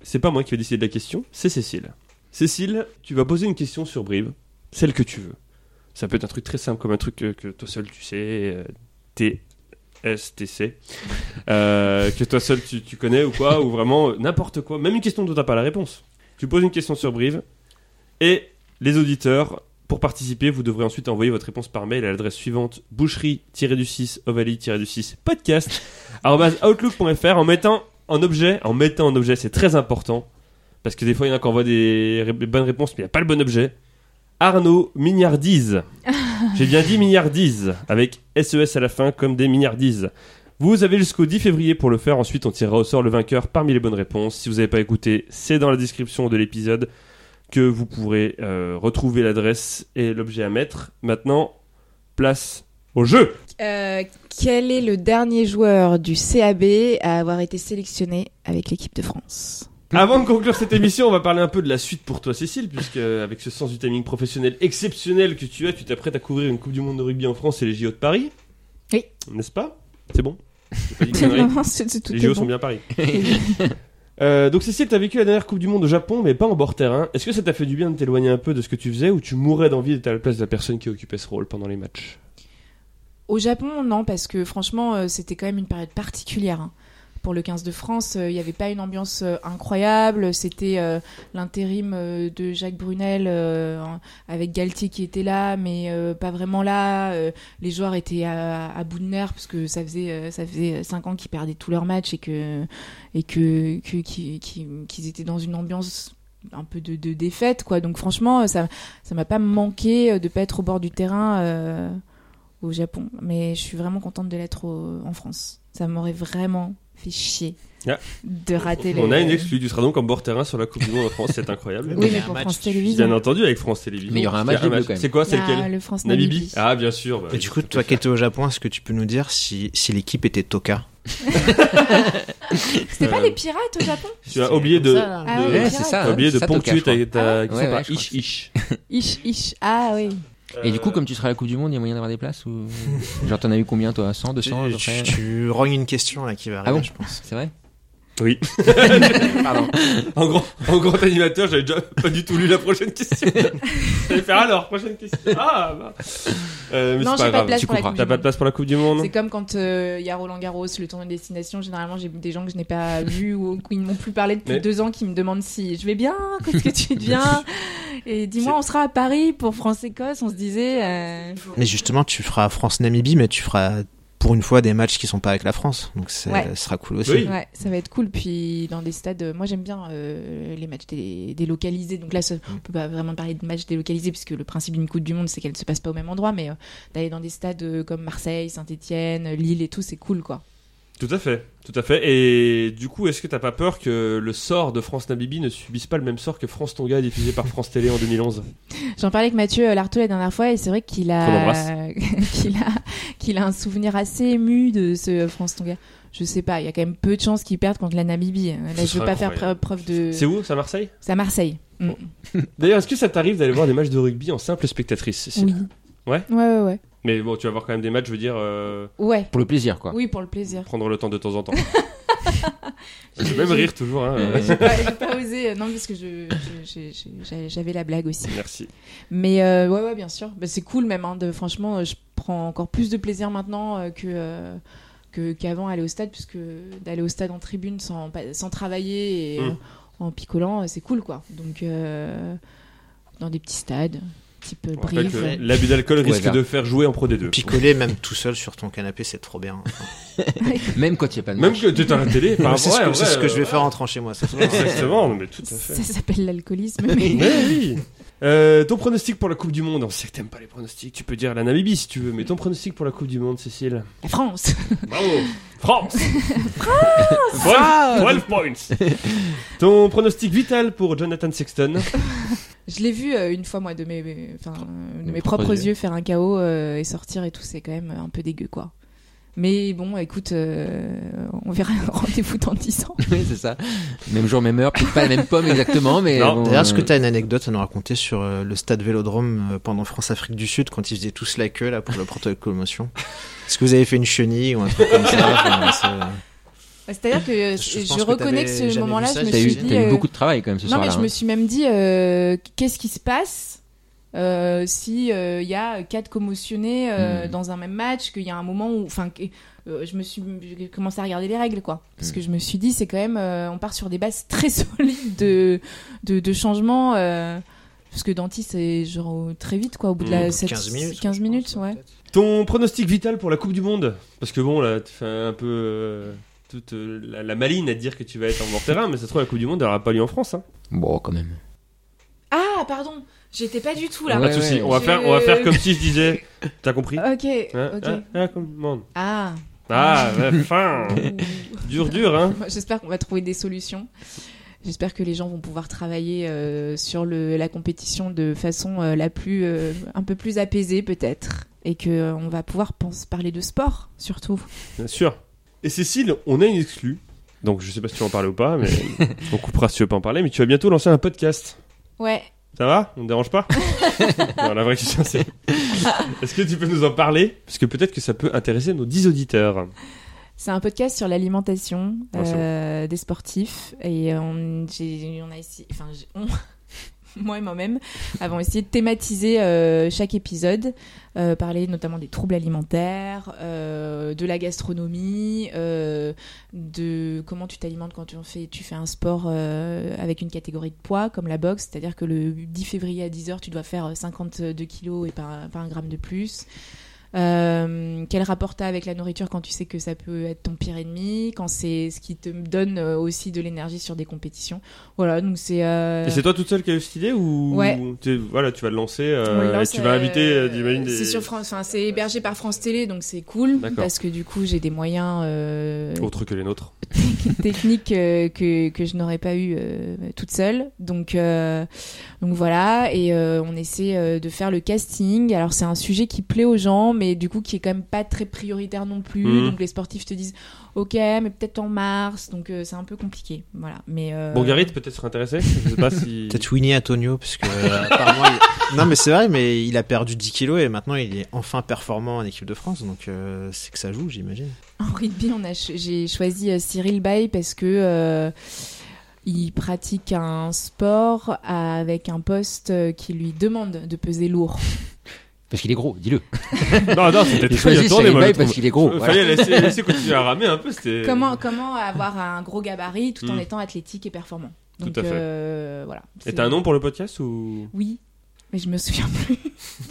c'est pas moi qui vais décider de la question, c'est Cécile. Cécile, tu vas poser une question sur Brive, celle que tu veux. Ça peut être un truc très simple, comme un truc que, que toi seul tu sais, euh, T, S, T, C, euh, que toi seul tu, tu connais ou quoi, ou vraiment euh, n'importe quoi, même une question dont t'as pas la réponse. Tu poses une question sur Brive, et les auditeurs pour participer, vous devrez ensuite envoyer votre réponse par mail à l'adresse suivante boucherie-du-6 ovalie-du-6 podcast arobase outlook.fr en mettant en objet, en mettant en objet, c'est très important parce que des fois il y en a qui envoient des ré- bonnes réponses mais il n'y a pas le bon objet. Arnaud Mignardise. J'ai bien dit Mignardise avec SES à la fin comme des Mignardises. Vous avez jusqu'au 10 février pour le faire, ensuite on tirera au sort le vainqueur parmi les bonnes réponses. Si vous n'avez pas écouté, c'est dans la description de l'épisode que vous pourrez euh, retrouver l'adresse et l'objet à mettre. Maintenant, place au jeu.
Euh, quel est le dernier joueur du CAB à avoir été sélectionné avec l'équipe de France
Avant de conclure cette émission, on va parler un peu de la suite pour toi, Cécile, puisque euh, avec ce sens du timing professionnel exceptionnel que tu as, tu t'apprêtes à couvrir une Coupe du Monde de rugby en France et les JO de Paris.
Oui.
N'est-ce pas C'est bon J'ai pas dit de conneries
Non, c'est- c'est- tout
Les
est
JO
bon.
sont bien à Paris. Euh, donc Cécile, t'as vécu la dernière Coupe du Monde au Japon, mais pas en bord terrain. Est-ce que ça t'a fait du bien de t'éloigner un peu de ce que tu faisais, ou tu mourais d'envie d'être à la place de la personne qui occupait ce rôle pendant les matchs
Au Japon, non, parce que franchement, euh, c'était quand même une période particulière. hein. Pour le 15 de France, euh, il n'y avait pas une ambiance euh, incroyable. C'était euh, l'intérim euh, de Jacques Brunel euh, en- avec Galtier qui était là, mais euh, pas vraiment là. Euh, les joueurs étaient à, à bout de nerfs parce que ça faisait euh, ça faisait cinq ans qu'ils perdaient tous leurs matchs et que et que que- qui- qui- qu'ils étaient dans une ambiance un peu de, de défaite quoi. Donc franchement, ça ça m'a pas manqué euh, de pas être au bord du terrain. euh, au Japon. Mais je suis vraiment contente de l'être au- en France. Ça m'aurait vraiment fait chier
Ah.
de rater les...
On a une exclue, tu seras donc en bord terrain sur la Coupe du Monde en France, c'est incroyable.
Oui,
Il y
mais
a un
pour
match,
France
tu-
Télévisions.
Bien entendu avec France Télévisions.
Mais il y aura un match des Bleus quand même.
C'est quoi, c'est
Ah,
lequel
le France
Namibie.
Namibie.
Ah bien sûr. bah
Et
oui.
du coup, toi qui étais au Japon, est-ce que tu peux nous dire si, si l'équipe était Toka
C'était pas
Euh,
les pirates au Japon
Tu as oublié de,
Ah
de-
ouais,
Ouais,
pirate.
c'est ça.
t'as
hein,
oublié de
c'est ça, Toka,
ponctuer
je crois.
ta, ta
Ah ouais,
question
ouais,
par
je crois
ich
que
ich.
Ish, ish. Ah oui.
Et du coup,
Euh,
comme tu seras à la Coupe du Monde, il y a moyen d'avoir des places ou... Genre, t'en as eu combien toi 100, 200 à peu
tu,
près
tu, tu rognes une question là qui va arriver,
bon
je pense.
C'est vrai
Oui. En grand, en grand animateur, j'avais déjà pas du tout lu la prochaine question. J'allais faire alors, prochaine question. Ah bah. Euh, mais
Non,
c'est
j'ai pas de
grave.
place
tu
pour la
couperas.
Coupe
T'as
du
pas
Monde.
de place pour la Coupe du Monde
C'est comme quand euh, il y a Roland Garros, le tournoi de destination. Généralement, j'ai des gens que je n'ai pas vus ou qui ne m'ont plus parlé depuis
Mais-
deux ans qui me demandent si je vais bien, qu'est-ce que tu deviens. Et dis-moi, on sera à Paris pour France-Écosse. On se disait. euh,
Mais justement, tu feras France-Namibie, mais tu feras pour une fois des matchs qui sont pas avec la France. Donc c'est-
Ouais.
ce sera cool aussi.
Oui.
Ouais, ça va être cool. Puis dans des stades, euh, moi j'aime bien euh, les matchs dé- délocalisés. Donc là, ça-
Mm.
on peut pas vraiment parler de matchs délocalisés puisque le principe d'une Coupe du Monde, c'est qu'elle ne se passe pas au même endroit. Mais euh, d'aller dans des stades euh, comme Marseille, Saint-Etienne, Lille et tout, c'est cool quoi.
Tout à fait, tout à fait. Et du coup, est-ce que t'as pas peur que le sort de France Nabibi ne subisse pas le même sort que France Tonga diffusé par France Télé en 2011
Euh. J'en parlais avec Mathieu euh, Lartaud la dernière fois et c'est vrai qu'il
Qu'on
a...
embrasse.
qu'il a... qu'il a un souvenir assez ému de ce France-Tonga. Je sais pas, il y a quand même peu de chances qu'ils perdent contre la Namibie. hein. Là,
Ce
je veux
serait
pas faire
incroyable.
pre- preuve de.
C'est où C'est à Marseille
C'est à Marseille. Mm.
D'ailleurs, est-ce que ça t'arrive d'aller voir des matchs de rugby en simple spectatrice Cécile
Oui.
Ouais
Ouais, ouais, ouais.
Mais bon, tu vas voir quand même des matchs, je veux dire, euh,
Ouais.
Pour le plaisir,
Ah.
quoi.
Oui, pour le plaisir.
prendre le temps de temps en temps. Je vais même rire toujours. Hein.
Euh,
J'ai pas, j'ai pas osé, euh, non, parce que je- je- j'ai- j'ai- j'ai- j'avais la blague aussi.
Merci.
Mais euh, ouais, ouais, bien sûr. Bah, c'est cool même, hein, de, franchement, euh, je prends encore plus de plaisir maintenant euh, que. euh, que- qu'avant aller au stade puisque d'aller au stade en tribune sans, pas- sans travailler et euh,
Mm.
en picolant euh, c'est cool quoi donc euh, dans des petits stades type
On rappelle
Brive
que l'abus d'alcool
Ouais,
risque
là.
de faire jouer en Pro D2.
Picoler même tout seul sur ton canapé, c'est trop bien. Enfin,
Même quand il n'y a pas de
Même
match.
que t'es à la télé, par
c'est ce,
rapport à-
que- c'est
ouais,
ce que je vais
euh,
faire en rentrant chez moi. ce soir.
Exactement, non, mais tout à fait.
ça s'appelle l'alcoolisme mais
Mais oui Euh, Ton pronostic pour la Coupe du Monde, on sait que t'aimes pas les pronostics, tu peux dire la Namibie si tu veux, mais ton pronostic pour la Coupe du Monde, Cécile
la France
Bravo France France 12 points Ton pronostic vital pour Jonathan Sexton
Je l'ai vu euh, une fois, moi, de mes, mes- enfin, euh, de
Mes
mes
propres
propres yeux. faire un chaos euh, et sortir et tout, c'est quand même un peu dégueu, quoi. Mais bon, écoute, euh, on verra rendez-vous dans 10 ans.
Oui, c'est ça. Même jour, même heure, peut-être pas la même pomme exactement, mais
Non.
bon,
D'ailleurs, est-ce
euh,
que tu as une anecdote à nous raconter sur euh, le stade Vélodrome euh, pendant France-Afrique du Sud quand ils faisaient tous la queue là pour le protocole commotion Est-ce que vous avez fait une chenille ou un truc comme ça Enfin, c'est- euh,
C'est-à-dire que euh,
Je
je,
pense que
reconnais que
t'avais
ce
jamais
moment-là,
vu
je
ça,
me
T'as
t'as
suis
eu,
dit,
t'as eu
dit. euh,
beaucoup de travail quand même ce
non,
soir-là.
mais je me
hein.
suis même dit, euh, qu'est-ce qui se passe euh, si euh, il y a quatre commotionnés euh,
Mm.
dans un même match, qu'il y a un moment où, enfin, que- euh, je me suis, j'ai commencé à regarder les règles, quoi. Parce
Mm.
que je me suis dit, c'est quand même, euh, on part sur des bases très solides de, de, de changements. euh, parce que Danti, c'est genre très vite, quoi, au bout de la
Mm,
7,
15 minutes.
15
je pense,
minutes, ouais.
peut-être.
Ton pronostic vital pour la Coupe du Monde Parce que bon, là, tu fais un peu euh, toute euh, la, la maline à te dire que tu vas être en bord terrain, mais ça se trouve, la Coupe du Monde, elle aura pas lieu en France. Hein.
Bon, quand même.
Ah, pardon, j'étais pas du tout là.
pas
Ouais,
de soucis,
ouais.
on, va
Je-
faire, on va faire comme si je disais. T'as compris
Ok,
Hein,
ok.
hein, hein, Coupe du Monde.
Ah.
Ah, la fin
Ouh.
Dur, dur, hein
Moi, J'espère qu'on va trouver des solutions. J'espère que les gens vont pouvoir travailler euh, sur le, la compétition de façon euh, la plus, euh, un peu plus apaisée peut-être, et que euh, on va pouvoir pense, parler de sport surtout.
Bien sûr. Et Cécile, on a une exclue. Donc je sais pas si tu veux en parler ou pas, mais on coupera si tu veux pas en parler. Mais tu vas bientôt lancer un podcast.
Ouais,
Ça va On ne dérange pas Non, la vraie question c'est est-ce que tu peux nous en parler Parce que peut-être que ça peut intéresser nos 10 auditeurs.
C'est un podcast sur l'alimentation
Ah, c'est
euh, des sportifs et euh, on, j'ai- on a essayé, enfin j'ai- on- moi et moi-même avons essayé de thématiser euh, chaque épisode, euh, parler notamment des troubles alimentaires, euh, de la gastronomie, euh, de comment tu t'alimentes quand tu en fais, tu fais un sport euh, avec une catégorie de poids comme la boxe, c'est-à-dire que le 10 février à 10h tu dois faire 52 kilos et pas, un- pas un gramme de plus. Euh, quel rapport t'as avec la nourriture quand tu sais que ça peut être ton pire ennemi, quand c'est ce qui te donne euh, aussi de l'énergie sur des compétitions. Voilà, donc c'est. euh,
Et c'est toi toute seule qui as eu cette idée ou
Ouais.
tu- voilà, tu vas le lancer
on le
euh,
lance,
et tu vas
euh,
inviter, euh, j'imagine, des...
C'est sur France, enfin c'est hébergé par France Télé, donc c'est cool
D'accord.
parce que du coup j'ai des moyens euh,
autre que les nôtres.
techniques euh, que, que je n'aurais pas eu euh, toute seule. Donc, euh, donc voilà, et euh, on essaie euh, de faire le casting. Alors c'est un sujet qui plaît aux gens, mais du coup qui est quand même pas très prioritaire non plus.
Mhm.
Donc les sportifs te disent, ok, mais peut-être en mars. Donc euh, c'est un peu compliqué. Voilà. Mais euh,
Bon, Garrett peut-être serait intéressé. Je sais pas si.
Peut-être Winnie Antonio, parce que euh, apparemment, il- Non, mais c'est vrai, mais il a perdu 10 kilos et maintenant il est enfin performant en équipe de France, donc euh, c'est que ça joue, j'imagine.
En rugby, on a cho- j'ai choisi euh, Cyril Bay parce que euh, il pratique un sport avec un poste euh, qui lui demande de peser lourd.
Parce qu'il est gros, dis-le.
non, non, c'était très
Il
bien
choisit
tourné,
Cyril
moi, je
Bay
trouve.
parce qu'il est gros. voilà.
Fallait laisser, laisser continuer à ramer un peu, c'était.
Comment, comment avoir un gros gabarit tout en
Mm.
étant athlétique et performant
Tout
Donc,
à fait.
euh, voilà.
Et
C'est-
t'as un nom pour le podcast ou
Oui, mais je me souviens plus.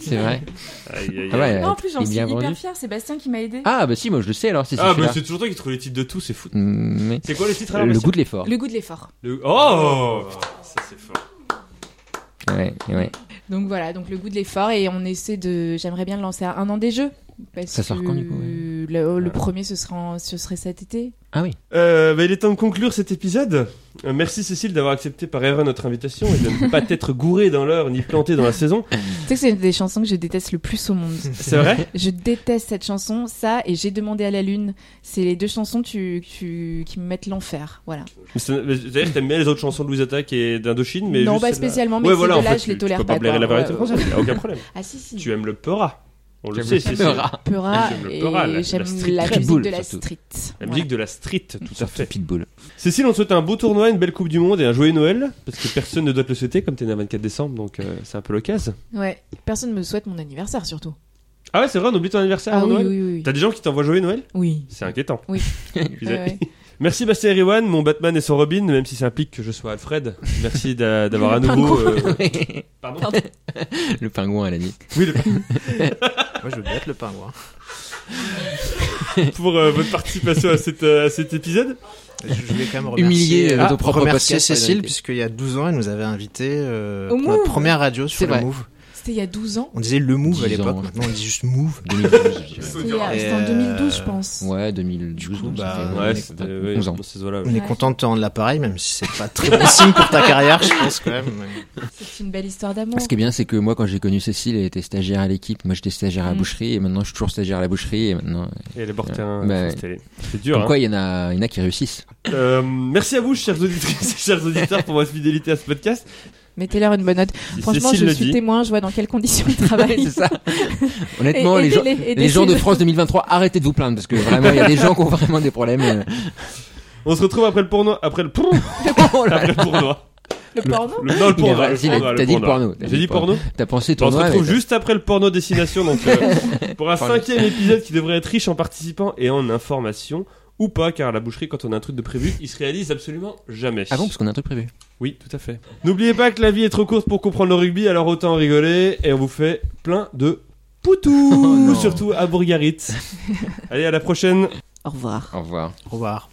C'est vrai.
Aïe, aïe, aïe.
Ah ouais.
Non, en plus, j'en
il est
suis
bien
hyper
vendu.
fière. Sébastien qui m'a aidé.
Ah bah si, moi je le sais alors, si c'est
Ah, mais
celui-là.
c'est toujours toi qui trouve les titres de tout, c'est fou.
Mm, mais-
C'est quoi le titre alors
Le
Bastien
goût de l'effort.
Le goût de l'effort.
Le- Oh Ça, c'est fort.
Ouais, ouais.
Donc voilà, donc le goût de l'effort et on essaie de. J'aimerais bien le lancer à un an des jeux. Parce
Ça sort
que
quand, du coup, ouais.
le, oh, le premier ce serait ce serait cet été.
Ah oui.
Euh, bah, il est temps de conclure cet épisode. Euh, merci Cécile d'avoir accepté par erreur notre invitation et de ne pas t'être gourée dans l'heure ni plantée dans la saison.
Tu sais que c'est une des chansons que je déteste le plus au monde.
C'est vrai
Je déteste cette chanson, ça et J'ai demandé à la lune. C'est les deux chansons tu, tu- qui me mettent l'enfer. Voilà.
Mais c'est- mais C'est-à-dire que t'aimes bien les autres chansons de Louise Attaque et d'Indochine, mais.
non,
juste
pas
celle-là.
spécialement, mais
Ouais,
ces
voilà, en
deux-là,
fait,
je les
tu-
tolère
Tu peux pas
pas.
blairer la
quoi.
variété
Ouais,
française, y a aucun problème.
ouais. Ah si, si.
Tu aimes le Peura. On le
J'aime
sait,
le
Cécile.
Peura.
Peura
J'aime le
et
Peura, la- la
j'aime
street
la,
Red
musique
Bull,
de la
surtout.
street.
La
Voilà.
musique de la street, tout à fait.
Pitbull.
Cécile, on te souhaite un beau tournoi, une belle Coupe du Monde et un joyeux Noël, parce que personne ne doit te le souhaiter, comme t'es né le 24 décembre, donc euh, c'est un peu l'occasion.
Ouais. Personne ne me souhaite mon anniversaire surtout.
Ah ouais, c'est vrai, on oublie ton anniversaire
Ah
avant
oui,
Noël
oui, oui, oui.
T'as des gens qui t'envoient joyeux Noël
Oui.
C'est inquiétant.
Oui.
Ils a-
Ouais, ouais.
Merci Bastien Eriwan, mon Batman et son Robin, même si ça implique que je sois Alfred. Merci d'a- d'avoir à nouveau. euh, Pardon
le pingouin à la nuit.
Oui, le-
Moi, je veux bien être le pingouin.
pour euh, votre participation à, cette, euh, à cet épisode.
Je je voulais quand même remercier,
Humilier, euh,
Ah,
ton propre
remercier
podcast,
Cécile,
solidarité.
puisqu'il y a 12 ans, elle nous avait invité euh,
Au
pour la
Move.
première radio
C'est
sur le
vrai.
Move.
C'était il y a 12 ans.
On disait le Move à
10 ans,
l'époque,
ouais.
maintenant on dit juste Move.
2012, je dirais.
C'était il y a-
Et
c'était en
euh,
2012, je pense.
Ouais, 2012.
coup,
donc
bah,
c'était,
Ouais,
euh,
c'était,
ouais,
ouais,
11 ans.
dans ces eaux-là, ouais.
On est
Ouais.
content de te rendre l'appareil, même si c'est pas très bon signe pour ta carrière, je pense quand même.
C'est une belle histoire d'amour.
Ce qui est bien, c'est que moi, quand j'ai connu Cécile, elle était stagiaire à l'équipe. Moi, j'étais stagiaire à la
Mm.
boucherie et maintenant, je suis toujours stagiaire à la boucherie. Et maintenant,
Et elle est portée un.
Bah,
c'était- C'est dur.
comme
hein.
quoi, il y en a, il y en a qui réussissent.
Euh, merci à vous, chères auditrices et chers auditeurs, pour votre fidélité à ce podcast.
Mettez-leur une bonne note.
Si
Franchement,
Cécile
je
le
suis
dit,
témoin, je vois dans quelles conditions ils
Ah bah,
travaillent.
c'est ça. Honnêtement,
Et-
les gens,
aidez-les, aidez
les gens de
Cécile.
France 2023, arrêtez de vous plaindre parce que vraiment, il y a des gens qui ont vraiment des problèmes. euh.
on se retrouve après le porno. Après le.
Oh là
Après le
là.
porno.
Le porno
Le, non, le
Il a-
porno. Ah, le
il a-
porno,
T'as dit le porno. T'as
J'ai dit porno. Bah,
T'as pensé
On se
tournoi.
retrouve
mais-
juste après le porno destination, donc euh, pour un
Pardon.
cinquième épisode qui devrait être riche en participants et en informations, ou pas, car la boucherie, quand on a un truc de prévu, il se réalise absolument jamais.
Ah bon, parce qu'on a un truc prévu.
Oui, tout à fait. N'oubliez pas que la vie est trop courte pour comprendre le rugby, alors autant en rigoler, et on vous fait plein de poutous,
Oh non.
surtout à Bourgarit. Allez, à la prochaine
Au revoir.
Au revoir.
Au revoir.